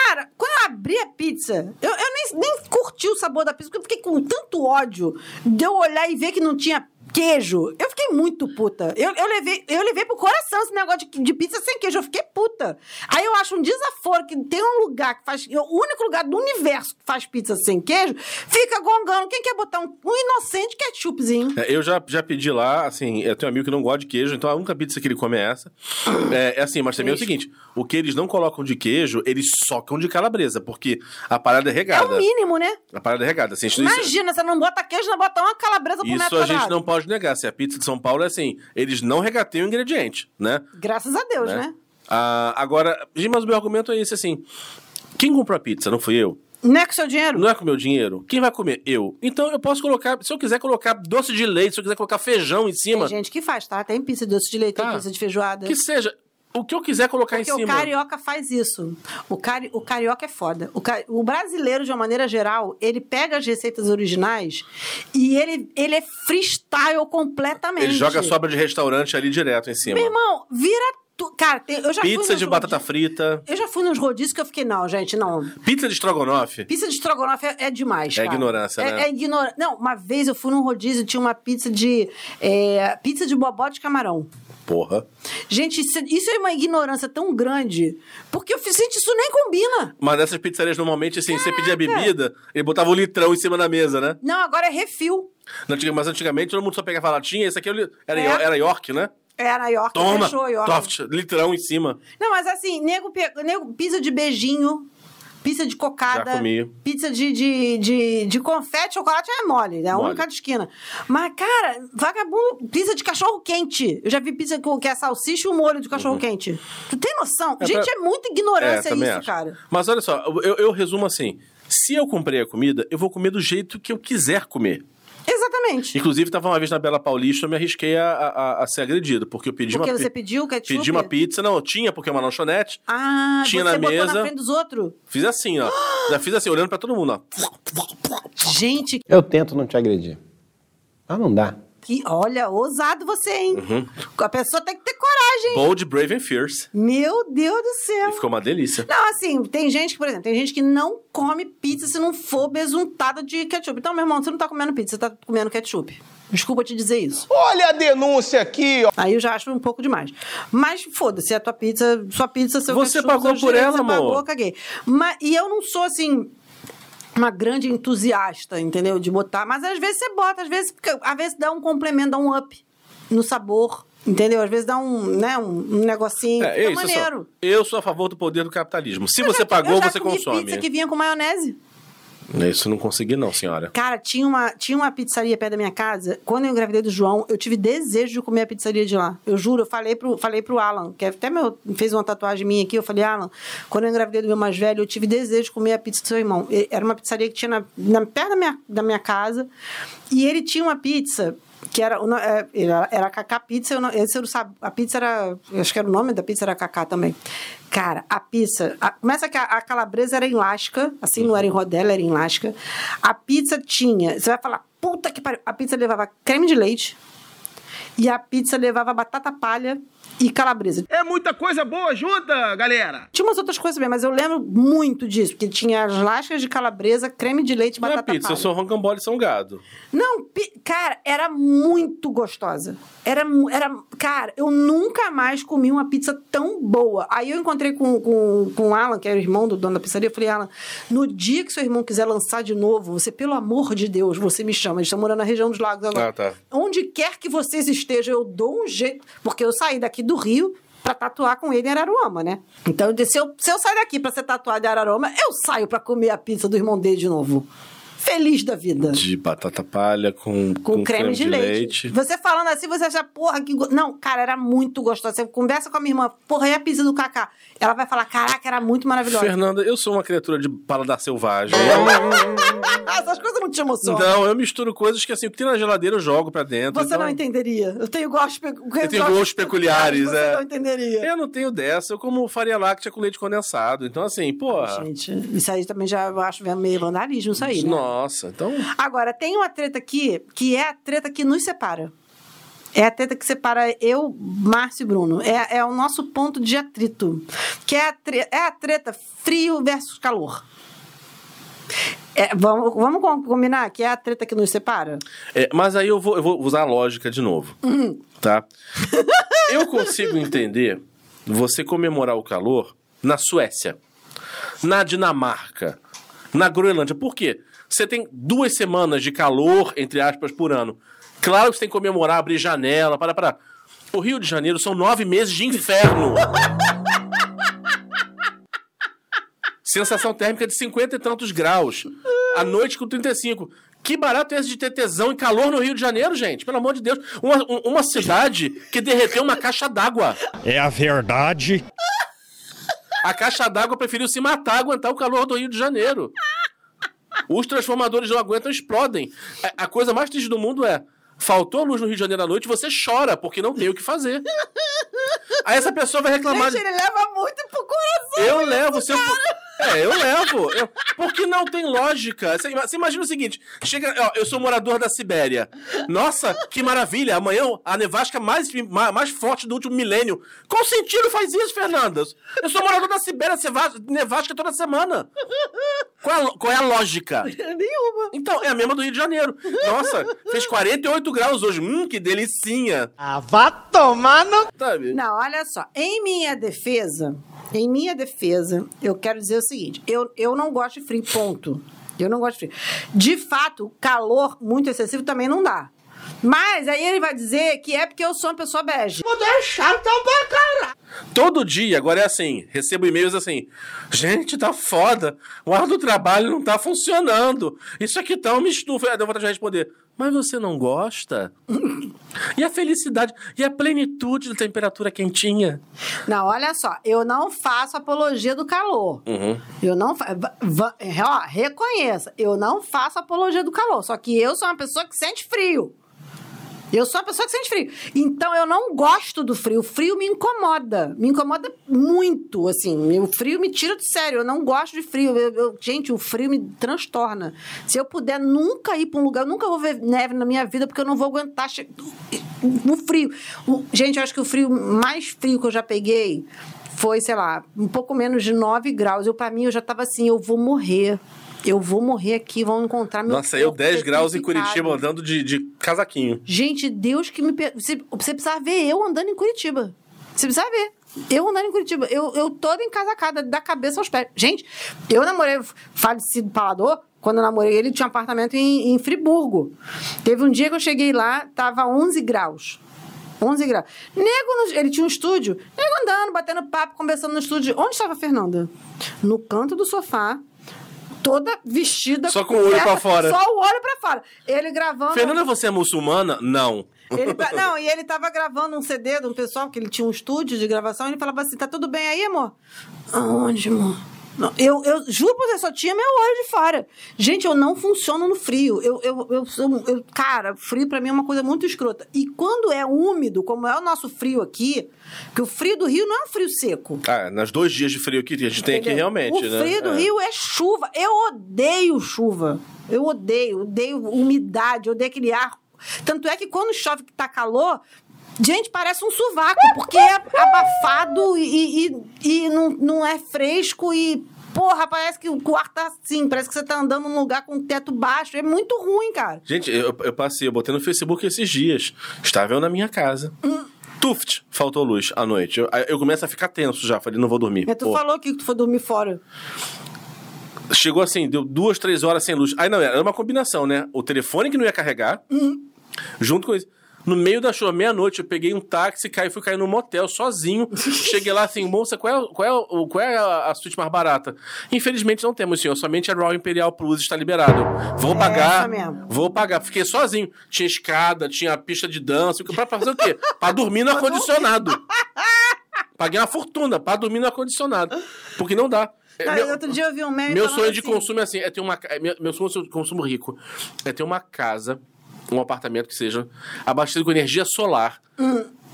Speaker 1: Cara, quando eu abri a pizza, eu, eu nem, nem curti o sabor da pizza, porque eu fiquei com tanto ódio de eu olhar e ver que não tinha queijo. Eu fiquei muito puta. Eu, eu, levei, eu levei pro coração esse negócio de, de pizza sem queijo. Eu fiquei puta. Aí eu acho um desaforo que tem um lugar que faz. O único lugar do universo que faz pizza sem queijo fica gongando. Quem quer botar um, um inocente ketchupzinho?
Speaker 2: É, Eu já, já pedi lá, assim, eu tenho um amigo que não gosta de queijo, então a única pizza que ele come é essa. É, é assim, mas também é o seguinte: o que eles não colocam de queijo, eles socam de calabresa, porque a parada é
Speaker 1: É
Speaker 2: regada.
Speaker 1: o mínimo, né?
Speaker 2: a parada é regada. Assim, isso, isso-
Speaker 1: Imagina, você não bota queijo, não bota uma calabresa por metro
Speaker 2: isso a gente
Speaker 1: quadrado.
Speaker 2: não pode negar. Se a pizza de São Paulo é assim, eles não regateiam o ingrediente, né?
Speaker 1: Graças a Deus,
Speaker 2: né?
Speaker 1: né?
Speaker 2: Ah, agora, Gi, mas o meu argumento é esse, assim. Quem comprou a pizza? Não fui eu.
Speaker 1: Não é com seu dinheiro?
Speaker 2: Não é com o meu dinheiro. Quem vai comer? Eu. Então eu posso colocar, se eu quiser colocar doce de leite, se eu quiser colocar feijão em cima,
Speaker 1: Tem gente que faz, tá? Tem pizza de doce de leite,
Speaker 2: Tá.
Speaker 1: tem pizza de feijoada.
Speaker 2: que seja. O que eu quiser colocar
Speaker 1: Né? Porque
Speaker 2: em
Speaker 1: o
Speaker 2: cima.
Speaker 1: carioca faz isso. O, cari o carioca é foda. O, ca- o brasileiro, de uma maneira geral, ele pega as receitas originais e ele, ele é freestyle completamente.
Speaker 2: Ele joga sobra de restaurante ali direto em cima.
Speaker 1: Meu irmão, vira tu... Cara, tem- eu já fui
Speaker 2: Pizza
Speaker 1: nos
Speaker 2: de batata
Speaker 1: rodízios-
Speaker 2: frita,
Speaker 1: Eu já fui nos rodízios que eu fiquei, não, gente, não.
Speaker 2: pizza de estrogonofe.
Speaker 1: Pizza de estrogonofe é, é demais,
Speaker 2: É
Speaker 1: cara.
Speaker 2: ignorância,
Speaker 1: é,
Speaker 2: né?
Speaker 1: É ignorância. Não, uma vez eu fui num rodízio e tinha uma pizza de... é, pizza de bobó de camarão.
Speaker 2: Porra.
Speaker 1: Gente, isso, isso é uma ignorância tão grande. Porque eu fiz, gente, isso nem combina.
Speaker 2: Mas nessas pizzarias, normalmente, assim, você pedia bebida, ele botava um litrão em cima da mesa, né?
Speaker 1: Não, agora é refil.
Speaker 2: Na antiga- Mas antigamente todo mundo só pegava a latinha, esse aqui era, era,
Speaker 1: É.
Speaker 2: era York, né?
Speaker 1: Era É, York,
Speaker 2: Toma!
Speaker 1: fechou York.
Speaker 2: Toft, litrão em cima.
Speaker 1: Não, mas assim, nego, pe- nego pizza de beijinho, pizza de cocada,
Speaker 2: Já comi.
Speaker 1: pizza de, de, de, de confete, chocolate é mole, né?
Speaker 2: Mole.
Speaker 1: Um em cada esquina. Mas, cara, vagabundo, pizza de cachorro quente. Eu já vi pizza com- que é salsicha e um molho de cachorro quente. Tu tem noção?
Speaker 2: Uhum. É,
Speaker 1: Gente,
Speaker 2: pra-
Speaker 1: é muita
Speaker 2: É,
Speaker 1: ignorância
Speaker 2: também
Speaker 1: isso,
Speaker 2: acho.
Speaker 1: cara.
Speaker 2: Mas olha só, eu, eu resumo assim. Se eu comprei a comida, eu vou comer do jeito que eu quiser comer.
Speaker 1: Exatamente.
Speaker 2: Inclusive, tava uma vez na Bela Paulista, eu me arrisquei a, a- a ser agredido, porque eu pedi
Speaker 1: Porque
Speaker 2: uma pi-
Speaker 1: você pediu ketchup?
Speaker 2: Pedi uma pizza, não, eu tinha, porque é uma lanchonete.
Speaker 1: Ah,
Speaker 2: Tinha
Speaker 1: você
Speaker 2: na
Speaker 1: botou
Speaker 2: mesa.
Speaker 1: na frente dos outros.
Speaker 2: Fiz assim, ó. Já fiz assim, olhando pra todo mundo, ó.
Speaker 1: Gente,
Speaker 4: Eu tento não te agredir. Mas não dá.
Speaker 1: que olha, ousado você, hein?
Speaker 2: Uhum.
Speaker 1: A pessoa tem que ter coragem.
Speaker 2: Bold, brave and fierce.
Speaker 1: Meu Deus do
Speaker 2: E
Speaker 1: céu.
Speaker 2: ficou uma delícia.
Speaker 1: Não, assim, tem gente que, por exemplo, tem gente que não come pizza se não for besuntada de ketchup. Então, meu irmão, você não tá comendo pizza, você tá comendo ketchup. Desculpa te dizer isso.
Speaker 6: Olha a denúncia aqui, ó.
Speaker 1: Aí eu já acho um pouco demais. Mas foda-se, é a tua pizza, sua pizza, seu
Speaker 2: Você
Speaker 1: ketchup,
Speaker 2: pagou
Speaker 1: seus
Speaker 2: por
Speaker 1: direitos,
Speaker 2: ela,
Speaker 1: você
Speaker 2: amor.
Speaker 1: pagou, caguei. Mas, e eu não sou assim uma grande entusiasta, entendeu? De botar, mas às vezes você bota, às vezes, fica- às vezes dá um complemento, dá um up no sabor, entendeu? Às vezes dá um, né, um, um negocinho,
Speaker 2: É,
Speaker 1: fica
Speaker 2: isso, eu
Speaker 1: maneiro.
Speaker 2: sou, eu sou a favor do poder do capitalismo. Se
Speaker 1: Eu
Speaker 2: você
Speaker 1: já-
Speaker 2: pagou,
Speaker 1: eu já
Speaker 2: você
Speaker 1: comi
Speaker 2: consome.
Speaker 1: pizza que vinha com maionese.
Speaker 2: Isso eu não consegui, não, senhora.
Speaker 1: Cara, tinha uma, tinha uma pizzaria perto da minha casa. Quando eu engravidei do João, eu tive desejo de comer a pizzaria de lá. Eu juro, eu falei pro, falei pro Alan, que é até meu, fez uma tatuagem minha aqui. Eu falei, Alan, quando eu engravidei do meu mais velho, eu tive desejo de comer a pizza do seu irmão. E- Era uma pizzaria que tinha na, na- perto da minha, da minha casa. E ele tinha uma pizza que era, o no- é, era, era Cacá Pizza, eu não, esse eu não sabe, a pizza era, eu acho que era o nome da pizza era Cacá também. Cara, a pizza, a- começa que a, a calabresa era em lasca, assim, não era em rodela, era em lasca. A pizza tinha, você vai falar, puta que pariu, a pizza levava creme de leite e a pizza levava batata palha e calabresa.
Speaker 6: É muita coisa boa junta, galera.
Speaker 1: Tinha umas outras coisas também, mas eu lembro muito disso, porque tinha as lascas de calabresa, creme de leite e
Speaker 2: Não é
Speaker 1: batata
Speaker 2: pizza, eu
Speaker 1: palha.
Speaker 2: sou um rocambole salgado.
Speaker 1: Não, pi- cara, era muito gostosa. Era, mu- era, cara, eu nunca mais comi uma pizza tão boa. Aí eu encontrei com, com, com o Alan, que era o irmão do dono da pizzaria, eu falei, Alan, no dia que seu irmão quiser lançar de novo, você, pelo amor de Deus, você me chama. Eles estão morando na região dos lagos agora.
Speaker 2: Ah, tá.
Speaker 1: Onde quer que vocês estejam, eu dou um jeito. Porque eu saí daqui do Rio pra tatuar com ele em Araruama, né? Então, eu disse, se eu, se eu sair daqui pra ser tatuado em Araruama, eu saio pra comer a pizza do irmão dele de novo. Feliz da vida.
Speaker 2: De batata palha com,
Speaker 1: Com, creme, de, leite. Você falando assim, você acha, porra, que. go- Não, cara, era muito gostosa. Você conversa com a minha irmã, porra, e a pizza do Cacá? Ela vai falar, caraca, era muito maravilhosa.
Speaker 2: Fernanda, eu sou uma criatura de paladar selvagem.
Speaker 1: [LAUGHS] Essas coisas não te emocionam.
Speaker 2: Não, eu misturo coisas que assim, o que tem na geladeira eu jogo pra dentro.
Speaker 1: Você
Speaker 2: então-
Speaker 1: não entenderia. Eu tenho gostos pe-
Speaker 2: Eu tenho gostos peculiares,
Speaker 1: Você
Speaker 2: é.
Speaker 1: não entenderia.
Speaker 2: Eu não tenho dessa, eu como farinha láctea com leite condensado. Então, assim, porra.
Speaker 1: Gente, isso Ah, aí também já eu acho meio vandalismo, isso aí. Né?
Speaker 2: Nossa, então.
Speaker 1: Agora, tem uma treta aqui que é a treta que nos separa. É a treta que separa eu, Márcio e Bruno. É, é o nosso ponto de atrito. Que é a, tre- é a treta frio versus calor. É, vamos, vamos com- combinar que é a treta que nos separa?
Speaker 2: É, mas aí eu vou, eu vou usar a lógica de novo.
Speaker 1: Uhum.
Speaker 2: Tá? [LAUGHS] eu consigo entender você comemorar o calor na Suécia, na Dinamarca, na Groenlândia. Por quê? Você tem duas semanas de calor, entre aspas, por ano. Claro que você tem que comemorar, abrir janela, para, para. O Rio de Janeiro são nove meses de inferno. Sensação térmica de 50 e tantos graus. À noite com 35. Que barato é esse de ter tesão e calor no Rio de Janeiro, gente? Pelo amor de Deus. Uma, um- uma cidade que derreteu uma caixa d'água.
Speaker 9: É a verdade.
Speaker 2: A caixa d'água preferiu se matar, aguentar o calor do Rio de Janeiro. Os transformadores não aguentam, explodem. A, a coisa mais triste do mundo é: faltou luz no Rio de Janeiro à noite, você chora porque não tem o que fazer. Aí essa pessoa vai reclamar. de-
Speaker 1: Gente, ele leva muito pro coração.
Speaker 2: Eu levo, se eu... É, eu levo. Eu- Porque não tem lógica. Você ima- você imagina o seguinte: chega, ó, eu sou morador da Sibéria. Nossa, que maravilha! Amanhã a nevasca mais, ma- mais forte do último milênio. Qual sentido faz isso, Fernandas? Eu sou morador da Sibéria, você va- nevasca toda semana. Qual, é a lo- qual é a lógica?
Speaker 1: Nenhuma.
Speaker 2: Então, é a mesma do Rio de Janeiro. Nossa, fez 48 graus hoje. Hum, que delicinha.
Speaker 9: Ah, vá tomar no.
Speaker 2: Sabe?
Speaker 1: Não, olha só. Em minha defesa, em minha defesa, eu quero dizer o seguinte: eu, eu não gosto de frio, ponto. Eu não gosto de frio. De fato, calor muito excessivo também não dá. Mas aí ele vai dizer que é porque eu sou uma pessoa bege.
Speaker 2: Todo dia, agora é assim, recebo e-mails assim, gente, tá foda, o ar do trabalho não tá funcionando, isso aqui tá uma estufa. Aí eu vou responder, mas você não gosta? e a felicidade, e a plenitude da temperatura quentinha?
Speaker 1: Não, olha só, eu não faço apologia do calor. Eu não faço. Ó, reconheça, eu não faço apologia do calor. Só que eu sou uma pessoa que sente frio. Eu sou uma pessoa que sente frio. Então eu não gosto do frio. O frio me incomoda. Me incomoda muito, assim. O frio me tira de sério. Eu não gosto de frio. Eu- eu- gente, o frio me transtorna. Se eu puder nunca ir pra um lugar, eu nunca vou ver neve na minha vida, porque eu não vou aguentar che- o frio. O- gente, eu acho que o frio mais frio que eu já peguei foi, sei lá, um pouco menos de 9 graus. Eu, pra mim, eu já tava assim, eu vou morrer. Eu vou morrer aqui, vão encontrar meu
Speaker 2: Nossa, eu
Speaker 1: corpo
Speaker 2: 10 graus em Curitiba
Speaker 1: petrificado.
Speaker 2: andando de, de casaquinho.
Speaker 1: Gente, Deus que me. per- Você, você precisava ver eu andando em Curitiba. Você precisava ver. Eu andando em Curitiba. Eu, eu toda encasacada, da cabeça aos pés. Gente, eu namorei o falecido Palador. Quando eu namorei ele, tinha um apartamento em, em Friburgo. Teve um dia que eu cheguei lá, tava 11 graus. 11 graus. Nego, no- ele tinha um estúdio. Nego andando, batendo papo, conversando no estúdio. Onde estava a Fernanda? No canto do sofá, toda vestida.
Speaker 2: Só com o olho pra fora.
Speaker 1: Só o olho pra fora. Ele gravando.
Speaker 2: Fernanda, você é muçulmana? Não.
Speaker 1: Ele tá- não, e ele tava gravando um CD de um pessoal, que ele tinha um estúdio de gravação, e ele falava assim: tá tudo bem aí, amor? Aonde, amor? Não, eu, eu juro pra você, só tinha meu olho de fora. Gente, eu não funciono no frio. Eu, eu, eu, sou- eu- cara, frio pra mim é uma coisa muito escrota. E quando é úmido, como é o nosso frio aqui, que o frio do Rio não é um frio seco.
Speaker 2: Ah, nas dois dias de frio que a gente tem aqui
Speaker 1: Entendeu?
Speaker 2: realmente,
Speaker 1: o
Speaker 2: né?
Speaker 1: frio do
Speaker 2: É.
Speaker 1: Rio é chuva. Eu odeio chuva. Eu odeio, odeio umidade, odeio aquele ar. Tanto é que quando chove que tá calor, gente, parece um sovaco, porque é abafado e, e- e não, não é fresco e. Porra, parece que o quarto tá assim, parece que você tá andando num lugar com o teto baixo. É muito ruim, cara.
Speaker 2: Gente, eu, eu passei, eu botei no Facebook esses dias. Estava eu na minha casa. Tuft, faltou luz à noite. Eu, aí eu começo a ficar tenso já. Falei, não vou dormir.
Speaker 1: Mas É, tu
Speaker 2: Pô.
Speaker 1: falou que tu foi dormir fora.
Speaker 2: Chegou assim, deu duas, três horas sem luz. Aí não, era uma combinação, né? O telefone que não ia carregar,
Speaker 1: Uhum.
Speaker 2: junto com isso. No meio da chuva, meia-noite, eu peguei um táxi, caí, fui cair num motel
Speaker 1: [LAUGHS]
Speaker 2: sozinho. Cheguei lá assim, moça, qual é, o- qual é, o- qual é a, a suíte mais barata? Infelizmente não temos, senhor. Somente a Royal Imperial Plus está liberado. Vou pagar.
Speaker 1: É, essa mesmo.
Speaker 2: Vou pagar. Fiquei sozinho. Tinha escada, tinha pista de dança. Pra fazer o quê? Pra dormir
Speaker 1: [LAUGHS]
Speaker 2: no ar-condicionado. Paguei uma fortuna pra dormir no ar-condicionado. Porque não dá. É,
Speaker 1: Cara,
Speaker 2: meu-
Speaker 1: outro dia eu vi um meme.
Speaker 2: meu
Speaker 1: falando
Speaker 2: sonho de
Speaker 1: assim,
Speaker 2: consumo é assim, é ter uma ca- é meu, meu sonho de consumo rico é ter uma casa, um apartamento que seja
Speaker 1: Hum.
Speaker 2: abastecido com energia solar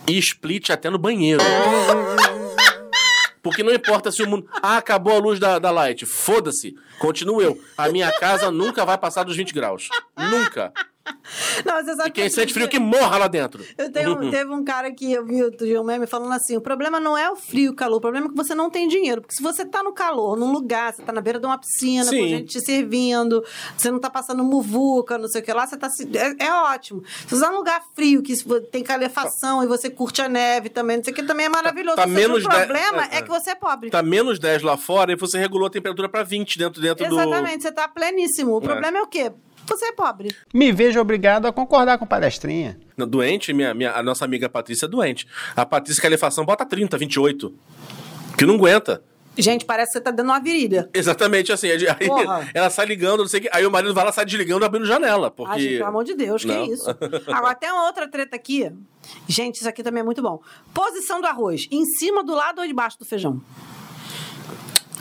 Speaker 2: e split até no banheiro. Porque não importa se o mundo. Ah, acabou a luz da, da Light. Foda-se. Continuo eu. A minha casa nunca vai passar dos 20 graus. Nunca.
Speaker 1: Não, é você sabe
Speaker 2: E quem
Speaker 1: eu-
Speaker 2: sente frio que morra lá dentro.
Speaker 1: Eu tenho, teve um cara que eu vi outro dia um meme falando assim: o problema não é o frio, e o calor, o problema é que você não tem dinheiro. Porque se você tá no calor, num lugar, você tá na beira de uma piscina,
Speaker 2: Sim.
Speaker 1: com gente te servindo, você não tá passando muvuca, não sei o que lá, você tá. se- É, é ótimo. Se você tá num lugar frio, que se vo- tem calefação e você curte a neve também, não sei o que, também é maravilhoso.
Speaker 2: tá
Speaker 1: Ou seja,
Speaker 2: menos
Speaker 1: o
Speaker 2: da-
Speaker 1: problema
Speaker 2: é,
Speaker 1: é,
Speaker 2: é.
Speaker 1: que você é pobre.
Speaker 2: Tá menos 10 lá fora e você regulou a temperatura pra 20 dentro, dentro do.
Speaker 1: Exatamente, você tá pleníssimo. O problema é o quê? Você é pobre.
Speaker 9: Me vejo obrigado a concordar com palestrinha.
Speaker 2: Não, Doente, minha, minha, a nossa amiga Patrícia é doente. A Patrícia Calefação bota 30, 28. Que não aguenta.
Speaker 1: Gente, parece que você tá dando uma virilha.
Speaker 2: Exatamente assim. Aí
Speaker 1: Porra.
Speaker 2: ela sai ligando, não sei o que. Aí o marido vai lá, sai desligando, abrindo janela. Porque...
Speaker 1: Ah, gente, pelo amor de Deus,
Speaker 2: Não.
Speaker 1: que isso. Agora, tem uma outra treta aqui. Gente, isso aqui também é muito bom. Posição do arroz. Em cima, do lado ou debaixo do feijão?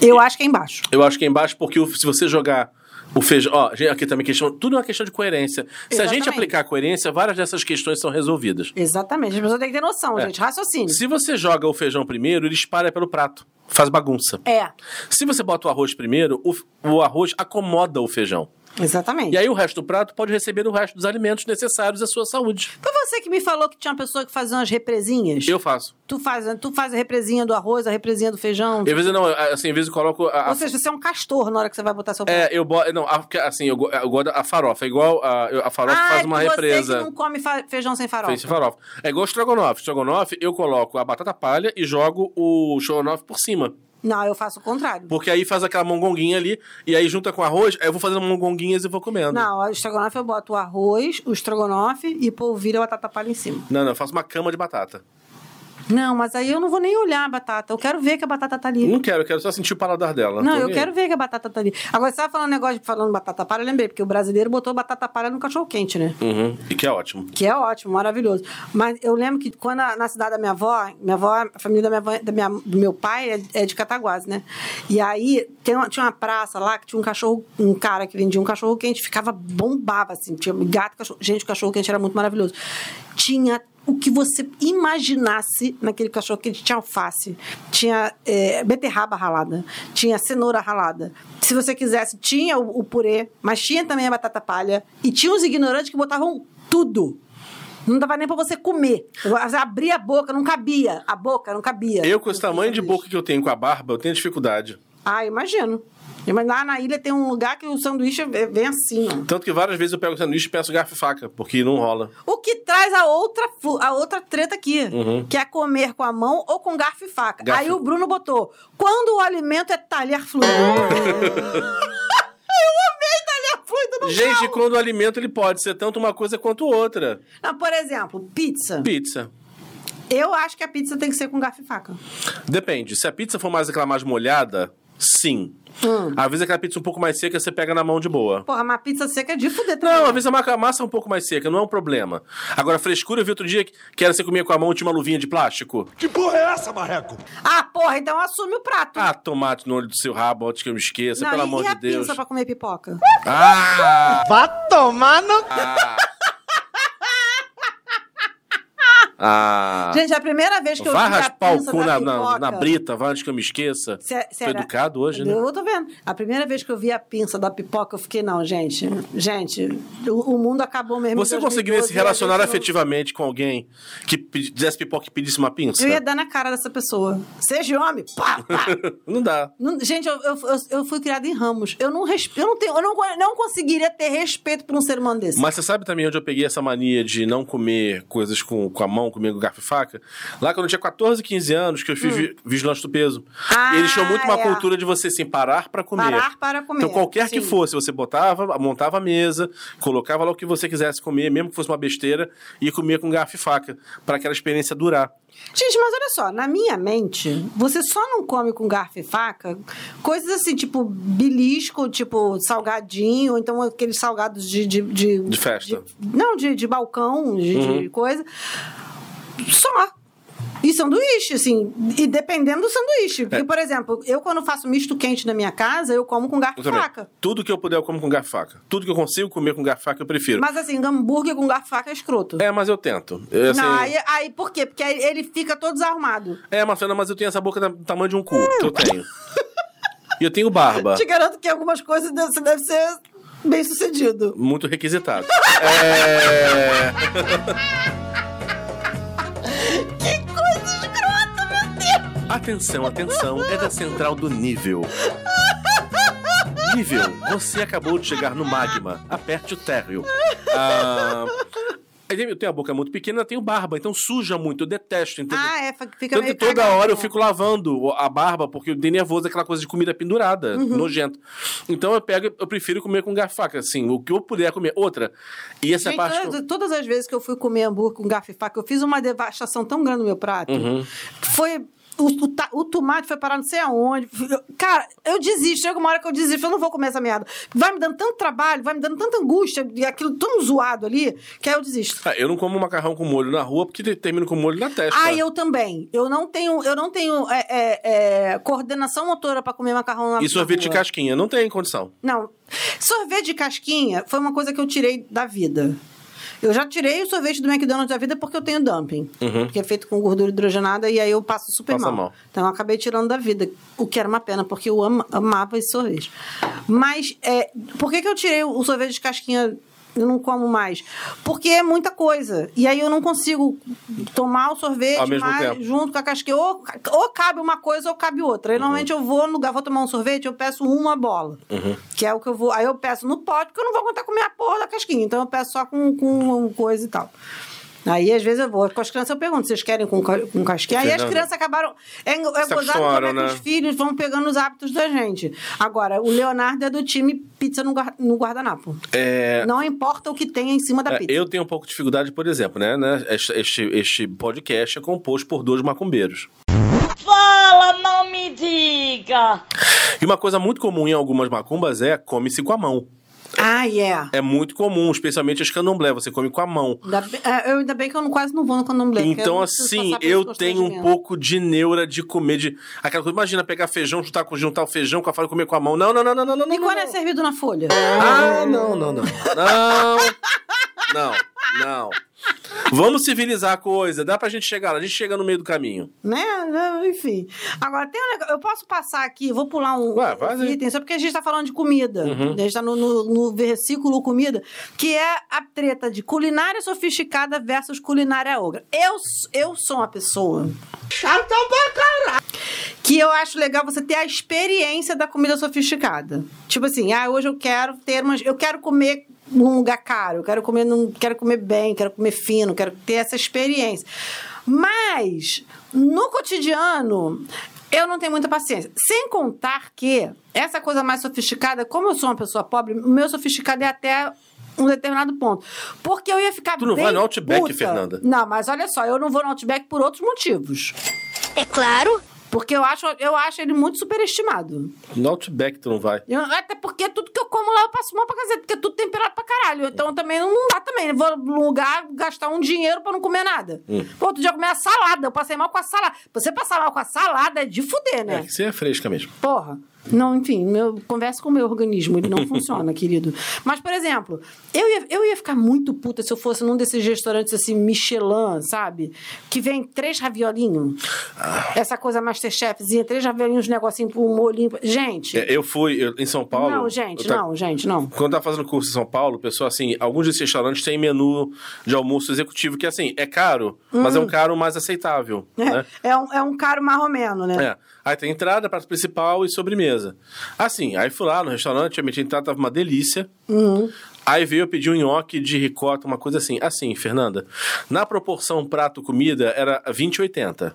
Speaker 1: Eu acho que é embaixo.
Speaker 2: [LAUGHS] Eu acho que é embaixo, porque o- se você jogar o feijão. Ó, gente, aqui também questão. Tudo é uma questão de coerência. Se a gente
Speaker 1: Exatamente.
Speaker 2: aplicar a coerência, várias dessas questões são resolvidas.
Speaker 1: Exatamente. As pessoas têm que ter noção,
Speaker 2: É.
Speaker 1: gente. Raciocínio.
Speaker 2: Se você joga o feijão primeiro, ele espalha pelo prato. Faz bagunça.
Speaker 1: É,
Speaker 2: Se você bota o arroz primeiro, o, f- o arroz acomoda o feijão.
Speaker 1: exatamente.
Speaker 2: E aí o resto do prato pode receber o resto dos alimentos necessários à sua saúde.
Speaker 1: Foi você que me falou que tinha uma pessoa que fazia umas represinhas?
Speaker 2: Eu faço.
Speaker 1: Tu faz, tu faz a represinha do arroz, a represinha do feijão.
Speaker 2: Às vezes não, assim, às vezes eu coloco a, a
Speaker 1: Ou seja, você é um castor na hora que você vai botar seu prato.
Speaker 2: É, eu boto. Não, a- porque, assim, eu, go- eu gosto da a farofa. É igual a, eu- a farofa faz uma
Speaker 1: Ah, é você
Speaker 2: represa.
Speaker 1: que não come fa- feijão sem farofa.
Speaker 2: Fez farofa. É igual estrogonofe. Estrogonofe, eu coloco a batata palha e jogo o estrogonofe por cima.
Speaker 1: Não, eu faço o contrário.
Speaker 2: Porque aí faz aquela mongonguinha ali, e aí junta com arroz, aí eu vou fazendo mongonguinhas e vou comendo.
Speaker 1: Não, o estrogonofe eu boto o arroz, o estrogonofe e polvilho a batata palha em cima.
Speaker 2: Não, não, eu faço uma cama de batata.
Speaker 1: Não, mas aí eu não vou nem olhar a batata. Eu quero ver que a batata tá ali.
Speaker 2: Não quero, eu quero só sentir o paladar dela.
Speaker 1: Não, eu quero ver que a batata tá ali. Agora, você tava falando negócio de falando batata palha, eu lembrei, porque o brasileiro botou batata palha no cachorro quente, né?
Speaker 2: Uhum, e que é ótimo.
Speaker 1: Que é ótimo, maravilhoso. Mas eu lembro que quando a- na cidade da minha avó, minha avó, a família da minha avó, da minha- do meu pai é, é de Cataguases, né? E aí tem uma- tinha uma praça lá que tinha um cachorro, um cara que vendia um cachorro quente, ficava bombava assim, tinha gato, cachorro. Gente, o cachorro quente era muito maravilhoso. Tinha o que você imaginasse naquele cachorro quente. Tinha alface, tinha é, beterraba ralada, tinha cenoura ralada. Se você quisesse, tinha o, o purê, mas tinha também a batata palha. E tinha uns ignorantes que botavam tudo. Não dava nem pra você comer. Você abria a boca, não cabia. A boca não cabia.
Speaker 2: Eu, com esse
Speaker 1: No
Speaker 2: tamanho de
Speaker 1: sanduíche.
Speaker 2: boca que eu tenho com a barba, eu tenho dificuldade.
Speaker 1: Ah, imagino. Mas lá na ilha tem um lugar que o sanduíche é- vem assim, ó.
Speaker 2: Tanto que várias vezes eu pego o sanduíche e peço garfo e faca, porque não rola.
Speaker 1: O que traz a outra, flu- a outra treta aqui, que é comer com a mão ou com garfo e faca.
Speaker 2: Uhum. Garfo.
Speaker 1: Aí o Bruno botou, quando o alimento é talher
Speaker 2: [LAUGHS]
Speaker 1: fluido. Eu amei talher fluido no
Speaker 2: Gente,
Speaker 1: carro.
Speaker 2: quando o alimento ele pode ser tanto uma coisa quanto outra.
Speaker 1: Não, por exemplo, pizza.
Speaker 2: Pizza.
Speaker 1: Eu acho que a pizza tem que ser com garfo e faca.
Speaker 2: Depende. Se a pizza for mais aquela mais molhada, sim.
Speaker 1: Hum.
Speaker 2: Às vezes aquela pizza um pouco mais seca, você pega na mão de boa.
Speaker 1: Porra, mas pizza seca é de fuder também.
Speaker 2: Não, às vezes a ma- a massa é um pouco mais seca, não é um problema. Agora, frescura, eu vi outro dia que- que era você comia com a mão e tinha uma luvinha de plástico.
Speaker 1: Ah, porra, então assume o prato.
Speaker 2: Ah, tomate no olho do seu rabo, antes que eu me esqueça,
Speaker 1: Não,
Speaker 2: pelo
Speaker 1: e,
Speaker 2: amor
Speaker 1: e a
Speaker 2: de Deus.
Speaker 1: pinça pra comer pipoca?
Speaker 2: Ah!
Speaker 9: Vá tomar no...
Speaker 2: Ah!
Speaker 1: Gente, é a primeira vez que eu
Speaker 2: Vá
Speaker 1: vi a
Speaker 2: raspar o
Speaker 1: pinça
Speaker 2: cu
Speaker 1: da
Speaker 2: na, na,
Speaker 1: pipoca- é-
Speaker 2: na brita, vai antes que eu me esqueça.
Speaker 1: Se-
Speaker 2: Tô
Speaker 1: será-
Speaker 2: educado hoje, né?
Speaker 1: Eu tô vendo. A primeira vez que eu vi a pinça da pipoca, eu fiquei, não, gente. Gente, o, o mundo acabou mesmo. em
Speaker 2: Você conseguiria
Speaker 1: 2012,
Speaker 2: se
Speaker 1: é e a
Speaker 2: relacionar
Speaker 1: gente não-
Speaker 2: afetivamente com alguém que pedi- desse pipoca e pedisse uma pinça?
Speaker 1: Eu ia dar na cara dessa pessoa. Seja homem, pá, pá.
Speaker 2: [LAUGHS] Não dá.
Speaker 1: Não- gente, eu, eu, eu- eu fui criada em ramos. Eu não, res- eu não, tenho, eu não, co- não conseguiria ter respeito por um ser humano desse.
Speaker 2: Mas você sabe também onde eu peguei essa mania de não comer coisas com, com a mão, comer com garfo e faca? Lá quando eu tinha 14, 15 anos, que eu fiz vi- vigilante do peso.
Speaker 1: Hum. Ah,
Speaker 2: E eles tinham muito uma
Speaker 1: é.
Speaker 2: cultura de você, assim, parar pra comer.
Speaker 1: Parar para comer,
Speaker 2: Então, qualquer que
Speaker 1: sim.
Speaker 2: fosse, você botava, montava a mesa, colocava lá o que você quisesse comer, mesmo que fosse uma besteira, e comia com garfo e faca, pra aquela experiência durar.
Speaker 1: Gente, mas olha só, na minha mente, você só não come com garfo e faca coisas assim, tipo belisco, tipo salgadinho, ou então aqueles salgados de. De, de,
Speaker 2: De festa. Uhum.
Speaker 1: de- não, de, de balcão, de, de coisa. Só. E sanduíche, assim, e dependendo do sanduíche.
Speaker 2: É.
Speaker 1: Porque, por exemplo, eu quando faço misto quente na minha casa, eu como com garfo
Speaker 2: Eu
Speaker 1: e
Speaker 2: também.
Speaker 1: faca.
Speaker 2: Tudo que eu puder, eu como com garfo e faca. Tudo que eu consigo comer com garfo e faca, eu prefiro.
Speaker 1: Mas assim, hambúrguer com garfo e faca é escroto.
Speaker 2: É, mas eu tento. Eu, assim,
Speaker 1: Não, aí, aí por quê? Porque aí ele fica todo desarrumado.
Speaker 2: É, Marcela, mas eu tenho essa boca da- do tamanho de um cu. que eu tenho. e eu tenho barba.
Speaker 1: Te garanto que algumas coisas você deve ser bem sucedido.
Speaker 2: Muito requisitado. é...
Speaker 1: Que coisa escrota, meu Deus!
Speaker 2: Atenção, atenção. É da central do nível. Nível, você acabou de chegar no magma. Aperte o térreo. Ah, eu tenho a boca muito pequena, eu tenho barba, então suja muito. Eu detesto, entendeu?
Speaker 1: Ah, é, fica
Speaker 2: Tanto que
Speaker 1: meio
Speaker 2: toda
Speaker 1: cagado,
Speaker 2: hora eu
Speaker 1: né?
Speaker 2: fico lavando o- a barba, porque eu dei nervoso aquela coisa de comida pendurada,
Speaker 1: Uhum.
Speaker 2: nojento. Então eu pego, eu prefiro comer com garfo e faca, assim, o que eu puder comer. Outra. E essa
Speaker 1: Gente,
Speaker 2: parte. que
Speaker 1: todas,
Speaker 2: eu-
Speaker 1: todas as vezes que eu fui comer hambúrguer com garfo e faca, eu fiz uma devastação tão grande no meu prato. Foi. O, o ta- o tomate foi parar não sei aonde. Eu- Cara, eu desisto. Chega uma hora que eu desisto. Eu não vou comer essa merda. Vai me dando tanto trabalho, vai me dando tanta angústia, e aquilo tão zoado ali, que aí eu desisto.
Speaker 2: Ah, eu não como macarrão com molho na rua porque te- termino com molho na testa.
Speaker 1: Ah, eu também. Eu não tenho, eu não tenho é, é, é, coordenação motora pra comer macarrão na
Speaker 2: E sorvete de
Speaker 1: rua.
Speaker 2: casquinha, não tem condição.
Speaker 1: Não. Sorvete de casquinha foi uma coisa que eu tirei da vida. Eu já tirei o sorvete do McDonald's da vida porque eu tenho dumping. Que é feito com gordura hidrogenada e aí eu passo super
Speaker 2: Uhum. Passa
Speaker 1: mal.
Speaker 2: mal.
Speaker 1: Então eu acabei tirando da vida. O que era uma pena, porque eu ama- amava esse sorvete. Mas é, por que, que eu tirei o sorvete de casquinha? Eu não como mais. Porque é muita coisa. E aí eu não consigo tomar o sorvete
Speaker 2: Ao mesmo
Speaker 1: mais
Speaker 2: tempo.
Speaker 1: junto com a casquinha. Ou, ca- ou cabe uma coisa ou cabe outra. Aí, normalmente
Speaker 2: Uhum.
Speaker 1: eu vou no lugar, vou tomar um sorvete, eu peço uma bola. Que é o que eu vou. Aí eu peço no pote, porque eu não vou aguentar comer a porra da casquinha. Então eu peço só com, com coisa e tal. Aí, às vezes, eu vou. Com as crianças, eu pergunto, vocês querem com, ca- com casquinha? Aí as
Speaker 2: Fernanda.
Speaker 1: crianças acabaram. É, engo- é
Speaker 2: Se
Speaker 1: gozado como é
Speaker 2: acostumaram,
Speaker 1: que
Speaker 2: né?
Speaker 1: os filhos vão pegando os hábitos da gente. Agora, o Leonardo é do time pizza no, guar- no guardanapo.
Speaker 2: É,
Speaker 1: Não importa o que tenha em cima da
Speaker 2: É,
Speaker 1: pizza.
Speaker 2: eu tenho um pouco de dificuldade, por exemplo, né? né? Este, este, este podcast é composto por dois macumbeiros.
Speaker 10: Fala, não me diga!
Speaker 2: E uma coisa muito comum em algumas macumbas é come-se com a mão.
Speaker 1: Ah, yeah.
Speaker 2: É muito comum, especialmente as candomblé, você come com a mão.
Speaker 1: Ainda bem, é, eu ainda bem que eu não, quase não vou no candomblé. porque eu
Speaker 2: Então,
Speaker 1: não preciso
Speaker 2: assim,
Speaker 1: Tá passar por
Speaker 2: eu
Speaker 1: esse
Speaker 2: tenho um
Speaker 1: constrangimento.
Speaker 2: pouco de neura de comer de. Aquela coisa, imagina pegar feijão, juntar, com- juntar o feijão com a faca e comer com a mão. Não, não, não, não, não, não.
Speaker 1: E
Speaker 2: Não,
Speaker 1: quando é servido na folha?
Speaker 2: É.
Speaker 4: Ah, não, não, não.
Speaker 2: não, não. não. Vamos civilizar a coisa, dá pra gente chegar lá, a gente chega no meio do caminho.
Speaker 1: Né? Enfim. Agora, tem um negócio. Eu posso passar aqui, vou pular um,
Speaker 2: Ué, vai
Speaker 1: um
Speaker 2: aí.
Speaker 1: item, só porque a gente tá falando de comida.
Speaker 2: Uhum.
Speaker 1: A gente tá no, no- no versículo comida, que é a treta de culinária sofisticada versus culinária ogra. Eu, s- eu sou uma pessoa. Chata pra caralho! Que eu acho legal você ter a experiência da comida sofisticada. Tipo assim, ah, hoje eu quero ter umas. Eu quero comer num lugar caro, eu quero comer, num, quero comer bem, quero comer fino, quero ter essa experiência. Mas, no cotidiano, eu não tenho muita paciência. Sem contar que essa coisa mais sofisticada, como eu sou uma pessoa pobre, o meu sofisticado é até um determinado ponto. Porque eu ia ficar
Speaker 2: Tu não
Speaker 1: bem
Speaker 2: vai no Outback,
Speaker 1: puta.
Speaker 2: Fernanda?
Speaker 1: Não, mas olha só, eu não vou no Outback por outros motivos.
Speaker 10: É claro!
Speaker 1: Porque eu acho, eu acho ele muito superestimado.
Speaker 2: No Outback tu não vai.
Speaker 1: Eu- até porque tudo que eu como lá eu passo mal pra cacete, porque é tudo temperado pra caralho. Então também não dá também. Eu Vou num lugar gastar um dinheiro pra não comer nada. Pô, outro dia eu comi a salada, eu passei mal com a salada. Você passar mal com a salada é de fuder, né?
Speaker 2: É que você é fresca mesmo.
Speaker 1: Porra. Não, enfim, meu, conversa com o meu organismo, ele
Speaker 2: [LAUGHS]
Speaker 1: não funciona, querido. Mas, por exemplo, eu ia, eu ia ficar muito puta se eu fosse num desses restaurantes assim, Michelin, sabe? Que vem três raviolinhos.
Speaker 2: Ah.
Speaker 1: Essa coisa Masterchefzinha, três raviolinhos, negocinho pro molhinho. Gente.
Speaker 2: É, tá- Eu fui eu- em São Paulo.
Speaker 1: não, gente,
Speaker 2: eu ta-
Speaker 1: não, gente, não.
Speaker 2: Quando eu tava fazendo curso em São Paulo, pessoal, assim, alguns desses restaurantes têm menu de almoço executivo, que assim, é caro, mas é um caro mais aceitável. Né?
Speaker 1: Hum. [LAUGHS] É, é um, é um caro marromeno, né?
Speaker 2: É. Aí tem entrada, prato principal e sobremesa. Assim, aí fui lá no restaurante, eu meti a entrada, tava uma delícia.
Speaker 1: Uhum.
Speaker 2: Aí veio eu pedi um nhoque de ricota, uma coisa assim. Assim, Fernanda, na proporção prato-comida era 20,80.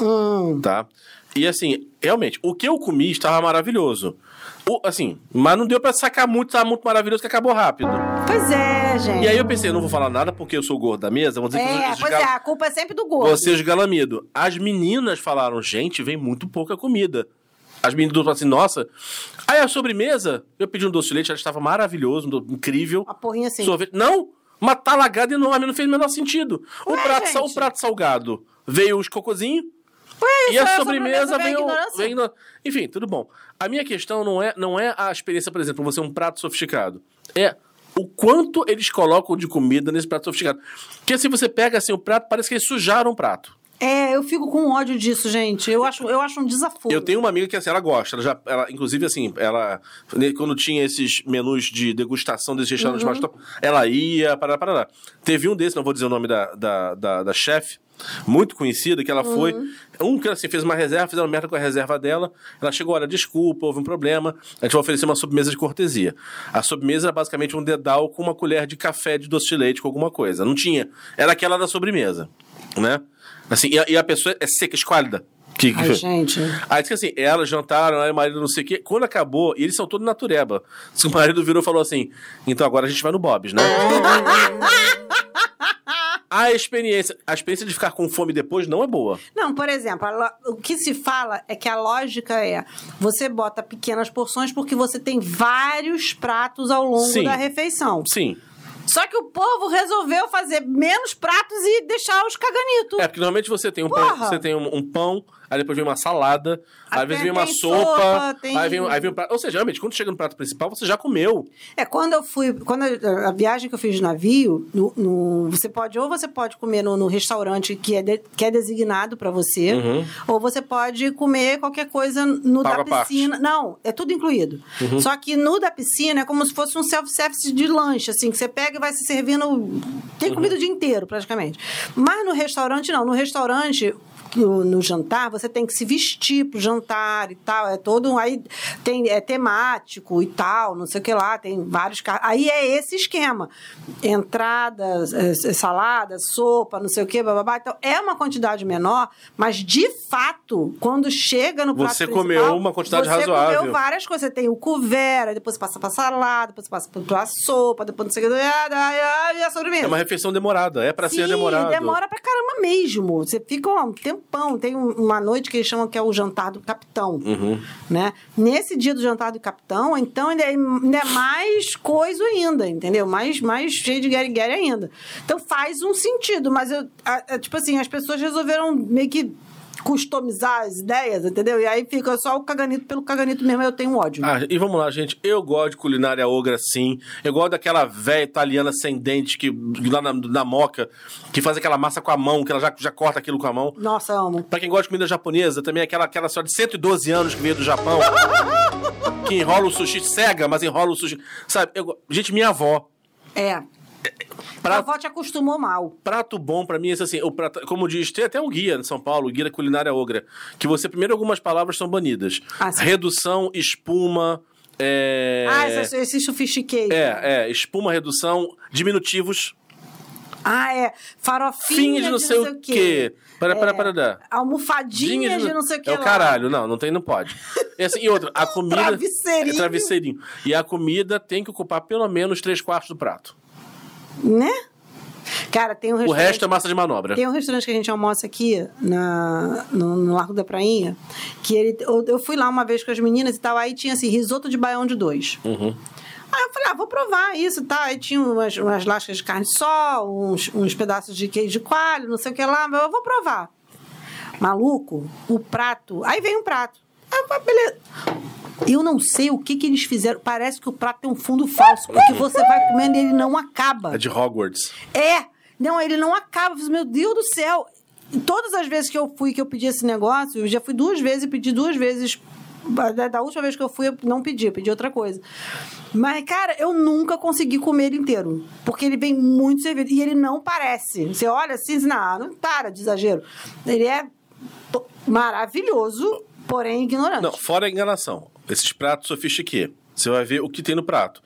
Speaker 1: Hum.
Speaker 2: Tá? E assim, realmente, o que eu comi estava maravilhoso. O- assim, mas não deu pra sacar muito, tava muito maravilhoso que acabou rápido.
Speaker 1: Pois é, gente.
Speaker 2: E aí eu pensei, eu não vou falar nada porque eu sou o gordo da mesa, vou dizer que
Speaker 1: é,
Speaker 2: os- os
Speaker 1: pois
Speaker 2: gal-
Speaker 1: é, a culpa é sempre do gordo.
Speaker 2: vocês galamido. As meninas falaram, gente, vem muito pouca comida. As meninas falaram assim, nossa. Aí a sobremesa, eu pedi um doce de leite, ela estava maravilhoso, um do- incrível.
Speaker 1: Uma porrinha assim.
Speaker 2: Sorvete. Não! Uma talagada enorme, não fez o menor sentido. O,
Speaker 1: Ué,
Speaker 2: prato, sal-
Speaker 1: gente.
Speaker 2: o prato salgado veio os cocozinhos.
Speaker 1: Ué,
Speaker 2: E
Speaker 1: isso é
Speaker 2: a sobremesa
Speaker 1: vem
Speaker 2: veio.
Speaker 1: ignorância.
Speaker 2: veio igno- Enfim, tudo bom. A minha questão não é, não é a experiência, por exemplo, você é um prato sofisticado. É o quanto eles colocam de comida nesse prato sofisticado. Porque se você pega assim o prato, parece que eles sujaram o prato.
Speaker 1: É, eu fico com ódio disso, gente. Eu acho, eu acho um desaforo.
Speaker 2: Eu tenho uma amiga que assim, ela gosta. Ela já, ela, inclusive, assim, ela. né, Quando tinha esses menus de degustação desses restaurantes mais top, ela ia, parará, parará. Teve um desses, não vou dizer o nome da, da, da, da chefe, muito conhecida, que ela foi. Um que assim, fez uma reserva, fizeram merda com a reserva dela. Ela chegou, olha, desculpa, houve um problema. A gente vai oferecer uma sobremesa de cortesia. A sobremesa era basicamente um dedal com uma colher de café de doce de leite com alguma coisa. Não tinha. Era aquela da sobremesa, né? Assim, e a, e a pessoa é seca, esquálida. Que,
Speaker 1: Ai, gente.
Speaker 2: Aí disse que assim, elas jantaram, aí o marido não sei o quê. Quando acabou, e eles são todos natureba. Diz que O marido virou e falou assim: então agora a gente vai no Bob's,
Speaker 1: [LAUGHS]
Speaker 2: né? a experiência, a experiência de ficar com fome depois não é boa.
Speaker 1: Não, por exemplo, a lo- o que se fala é que a lógica é você bota pequenas porções porque você tem vários pratos ao longo
Speaker 2: Sim.
Speaker 1: da refeição.
Speaker 2: Sim.
Speaker 1: Só que o povo resolveu fazer menos pratos e deixar os caganitos.
Speaker 2: É, porque normalmente você tem um
Speaker 1: Porra!
Speaker 2: pão, você tem um, um pão, aí depois vem uma salada,
Speaker 1: Aí
Speaker 2: às vezes
Speaker 1: tem-
Speaker 2: vem uma
Speaker 1: tem
Speaker 2: sopa,
Speaker 1: sopa, tem-
Speaker 2: aí, vem, aí vem um prato. Ou seja, realmente, quando chega no prato principal, você já comeu.
Speaker 1: É, quando eu fui. Quando eu- a viagem que eu fiz de navio, no, no- você pode, ou você pode comer no, no restaurante que é, de- que é designado pra você, ou você pode comer qualquer coisa no
Speaker 2: Uhum. Pago
Speaker 1: da
Speaker 2: à parte.
Speaker 1: piscina. Não, é tudo incluído. Só que no da piscina é como se fosse um self-service de lanche, assim, que você pega e vai se servindo. Tem comida o dia inteiro, praticamente. Mas no restaurante, não. No restaurante. No, no jantar, você tem que se vestir pro jantar e tal. É todo. um- Aí tem, é temático e tal, não sei o que lá, tem vários. ca- Aí é esse esquema: entrada, é, é, salada, sopa, não sei o que, bababá. Então é uma quantidade menor, mas de fato, quando chega no prato
Speaker 2: Você
Speaker 1: principal,
Speaker 2: comeu uma quantidade
Speaker 1: você
Speaker 2: razoável.
Speaker 1: comeu várias coisas. Você tem o couvera, depois você passa pra salada, depois você passa pra sopa, depois não sei o que. E a sobremesa.
Speaker 2: É uma refeição demorada, é pra ser
Speaker 1: Sim,
Speaker 2: demorado.
Speaker 1: demora pra caramba mesmo. Você fica um tempão. Tem um- uma noite que eles chamam que é o jantar do capitão.
Speaker 2: Uhum.
Speaker 1: Né? Nesse dia do jantar do capitão, então ainda é, ainda é mais coisa ainda, entendeu? Mais, mais cheio de guerre ainda. Então faz um sentido, mas eu, a- a- tipo assim, as pessoas resolveram meio que customizar as ideias, entendeu? E aí fica só o caganito pelo caganito mesmo, eu tenho ódio.
Speaker 2: Ah, e vamos lá, gente. Eu gosto de culinária ogra, sim. Eu gosto daquela véia italiana sem dente que lá na, na moca, que faz aquela massa com a mão, que ela já, já corta aquilo com a mão.
Speaker 1: Nossa, amo.
Speaker 2: Pra quem gosta de comida japonesa, também é aquela, aquela senhora de 112 anos que veio do
Speaker 1: [LAUGHS]
Speaker 2: Japão, que enrola o sushi, cega, mas enrola o sushi. Sabe, eu go- gente, minha avó.
Speaker 1: É.
Speaker 2: Pra-
Speaker 1: A avó te acostumou mal.
Speaker 2: Prato bom pra mim é esse, assim, o prato, como diz, tem até um guia em São Paulo, o guia da culinária ogra, que você primeiro algumas palavras são banidas.
Speaker 1: Ah, sim.
Speaker 2: Redução, espuma, é...
Speaker 1: Ah, esse, esse sophisticated.
Speaker 2: É, é, espuma, redução, diminutivos,
Speaker 1: Ah, é. Farofinha
Speaker 2: fins de não sei o quê. Para, para,
Speaker 1: É.
Speaker 2: para, para.
Speaker 1: Almofadinha
Speaker 2: Dinha
Speaker 1: de, não sei o quê.
Speaker 2: É o
Speaker 1: lá.
Speaker 2: caralho, não, não tem, não pode. E, assim, e
Speaker 1: [LAUGHS]
Speaker 2: outra, a comida.
Speaker 1: Travesseirinho.
Speaker 2: É travesseirinho. E a comida tem que ocupar pelo menos três quartos do prato.
Speaker 1: Né? Cara, tem um
Speaker 2: O
Speaker 1: restaurante.
Speaker 2: resto é massa de manobra.
Speaker 1: Tem um restaurante que a gente almoça aqui na, no, no Largo da Prainha, que ele. Eu, eu fui lá uma vez com as meninas e tal, aí tinha assim, risoto de baião de dois. Aí eu falei, ah, vou provar isso e tal. Aí tinha umas, umas lascas de carne de sol, uns, uns pedaços de queijo de coalho, não sei o que lá, mas eu vou provar. Maluco, o prato. Aí vem um prato. Aí eu falei, beleza. Eu não sei o que, que eles fizeram. Parece que o prato tem um fundo falso, porque você vai comendo e ele não acaba.
Speaker 2: É de Hogwarts.
Speaker 1: É! Não, ele não acaba. Eu falei, assim, Meu Deus do céu! E Todas as vezes que eu fui, que eu pedi esse negócio, eu já fui duas vezes e pedi duas vezes. Da, da última vez que eu fui, eu não pedi, eu pedi outra coisa. Mas, cara, eu nunca consegui comer ele inteiro. Porque ele vem muito servido. E ele não parece. Você olha assim, não, não para de exagero. Ele é to- maravilhoso, porém ignorante.
Speaker 2: Não, fora a enganação. Esses pratos sofistiquê. Você vai ver o que tem no prato.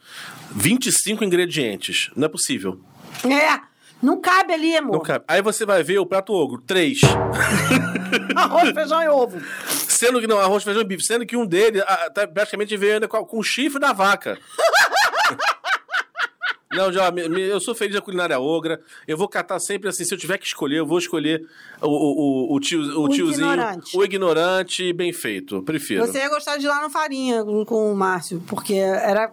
Speaker 2: 25 ingredientes. Não é possível.
Speaker 1: É! Não cabe ali, amor.
Speaker 2: Não cabe. Aí você vai ver o prato ogro. Três.
Speaker 1: [LAUGHS] Arroz, feijão e ovo.
Speaker 2: Sendo que não, arroz, feijão e bife. Sendo que um deles ah, tá- praticamente veio ainda com, a- com o chifre
Speaker 1: [LAUGHS]
Speaker 2: da vaca. Não, já, me- me- eu sou feliz da culinária ogra. Eu vou catar sempre assim. Se eu tiver que escolher, eu vou escolher o, o, o, o tio, o,
Speaker 1: O
Speaker 2: tiozinho.
Speaker 1: ignorante. é
Speaker 2: O ignorante bem feito. Prefiro.
Speaker 1: Você ia gostar de ir lá no Farinha com, com o Márcio, porque era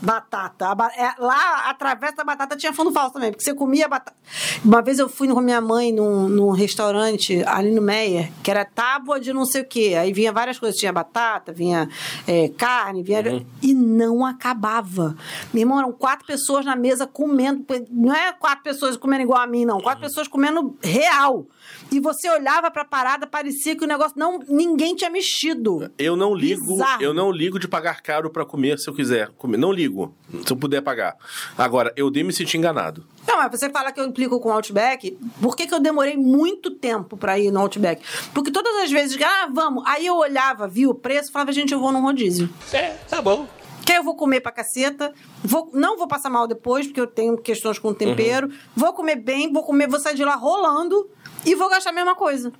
Speaker 1: Batata. A ba- é, lá, através da batata, tinha fundo falso também, porque você comia batata. Uma vez eu fui com a minha mãe num, num restaurante ali no Meyer, que era tábua de não sei o quê. Aí vinha várias coisas. Tinha batata, vinha é, carne, vinha. E não acabava. Meu irmão, eram quatro pessoas na mesa comendo. Não é quatro pessoas comendo igual a mim, não. Quatro pessoas comendo real. E você olhava pra parada, parecia que o negócio. não Ninguém tinha mexido.
Speaker 2: Eu não ligo,
Speaker 1: Bizarro.
Speaker 2: eu não ligo de pagar caro pra comer se eu quiser. Comer. Não ligo, se eu puder pagar. Agora, eu dei me senti enganado.
Speaker 1: Não, mas você fala que eu implico com o Outback. Por que, que eu demorei muito tempo pra ir no Outback? Porque todas as vezes que, ah, vamos. Aí eu olhava, via o preço, falava, gente, eu vou num rodízio.
Speaker 11: É, tá bom.
Speaker 1: Que aí eu vou comer pra caceta, vou, não vou passar mal depois, porque eu tenho questões com o tempero.
Speaker 11: Uhum.
Speaker 1: Vou comer bem, vou comer, vou sair de lá rolando e vou gastar a mesma coisa.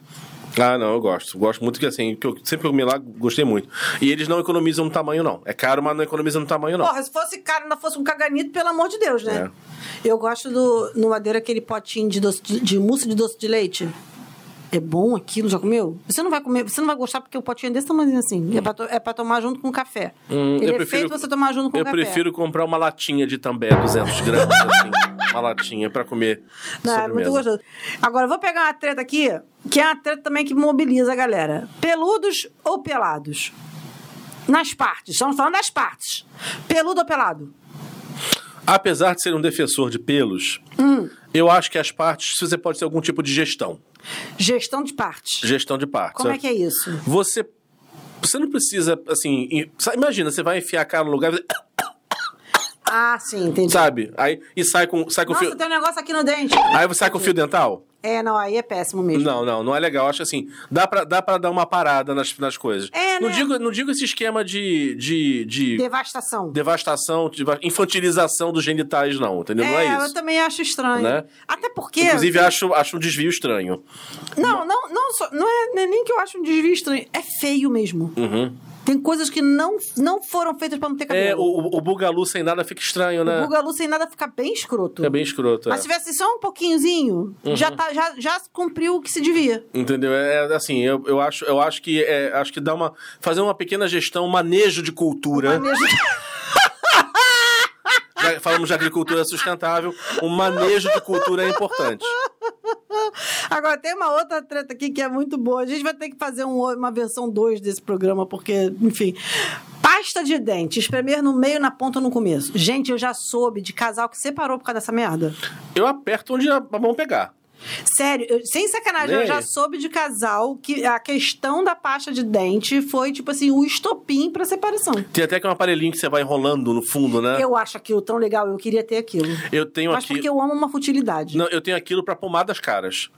Speaker 2: Ah, não, eu gosto. Gosto muito que assim, que eu sempre que eu comi lá, gostei muito. E eles não economizam no tamanho, não. É caro, mas não economiza no tamanho, não.
Speaker 1: Porra, se fosse caro, ainda fosse um caganito, pelo amor de Deus, né?
Speaker 2: É.
Speaker 1: Eu gosto do no madeira aquele potinho de, doce de, de mousse de doce de leite. É bom aquilo, já comeu? Você não vai comer, você não vai gostar porque o potinho é desse tamanho assim. É, pra to- é pra tomar junto com café.
Speaker 2: Hum,
Speaker 1: Ele é feito pra você tomar junto com
Speaker 2: Eu
Speaker 1: café.
Speaker 2: prefiro comprar uma latinha de também 200 gramas,
Speaker 1: [LAUGHS]
Speaker 2: assim. uma latinha pra comer
Speaker 1: Não, é
Speaker 2: sobremesa.
Speaker 1: muito gostoso. Agora, eu vou pegar uma treta aqui, que é uma treta também que mobiliza a galera. Peludos ou pelados? Nas partes, estamos falando das partes. Peludo ou pelado?
Speaker 2: Apesar de ser um defensor de pelos,
Speaker 1: Hum,
Speaker 2: eu acho que as partes você pode ter algum tipo de gestão.
Speaker 1: gestão de partes.
Speaker 2: Gestão de partes.
Speaker 1: Como é que é isso?
Speaker 2: Você, você não precisa, assim... em- sa- Imagina, você [COUGHS] vai enfiar a cara no lugar... e
Speaker 1: Ah, sim, entendi.
Speaker 2: Sabe? Aí, e sai com, sai com
Speaker 1: Nossa,
Speaker 2: fio...
Speaker 1: tem um negócio aqui no dente.
Speaker 2: Aí você sai com fio dental?
Speaker 1: É, não, aí é péssimo mesmo.
Speaker 2: Não, não, não é legal. Eu acho assim, dá pra, dá pra dar uma parada nas, nas coisas.
Speaker 1: É,
Speaker 2: não,
Speaker 1: né?
Speaker 2: digo, não digo esse esquema de... de, de...
Speaker 1: Devastação.
Speaker 2: Devastação, deva- infantilização dos genitais, não, entendeu? não é
Speaker 1: eu
Speaker 2: isso.
Speaker 1: também acho estranho.
Speaker 2: Né?
Speaker 1: Até porque.
Speaker 2: Inclusive, acho, acho um desvio estranho.
Speaker 1: Não, não, não, só- não é não é nem que eu acho um desvio estranho. É feio mesmo.
Speaker 2: Uhum.
Speaker 1: Tem coisas que não, não foram feitas pra não ter
Speaker 2: É,
Speaker 1: cabelo.
Speaker 2: o, o bugalu sem nada fica estranho, né?
Speaker 1: O Bugalu sem nada fica bem escroto.
Speaker 2: É bem escroto.
Speaker 1: Mas
Speaker 2: é.
Speaker 1: se tivesse só um pouquinhozinho,
Speaker 2: Uhum.
Speaker 1: já, tá, já, já cumpriu o que se devia.
Speaker 2: Entendeu? É é, assim, eu, eu, acho, eu acho que é, acho que dá uma. Fazer uma pequena gestão, um manejo de cultura.
Speaker 1: Manejo.
Speaker 2: [LAUGHS] Já falamos de agricultura sustentável, um manejo de cultura é importante.
Speaker 1: Agora, tem uma outra treta aqui que é muito boa. A gente vai ter que fazer um- uma versão 2 desse programa, porque, enfim. Pasta de dente, espremer no meio, na ponta, no começo. Gente, eu já soube de casal que separou por causa dessa merda.
Speaker 2: Eu aperto onde a mão pegar.
Speaker 1: Sério, eu- sem sacanagem,
Speaker 2: Né?
Speaker 1: eu já soube de casal que a questão da pasta de dente foi, tipo assim, o estopim pra separação.
Speaker 2: Tem até que um aparelhinho que você vai enrolando no fundo, né?
Speaker 1: Eu acho aquilo tão legal, eu queria ter aquilo.
Speaker 2: Eu tenho
Speaker 1: Mas
Speaker 2: aqui.
Speaker 1: porque eu amo uma futilidade.
Speaker 2: Não, eu tenho aquilo pra pomadas caras.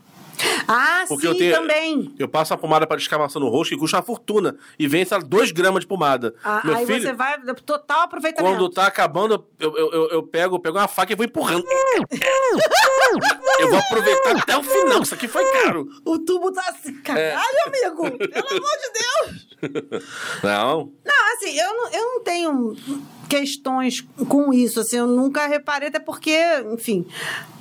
Speaker 1: Ah,
Speaker 2: Porque
Speaker 1: sim,
Speaker 2: eu tenho-
Speaker 1: também.
Speaker 2: Eu passo a pomada para descamação no rosto que custa uma fortuna e vem, sei lá, 2 gramas de pomada.
Speaker 1: Ah,
Speaker 2: Meu
Speaker 1: aí
Speaker 2: filho,
Speaker 1: você vai total aproveitamento.
Speaker 2: quando tá acabando, eu, eu, eu, eu pego, eu pego uma faca e vou empurrando. eu vou aproveitar até o final, isso aqui foi caro.
Speaker 1: [LAUGHS] O tubo tá assim, caralho, amigo! Pelo amor de Deus!
Speaker 2: Não.
Speaker 1: Não, assim, eu não, eu não tenho questões com isso, assim, eu nunca reparei, até porque, enfim.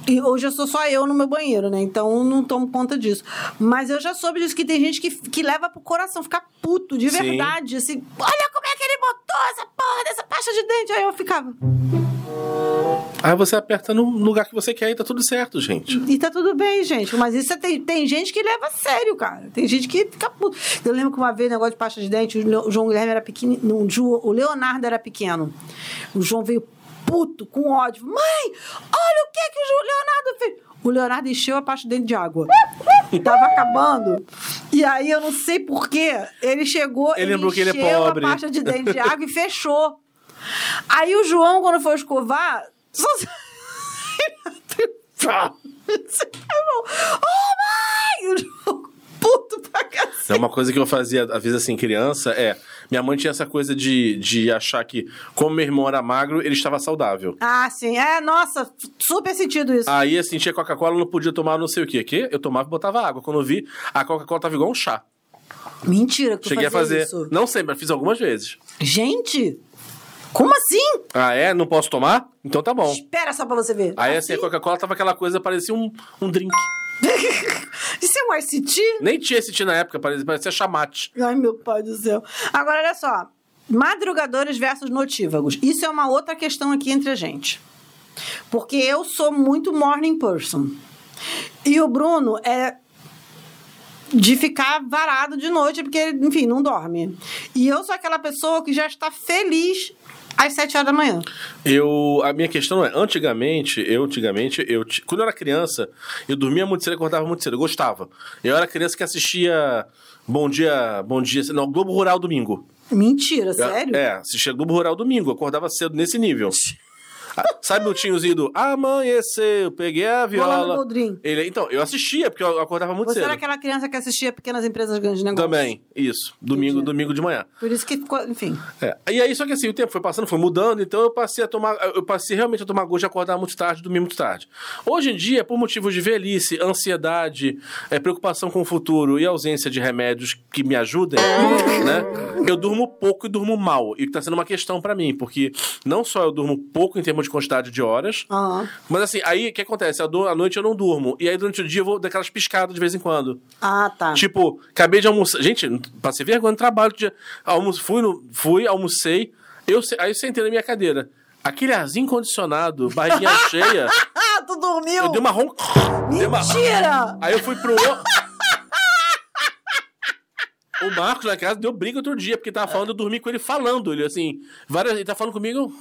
Speaker 1: E hoje eu sou só eu no meu banheiro, né? Então eu não tomo conta disso. Mas eu já soube disso que tem gente que, que leva pro coração, fica puto, de
Speaker 2: Sim.
Speaker 1: verdade. Assim, olha como é que ele botou essa porra dessa pasta de dente. Aí eu ficava.
Speaker 2: Aí você aperta no lugar que você quer e tá tudo certo, gente.
Speaker 1: E tá tudo bem, gente. Mas isso é- tem, tem gente que leva a sério, cara. Tem gente que fica puto. Eu lembro que uma vez, negócio de pasta de dente, o Le- o João Guilherme era pequeno. Não, o Ju- o Leonardo era pequeno. O João veio puto, com ódio. Mãe, olha o que, que o Ju- Leonardo fez. O Leonardo encheu a pasta de dente de água. [LAUGHS] Tava acabando. E aí, eu não sei porquê, ele chegou.
Speaker 2: Ele lembrou que ele é
Speaker 1: encheu
Speaker 2: pobre.
Speaker 1: a pasta de dente de água e fechou. Aí o João, quando foi escovar, só. Tá. Oh, mãe! O João puto pra cacete.
Speaker 2: É uma coisa que eu fazia, às vezes, assim, criança, é. Minha mãe tinha essa coisa de, de achar que, como meu irmão era magro, ele estava saudável.
Speaker 1: Ah, sim. É, nossa, super sentido isso.
Speaker 2: Aí, assim, tinha Coca-Cola, não podia tomar não sei o quê. Que eu tomava e botava água. Quando eu vi, a Coca-Cola tava igual um chá.
Speaker 1: Mentira que tu
Speaker 2: Cheguei a
Speaker 1: fazia
Speaker 2: fazer.
Speaker 1: isso.
Speaker 2: Não sempre, mas fiz algumas vezes.
Speaker 1: Gente, como assim?
Speaker 2: Ah, é? Não posso tomar? Então tá bom.
Speaker 1: Espera só pra você ver.
Speaker 2: Aí, assim, a Coca-Cola tava aquela coisa, parecia um, um drink.
Speaker 1: [LAUGHS] Isso é um ICT?
Speaker 2: Nem tinha esse tea na época, parecia, parecia chamate.
Speaker 1: Ai, meu pai do céu. Agora, olha só. Madrugadores versus notívagos. Isso é uma outra questão aqui entre a gente. Porque eu sou muito morning person. E o Bruno é de ficar varado de noite, porque, ele, enfim, não dorme. E eu sou aquela pessoa que já está feliz às sete horas da manhã.
Speaker 2: Eu, a minha questão é, antigamente, eu antigamente, eu ti- quando eu era criança, eu dormia muito cedo, e acordava muito cedo, eu gostava. Eu era criança que assistia Bom Dia, Bom Dia, não, Globo Rural domingo.
Speaker 1: Mentira,
Speaker 2: Eu-
Speaker 1: sério?
Speaker 2: É, assistia Globo Rural domingo, eu acordava cedo nesse nível. Ah, Sabe o tinhozinho do Amanheceu, peguei a
Speaker 1: Rolando
Speaker 2: viola.
Speaker 1: Boldrin.
Speaker 2: Ele, então, eu assistia, porque eu acordava muito
Speaker 1: Você
Speaker 2: cedo.
Speaker 1: era aquela criança que assistia Pequenas Empresas Grandes Negócios.
Speaker 2: Também, isso. Domingo,
Speaker 1: Entendi.
Speaker 2: domingo de manhã.
Speaker 1: Por isso que ficou, enfim.
Speaker 2: É. E aí, só que assim, o tempo foi passando, foi mudando, então eu passei a tomar, eu passei realmente a tomar gosto de acordar muito tarde, dormir muito tarde. Hoje em dia, por motivos de velhice, ansiedade, é, preocupação com o futuro e ausência de remédios que me ajudem, né? Eu durmo pouco e durmo mal. E tá sendo uma questão pra mim, porque não só eu durmo pouco em termos de quantidade de horas,
Speaker 1: Aham.
Speaker 2: mas assim, aí o que acontece? Eu dou- À noite eu não durmo. E aí durante o dia eu vou daquelas piscadas de vez em quando.
Speaker 1: Ah, tá.
Speaker 2: Tipo, acabei de almoçar. Gente, passei vergonha no trabalho. tinha- Almo... Fui, no... Fui, almocei. Eu... se- Aí eu sentei na minha cadeira. Aquele arzinho condicionado, barriguinha cheia.
Speaker 1: Ah, tu dormiu!
Speaker 2: Eu dei uma ronca. Dei uma-
Speaker 1: Mentira!
Speaker 2: Aí eu fui pro. o- O Marcos na casa deu briga outro dia, porque tava falando, eu dormi com ele falando. Ele assim, várias. Ele tá falando comigo. eu-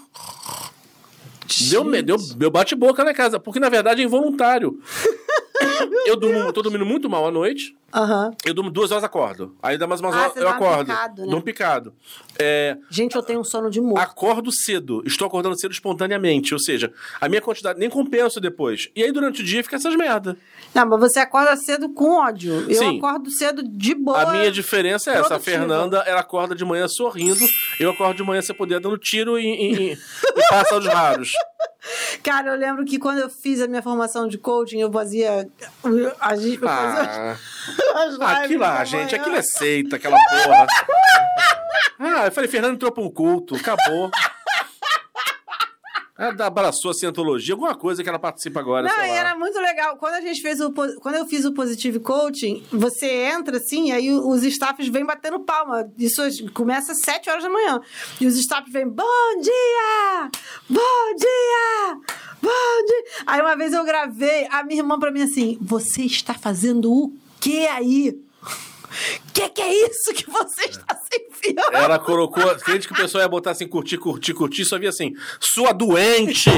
Speaker 2: Deu medo, deu, deu bate-boca na casa, porque na verdade é involuntário. eu durmo, tô dormindo muito mal à noite.
Speaker 1: Aham.
Speaker 2: Eu durmo duas horas, acordo. Aí dá mais umas
Speaker 1: Ah,
Speaker 2: horas,
Speaker 1: você
Speaker 2: eu
Speaker 1: dá um
Speaker 2: acordo.
Speaker 1: picado, né?
Speaker 2: Dou um picado. É,
Speaker 1: Gente, eu tenho um sono de morto.
Speaker 2: acordo cedo. Estou acordando cedo espontaneamente. Ou seja, a minha quantidade nem compensa depois. E aí, durante o dia, fica essas merda.
Speaker 1: Não, mas você acorda cedo com ódio. Eu
Speaker 2: Sim.
Speaker 1: acordo cedo de boa.
Speaker 2: A minha diferença é essa. A
Speaker 1: produtiva.
Speaker 2: Fernanda, ela acorda de manhã sorrindo. Eu acordo de manhã sem poder, dando tiro em, em, em
Speaker 1: [LAUGHS]
Speaker 2: pássaros raros.
Speaker 1: Cara, eu lembro que quando eu fiz a minha formação de coaching, eu fazia. A gente eu fazia
Speaker 2: Ah,
Speaker 1: as lives
Speaker 2: aquilo lá,
Speaker 1: da
Speaker 2: gente.
Speaker 1: manhã.
Speaker 2: Aquilo é seita, aquela porra. Ah, eu falei, Fernando entrou pra um culto. Acabou. Ela abraçou a cientologia, alguma coisa que ela participa agora,
Speaker 1: Não,
Speaker 2: sei
Speaker 1: e
Speaker 2: lá.
Speaker 1: era muito legal. Quando a gente fez o po- quando eu fiz o positive coaching, você entra assim, aí os staffs vêm batendo palma. Isso começa às 7 horas da manhã. E os staffs vêm: "Bom dia! Bom dia! Bom dia!" Aí uma vez eu gravei, a minha irmã pra mim assim: "Você está fazendo o que aí?" Que que é isso que você está se enfiando?
Speaker 2: Ela colocou. Crente que o pessoal ia botar assim, curtir, curtir, curtir, só via assim,
Speaker 1: [LAUGHS]
Speaker 2: sua doente!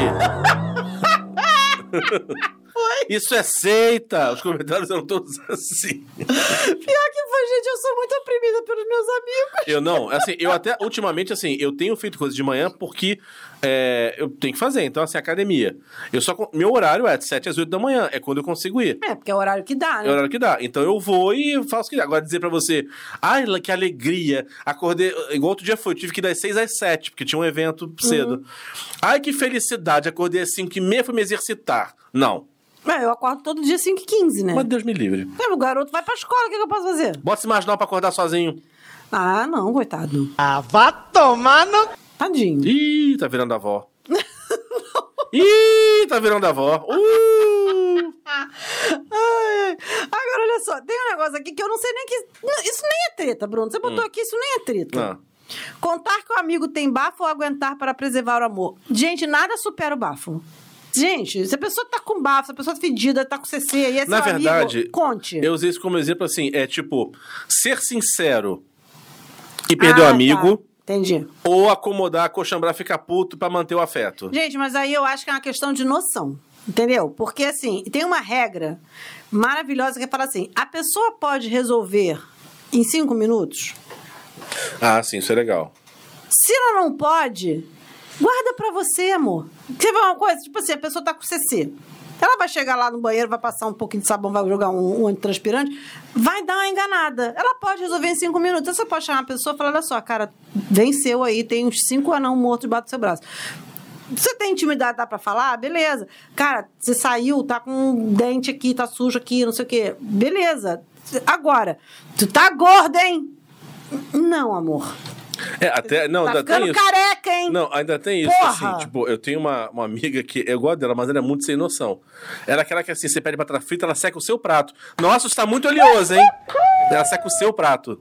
Speaker 2: Isso é seita! Os comentários eram todos assim.
Speaker 1: Pior que foi, gente, eu sou muito oprimida pelos meus amigos.
Speaker 2: Eu não, assim, eu até, ultimamente, assim, eu tenho feito coisas de manhã porque é, eu tenho que fazer, então, assim, academia. Eu só. con- Meu horário é de 7 às 8 da manhã, é quando eu consigo ir.
Speaker 1: É, porque é o horário que dá,
Speaker 2: É
Speaker 1: né?
Speaker 2: o horário que dá. Então eu vou e faço o que dá. Agora dizer pra você, ai, la- que alegria. Acordei. Igual outro dia foi, eu tive que ir das 6 às 7, porque tinha um evento cedo. Ai, que felicidade. Acordei às 5 e meia, fui me exercitar. Não.
Speaker 1: É, eu acordo todo dia 5 e 15, né?
Speaker 2: Mas Deus me livre.
Speaker 1: É, o garoto vai pra escola, o que, que eu posso fazer?
Speaker 2: Bota se marginal pra acordar sozinho.
Speaker 1: Ah, não, coitado.
Speaker 9: Ah, vá tomar no...
Speaker 1: Tadinho.
Speaker 2: Ih, tá virando
Speaker 1: [LAUGHS]
Speaker 2: a avó. Ih, tá virando a avó. Uh!
Speaker 1: Ah, Ai, agora, olha só, tem um negócio aqui que eu não sei nem que. Não, Isso nem é treta, Bruno. Você botou aqui, isso nem é treta.
Speaker 2: Hum. Ah.
Speaker 1: Contar que o amigo tem bafo ou aguentar para preservar o amor. Gente, nada supera o bafo. Gente, se a pessoa tá com bafo, se a pessoa tá fedida, tá com CC, e esse
Speaker 2: Na
Speaker 1: seu
Speaker 2: verdade,
Speaker 1: amigo, conte.
Speaker 2: eu usei isso como exemplo assim: é tipo, ser sincero e perder
Speaker 1: Ah,
Speaker 2: o
Speaker 1: tá.
Speaker 2: amigo.
Speaker 1: Entendi.
Speaker 2: Ou acomodar, coxambrar, ficar puto pra manter o afeto.
Speaker 1: Gente, mas aí eu acho que é uma questão de noção. Entendeu? Porque, assim, tem uma regra maravilhosa que fala assim: a pessoa pode resolver em cinco minutos.
Speaker 2: Ah, sim, isso é legal.
Speaker 1: Se ela não pode, guarda pra você, amor. Você vê uma coisa? Tipo assim, a pessoa tá com CC. Ela vai chegar lá no banheiro, vai passar um pouquinho de sabão, vai jogar um, um antitranspirante, vai dar uma enganada. Ela pode resolver em cinco minutos. Então, Você pode chamar a pessoa e falar: olha só, cara, venceu aí, tem uns cinco anão mortos debaixo do seu braço. Você tem intimidade, dá pra falar? Beleza. Cara, você saiu, tá com um dente aqui, tá sujo aqui, não sei o quê. Beleza. Agora, tu tá gorda, hein? Não, amor.
Speaker 2: É, até. Não,
Speaker 1: tá
Speaker 2: ainda tem
Speaker 1: ficando
Speaker 2: isso.
Speaker 1: careca, hein?
Speaker 2: Não, ainda tem isso,
Speaker 1: Porra!
Speaker 2: assim. Tipo, eu tenho uma, uma amiga que. Eu gosto dela, mas ela é muito sem noção. Ela é aquela que assim, você pede batata frita, ela seca o seu prato. Nossa, isso tá muito oleoso, hein? Ela seca o seu prato.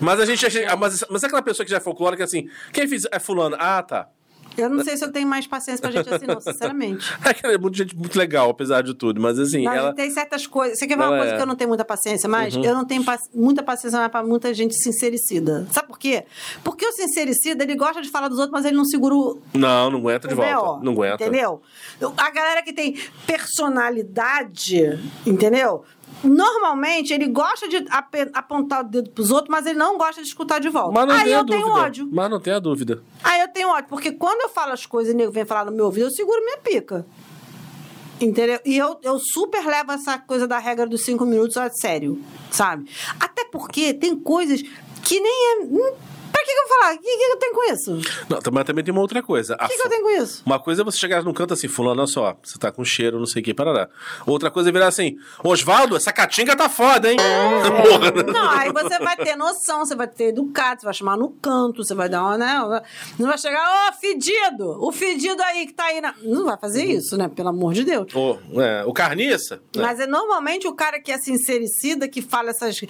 Speaker 2: Mas a gente já chega- mas, mas é aquela pessoa que já é folclórica assim, quem fez é fulano, ah, tá. [LAUGHS]
Speaker 1: Eu não sei se eu tenho mais paciência pra gente assim, não, sinceramente.
Speaker 2: É que ela é muito gente muito legal, apesar de tudo, mas assim,
Speaker 1: Mas
Speaker 2: ela
Speaker 1: tem certas coisas. Você quer ver uma
Speaker 2: ela
Speaker 1: coisa
Speaker 2: é- Uhum.
Speaker 1: que eu não tenho muita paciência mais? Eu não tenho paci- muita paciência mais pra muita gente sincericida. Sabe por quê? Porque o sincericida, ele gosta de falar dos outros, mas ele não segura o.
Speaker 2: não, não aguenta de
Speaker 1: o
Speaker 2: volta,
Speaker 1: BO,
Speaker 2: não aguenta.
Speaker 1: Entendeu? A galera que tem personalidade, entendeu? Normalmente ele gosta de ape- apontar o dedo pros outros, mas ele não gosta de escutar de volta.
Speaker 2: Mas não é
Speaker 1: Aí
Speaker 2: tenha
Speaker 1: eu
Speaker 2: dúvida.
Speaker 1: tenho ódio.
Speaker 2: Mas não tenha dúvida.
Speaker 1: Aí eu tenho ódio, porque quando eu falo as coisas e o nego vem falar no meu ouvido, eu seguro minha pica. Entendeu? E eu, eu super levo essa coisa da regra dos cinco minutos a sério, sabe? Até porque tem coisas que nem é. hum, Pra que, que eu vou falar? O que, que eu tenho com isso?
Speaker 2: [LAUGHS]
Speaker 1: O
Speaker 2: Não, mas também tem uma outra coisa. A
Speaker 1: que, que
Speaker 2: fu-
Speaker 1: eu tenho com isso?
Speaker 2: Uma coisa é você chegar num canto assim, fulano, olha só, você tá com cheiro, não sei o que, parará. Outra coisa é virar assim, Osvaldo, essa catinga tá foda, hein? [LAUGHS] Porra.
Speaker 1: É. Não, aí você vai ter noção, você vai ter educado, você vai chamar no canto, você vai dar uma. Né? Não vai chegar, ô, fedido! O fedido aí que tá aí na. Não vai fazer isso, né? Pelo amor de Deus.
Speaker 2: O, é, o carniça. né?
Speaker 1: Mas é normalmente o cara que é sincericida, que fala essas.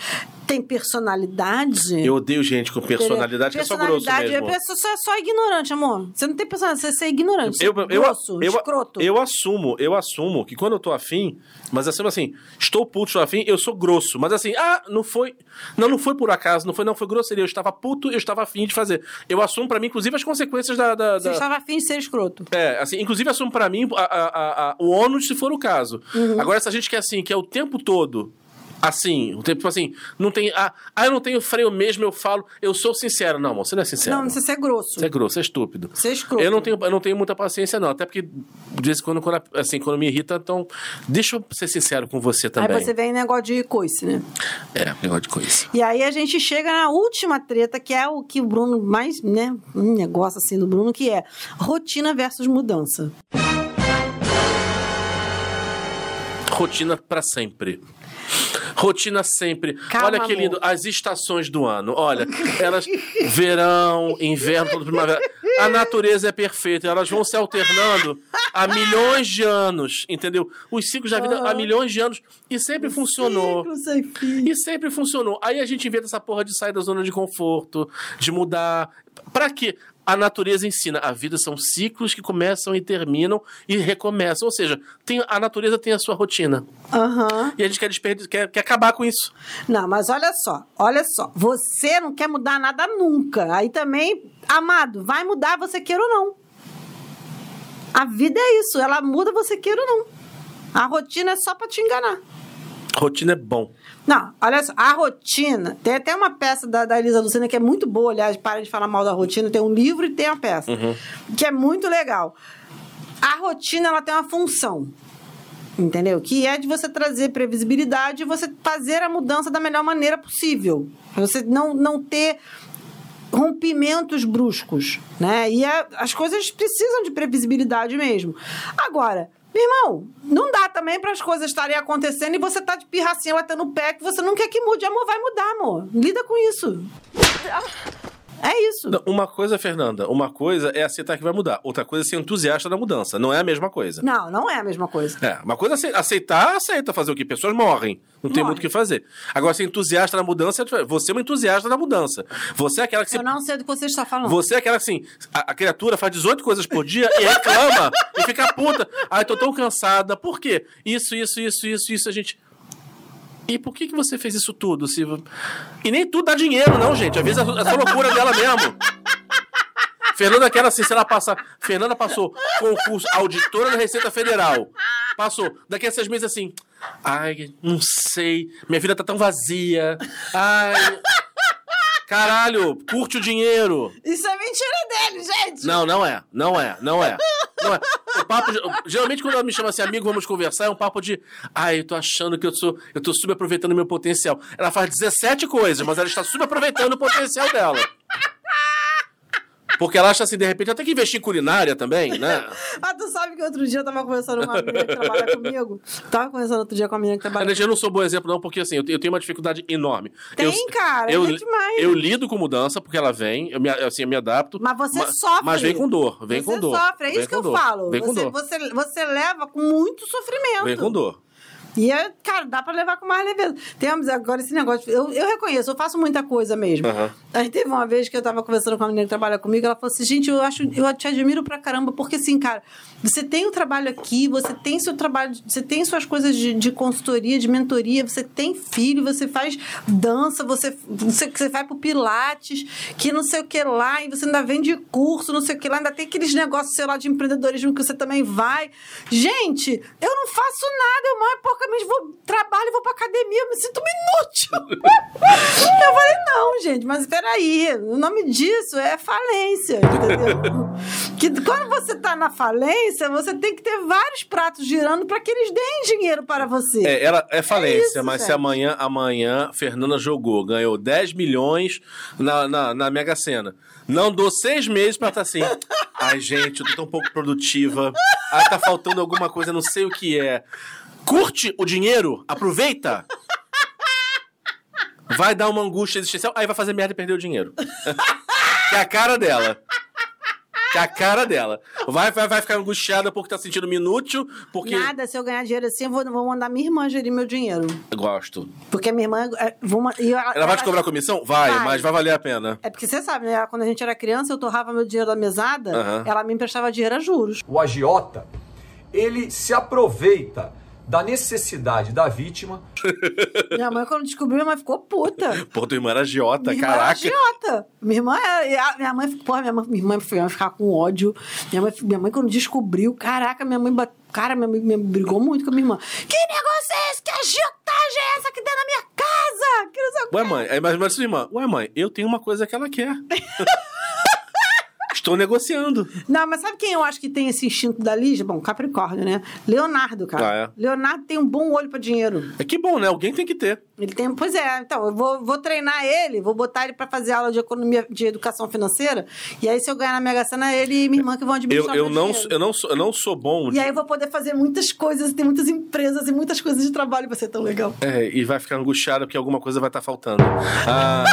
Speaker 1: tem personalidade.
Speaker 2: Eu odeio gente com personalidade, que é só grosso
Speaker 1: Personalidade,
Speaker 2: mesmo.
Speaker 1: é pessoa- só, só ignorante, amor. Você não tem personalidade, você é ignorante. Você
Speaker 2: Eu,
Speaker 1: é
Speaker 2: eu,
Speaker 1: grosso,
Speaker 2: eu,
Speaker 1: escroto.
Speaker 2: eu assumo, eu assumo que quando eu tô afim, mas assim, assim, estou puto, estou afim, eu sou grosso. Mas assim, ah, não foi. Não, não foi por acaso, não foi, não, foi grosseria. Eu estava puto, eu estava afim de fazer. Eu assumo pra mim, inclusive, as consequências da. da-
Speaker 1: Você
Speaker 2: da-
Speaker 1: estava afim de ser escroto.
Speaker 2: É, assim, inclusive assumo pra mim a- a- a- a- o ônus se for o caso.
Speaker 1: Uhum.
Speaker 2: Agora, essa gente que é assim, que é o tempo todo. Assim, o tempo tipo assim, não tem. Ah, ah, eu não tenho freio mesmo, eu falo, eu sou sincero. Não, amor, você não é sincero.
Speaker 1: Não, você é grosso.
Speaker 2: Você é grosso, você é estúpido.
Speaker 1: Você é escroto.
Speaker 2: Eu não tenho, eu não tenho muita paciência, não. Até porque, de vez em quando, quando, assim, quando me irrita, então. Deixa eu ser sincero com você
Speaker 1: Aí
Speaker 2: também.
Speaker 1: você vem negócio de coice, né?
Speaker 2: É, negócio de coisa.
Speaker 1: E aí a gente chega na última treta, que é o que o Bruno mais, né? Um negócio assim do Bruno, que é rotina versus mudança.
Speaker 2: Rotina pra sempre. Rotina sempre.
Speaker 1: Calma,
Speaker 2: Olha que
Speaker 1: amor.
Speaker 2: lindo. As estações do ano. Olha,
Speaker 1: [LAUGHS]
Speaker 2: elas. verão, inverno, toda primavera. A natureza é perfeita. Elas vão se alternando
Speaker 1: [LAUGHS]
Speaker 2: há milhões de anos. Entendeu? Os ciclos da vida
Speaker 1: Ah.
Speaker 2: há milhões de anos. E sempre funcionou.
Speaker 1: Ciclo sem fim.
Speaker 2: E sempre funcionou. Aí a gente inventa essa porra de sair da zona de conforto, de mudar. Pra quê? A natureza ensina. A vida são ciclos que começam e terminam e recomeçam. Ou seja, tem, a natureza tem a sua rotina.
Speaker 1: Aham.
Speaker 2: E a gente quer, desperdi- quer, quer acabar com isso.
Speaker 1: Não, mas olha só, olha só. Você não quer mudar nada nunca. Aí também, amado, vai mudar você queira ou não. A vida é isso, ela muda você queira ou não. A rotina é só pra te enganar.
Speaker 2: Rotina é bom.
Speaker 1: Não, olha só, a rotina. Tem até uma peça da, da Elisa Lucena que é muito boa, aliás, para de falar mal da rotina. Tem um livro e tem a peça, que é muito legal. A rotina, ela tem uma função, entendeu? Que é de você trazer previsibilidade e você fazer a mudança da melhor maneira possível. Você não, não ter rompimentos bruscos, né? E a- as coisas precisam de previsibilidade mesmo. Agora, meu irmão, não dá também para as coisas estarem acontecendo e você tá de pirracinha batendo o pé que você não quer que mude. Amor, vai mudar, amor. Lida com isso. É isso.
Speaker 2: Não, uma coisa, Fernanda, uma coisa é aceitar que vai mudar. Outra coisa é ser entusiasta da mudança. Não é a mesma coisa.
Speaker 1: Não, não é a mesma coisa.
Speaker 2: É, uma coisa é ace- aceitar, aceita fazer o que? Pessoas morrem. Não tem
Speaker 1: Morrem.
Speaker 2: muito o que fazer. Agora, ser entusiasta na mudança, é diferente. você é uma entusiasta na mudança. Você é aquela que se
Speaker 1: Eu não sei do que você está falando.
Speaker 2: Você é aquela assim, a, a criatura faz 18 coisas por dia e reclama e fica puta. Ai, tô tão cansada. Por quê? Isso, isso, isso, isso, isso, a gente. E por que, que você fez isso tudo, Silva? E nem tudo dá dinheiro, não, gente. Às vezes é só- é só loucura dela mesmo. Fernanda, aquela assim, se ela passar. Fernanda passou concurso auditora da Receita Federal. Passou. Daqui a seis meses assim. Ai, não sei. Minha vida tá tão vazia. Ai. Caralho, curte o dinheiro.
Speaker 1: Isso é mentira dele, gente.
Speaker 2: Não, não é. Não é. Não é. Não é. O papo de- geralmente quando ela me chama assim, amigo, vamos conversar, é um papo de, ai, eu tô achando que eu sou, eu tô subaproveitando meu potencial. Ela faz 17 coisas, mas ela está subaproveitando o potencial dela. Porque ela acha assim, de repente, ela tem que investir em culinária também, né?
Speaker 1: Ah, tu sabe que outro dia eu tava conversando com uma menina que
Speaker 2: [LAUGHS]
Speaker 1: trabalha comigo. Tava conversando outro dia com uma menina que trabalha
Speaker 2: Aliás, eu não sou bom exemplo, não, porque assim, eu te- eu tenho uma dificuldade enorme.
Speaker 1: Tem,
Speaker 2: Eu-
Speaker 1: cara,
Speaker 2: Eu,
Speaker 1: é demais.
Speaker 2: eu lido com mudança, porque ela vem, eu me, assim, eu me adapto.
Speaker 1: Mas você
Speaker 2: ma-
Speaker 1: sofre.
Speaker 2: Mas vem com dor, vem
Speaker 1: você
Speaker 2: com dor.
Speaker 1: sofre, é
Speaker 2: vem
Speaker 1: isso que
Speaker 2: com
Speaker 1: eu
Speaker 2: dor,
Speaker 1: falo.
Speaker 2: Vem com
Speaker 1: você, é um
Speaker 2: dor.
Speaker 1: você, você leva com muito sofrimento.
Speaker 2: Vem com dor.
Speaker 1: E, é, cara, dá pra levar com mais leveza. Tem uma- agora esse negócio. Eu, eu reconheço, eu faço muita coisa mesmo.
Speaker 2: Aham.
Speaker 1: Aí teve uma vez que eu tava conversando com uma menina que trabalha comigo, ela falou assim: gente, eu acho, eu te admiro pra caramba, porque assim, cara, você tem o trabalho aqui, você tem seu trabalho, você tem suas coisas de, de consultoria, de mentoria, você tem filho, você faz dança, você, você, você vai pro Pilates, que não sei o que lá, e você ainda vende curso, não sei o que lá, ainda tem aqueles negócios, sei lá, de empreendedorismo que você também vai. Gente, eu não faço nada, eu mais porcamente vou trabalho, vou pra academia, eu me sinto uma inútil. eu falei, não, gente, mas peraí, o nome disso é falência, entendeu? que quando você tá na falência, você tem que ter vários pratos girando pra que eles deem dinheiro para você.
Speaker 2: É, ela é falência,
Speaker 1: isso,
Speaker 2: mas se
Speaker 1: gente.
Speaker 2: amanhã, amanhã, Fernanda jogou, ganhou 10 milhões na, na, na Mega Sena. Não dou seis meses pra
Speaker 1: [LAUGHS]
Speaker 2: estar assim. Ai, gente, eu tô tão pouco produtiva. Ai, tá faltando alguma coisa, não sei o que é. Curte o dinheiro, aproveita. Vai dar uma angústia existencial, aí vai fazer merda e perder o dinheiro. [LAUGHS] que é a cara dela. Que é a cara dela. Vai, vai, vai ficar angustiada porque tá sentindo inútil, porque.
Speaker 1: Nada, se eu ganhar dinheiro assim, eu vou, vou mandar minha irmã gerir meu dinheiro.
Speaker 2: Gosto.
Speaker 1: Porque minha irmã. é, vou ma- e
Speaker 2: Ela vai te cobrar comissão? Vai,
Speaker 1: Vai.
Speaker 2: mas vai valer a pena.
Speaker 1: É porque você sabe, né? Quando a gente era criança, eu torrava meu dinheiro da mesada,
Speaker 2: Aham.
Speaker 1: ela me emprestava dinheiro a juros.
Speaker 11: O agiota, ele se aproveita da necessidade da vítima.
Speaker 1: Minha mãe, quando descobriu, minha mãe ficou puta.
Speaker 2: Pô, tua irmã era agiota,
Speaker 1: Minha irmã era
Speaker 2: caraca.
Speaker 1: agiota. Minha irmã, era- e a- minha mãe, ficou- porra, minha mãe, minha mãe, minha mãe ficava com ódio. Minha mãe, minha mãe, quando descobriu, caraca, minha mãe bateu. Cara, minha mãe, minha mãe brigou muito com a minha irmã. Que negócio é esse? Que agiotagem é essa que tem na minha casa? Que não sei o
Speaker 2: Ué, mãe, aí mais sua irmã. Ué, mãe, eu tenho uma coisa que ela quer. [LAUGHS] Estou negociando.
Speaker 1: Não, mas sabe quem eu acho que tem esse instinto da Lígia? Bom, Capricórnio, né? Leonardo, cara.
Speaker 2: Ah, é?
Speaker 1: Leonardo tem um bom olho pra dinheiro.
Speaker 2: É que bom, né? Alguém tem que ter.
Speaker 1: Ele tem, pois é, então, eu vou, vou treinar ele, vou botar ele pra fazer aula de economia, de educação financeira, e aí se eu ganhar na Mega Sena, ele e minha irmã que vão
Speaker 2: Eu,
Speaker 1: administrar
Speaker 2: eu,
Speaker 1: meu
Speaker 2: não,
Speaker 1: dinheiro.
Speaker 2: sou- eu, não, sou, eu não sou bom.
Speaker 1: E aí eu vou poder fazer muitas coisas, tem muitas empresas e muitas coisas de trabalho, vai ser tão legal.
Speaker 2: É, e vai ficar angustiada porque alguma coisa vai estar faltando.
Speaker 1: [LAUGHS]
Speaker 2: Ah,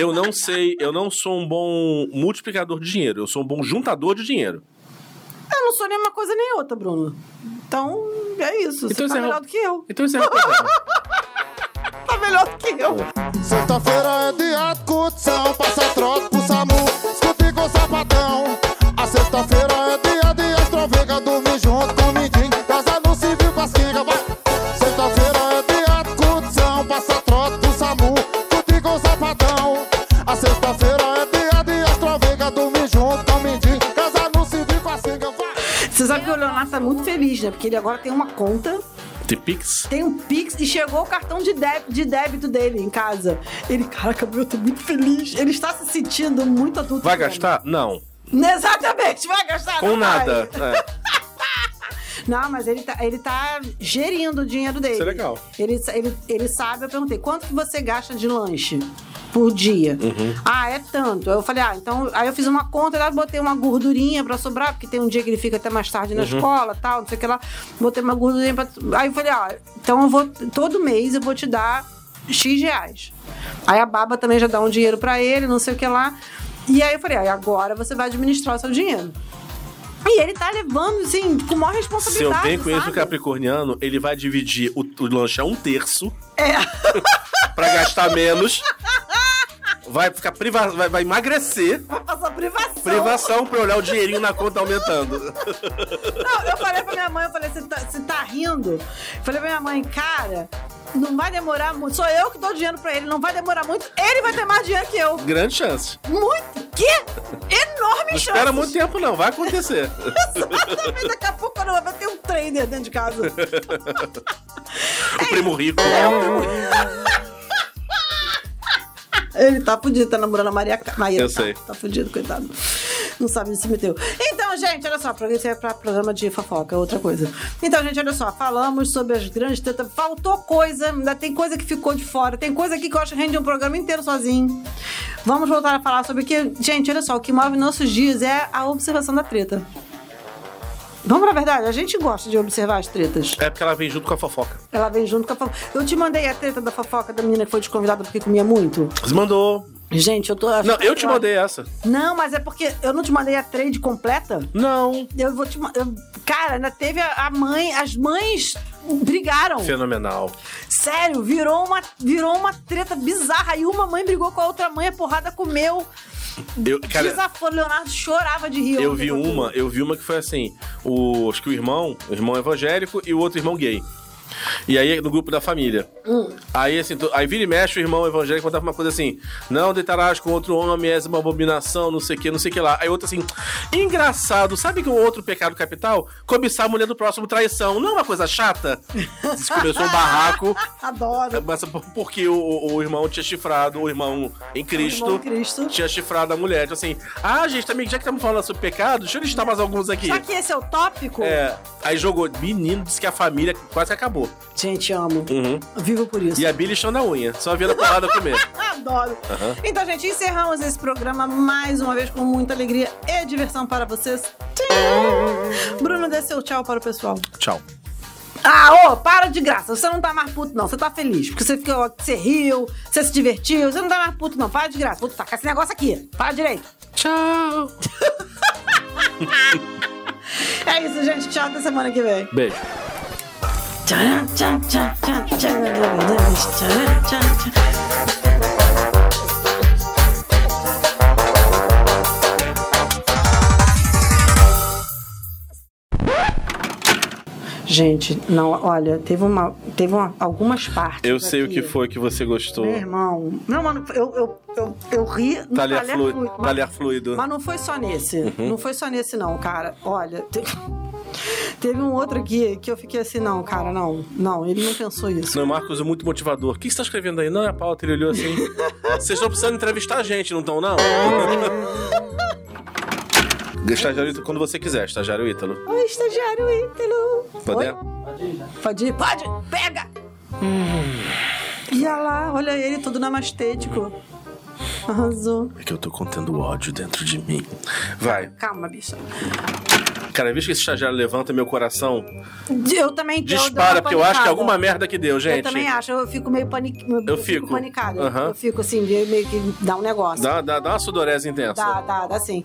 Speaker 2: eu não sei, eu não sou um bom multiplicador de dinheiro. Eu sou um bom juntador de dinheiro.
Speaker 1: Eu não sou nenhuma coisa nem outra, Bruno. Então, é isso,
Speaker 2: Então
Speaker 1: você
Speaker 2: isso
Speaker 1: tá
Speaker 2: é-
Speaker 1: melhor do que eu.
Speaker 2: Então isso é
Speaker 1: [LAUGHS]
Speaker 2: um problema.
Speaker 1: Tá melhor do que eu.
Speaker 12: Sexta-feira é dia de curtição, passa trote pro SAMU, escute com o sapatão. A sexta-feira é dia de extrovega, dormir junto com o Mindinho, casa no civil com as quingas, vai. Sexta-feira é dia de curtição, passa trote pro SAMU, escute com o sapatão. A sexta-feira é dia de extrovega, dormir junto com o Mindinho, casa no civil com as quingas, vai.
Speaker 1: Você sabe que o Leonardo tá muito feliz, né? Porque ele agora tem uma conta
Speaker 2: Tem Pix?
Speaker 1: Tem um Pix e chegou o cartão de, dé- de débito dele em casa. Ele, caraca, meu, eu tô muito feliz. Ele está se sentindo muito adulto.
Speaker 2: Vai
Speaker 1: mesmo.
Speaker 2: gastar? Não.
Speaker 1: Exatamente, vai gastar
Speaker 2: Com
Speaker 1: não vai.
Speaker 2: nada. É.
Speaker 1: Não, mas ele tá, ele tá gerindo o dinheiro dele.
Speaker 2: Isso é legal.
Speaker 1: Ele, sa- ele, ele sabe, eu perguntei, quanto que você gasta de lanche por dia?
Speaker 2: Uhum.
Speaker 1: Ah, é tanto. Aí Eu falei, ah, então. Aí eu fiz uma conta, lá botei uma gordurinha pra sobrar, porque tem um dia que ele fica até mais tarde na
Speaker 13: Uhum.
Speaker 1: escola tal, não sei o que lá. Botei uma gordurinha pra. Aí eu falei, ah, então eu vou. Todo mês eu vou te dar X reais. Aí a baba também já dá um dinheiro pra ele, não sei o que lá. E aí eu falei, ah, agora você vai administrar o seu dinheiro. E ele tá levando, assim, com maior
Speaker 2: Se eu
Speaker 1: responsabilidade.
Speaker 2: bem conheço
Speaker 1: sabe?
Speaker 2: o Capricorniano, ele vai dividir o, o lanche a um terço.
Speaker 1: É.
Speaker 2: [LAUGHS] pra gastar menos. Vai ficar priva vai, vai emagrecer.
Speaker 1: Vai um passar privação.
Speaker 2: Privação pra olhar o dinheirinho na conta aumentando.
Speaker 1: Não, eu falei pra minha mãe, eu falei, você tá, você tá rindo? Falei pra minha mãe, cara, não vai demorar muito. Sou eu que dou dinheiro pra ele, não vai demorar muito. Ele vai ter mais dinheiro que eu.
Speaker 2: Grande chance.
Speaker 1: Muito? Que? Enorme
Speaker 2: Não
Speaker 1: chance.
Speaker 2: espera muito tempo, não. Vai acontecer.
Speaker 1: [LAUGHS] Exatamente, daqui a pouco quando eu vou ter um trainer dentro de casa.
Speaker 2: o primo rico.
Speaker 1: Ele tá fudido, tá namorando a Maria Ca- Maíra.
Speaker 2: Eu
Speaker 1: tá,
Speaker 2: sei.
Speaker 1: Tá fudido, coitado. Não sabe onde se meteu. Então, gente, olha só, pra- isso é pra programa de fofoca, é outra coisa. Então, gente, olha só, falamos sobre as grandes tetas. Faltou coisa, ainda tem coisa que ficou de fora, tem coisa aqui que eu acho que rende um programa inteiro sozinho. Vamos voltar a falar sobre o que. Gente, olha só, o que move nossos dias é a observação da treta. Vamos na verdade, a gente gosta de observar as tretas.
Speaker 2: É porque ela vem junto com a fofoca.
Speaker 1: Ela vem junto com a fofoca. Eu te mandei a treta da fofoca da menina que foi desconvidada porque comia muito.
Speaker 2: Você mandou.
Speaker 1: Gente, eu tô.
Speaker 2: Não, eu te mandei essa.
Speaker 1: Não, mas é porque eu não te mandei a trade completa?
Speaker 2: Não.
Speaker 1: Eu vou te. ma- eu- cara, ainda teve a, a mãe. As mães brigaram.
Speaker 2: Fenomenal.
Speaker 1: Sério, virou uma, virou uma treta bizarra. E uma mãe brigou com a outra mãe, a porrada comeu.
Speaker 2: Eu, cara,
Speaker 1: Desaforo, Leonardo chorava de rir.
Speaker 2: eu vi uma, eu vi uma que foi assim, o, acho que o irmão, o irmão evangélico e o outro irmão gay. E aí, no grupo da família. Aí, assim, tu- aí vira e mexe, o irmão evangélico contava uma coisa assim: não deitarás com outro homem, és uma abominação, não sei o que, não sei o que lá. Aí outro assim, engraçado, sabe que o outro pecado capital? Cobiçar a mulher do próximo, traição. Não é uma coisa chata? Começou um barraco. [LAUGHS]
Speaker 1: Adoro.
Speaker 2: Mas por- porque o- o, o irmão tinha chifrado, o irmão em Cristo,
Speaker 1: irmão em Cristo.
Speaker 2: tinha chifrado a mulher. Então, assim, ah, gente, também, já que estamos falando sobre pecado, deixa eu listar mais alguns aqui.
Speaker 1: Só que esse é o tópico.
Speaker 2: É, aí jogou. Menino, disse que a família quase que acabou.
Speaker 1: Gente, amo.
Speaker 2: Uhum.
Speaker 1: Vivo por isso.
Speaker 2: E a Billy chão na unha, só vendo a porrada comer.
Speaker 1: Adoro.
Speaker 2: Aham.
Speaker 1: Então, gente, encerramos esse programa mais uma vez com muita alegria e diversão para vocês. Tchim! Bruno, dê seu tchau para o pessoal.
Speaker 2: [LAUGHS] Tchau.
Speaker 1: Ah, ô, para de graça. Você não tá mais puto, não. Você tá feliz. Porque você, ficou, você riu, você se divertiu. Você não tá mais puto, não. Para de graça. Vou tacar esse negócio aqui. Para direito. Tchau. é isso, gente. Tchau. Até semana que vem.
Speaker 2: Beijo.
Speaker 1: Gente, não, olha, teve, uma, teve uma, algumas partes.
Speaker 2: Eu sei o
Speaker 1: aqui.
Speaker 2: que foi que você gostou. Tá
Speaker 1: Meu irmão. Não, mano, eu, eu, eu, eu ri no
Speaker 2: Talher
Speaker 1: talher
Speaker 2: flu-
Speaker 1: fluido, mas-
Speaker 2: talher fluido.
Speaker 1: Mas não foi só nesse.
Speaker 2: Uhum.
Speaker 1: Não foi só nesse, não, cara. Olha. te- [LAUGHS] Teve um outro aqui que eu fiquei assim, não, cara, não. Não, ele não pensou isso.
Speaker 2: Não, Marcos é muito motivador. O que você tá escrevendo aí? Não é a pauta, ele
Speaker 1: [LAUGHS]
Speaker 2: olhou assim. Vocês estão precisando entrevistar a gente, não estão, não?
Speaker 1: É.
Speaker 2: Estagiário Ítalo, quando você quiser, estagiário Ítalo.
Speaker 1: Oi, estagiário Ítalo.
Speaker 2: Poder?
Speaker 1: Oi? Pode ir? Pode! Pega! E olha lá, olha ele todo namastêtico.
Speaker 2: Uhum.
Speaker 1: Arrasou.
Speaker 2: É que eu tô contendo ódio dentro de mim. Vai.
Speaker 1: Calma, bicha.
Speaker 2: Cara, vez que esse estagiário levanta meu coração,
Speaker 1: Eu também eu dei uma
Speaker 2: dispara, porque eu acho que é
Speaker 1: panicada.
Speaker 2: alguma merda que deu, gente.
Speaker 1: Eu também acho, eu fico meio panic... eu
Speaker 2: fico.
Speaker 1: panicada.
Speaker 2: Aham.
Speaker 1: Eu fico assim, de- meio que dá um negócio.
Speaker 2: Dá, dá, dá uma sudorese intensa.
Speaker 1: Dá, dá, dá sim.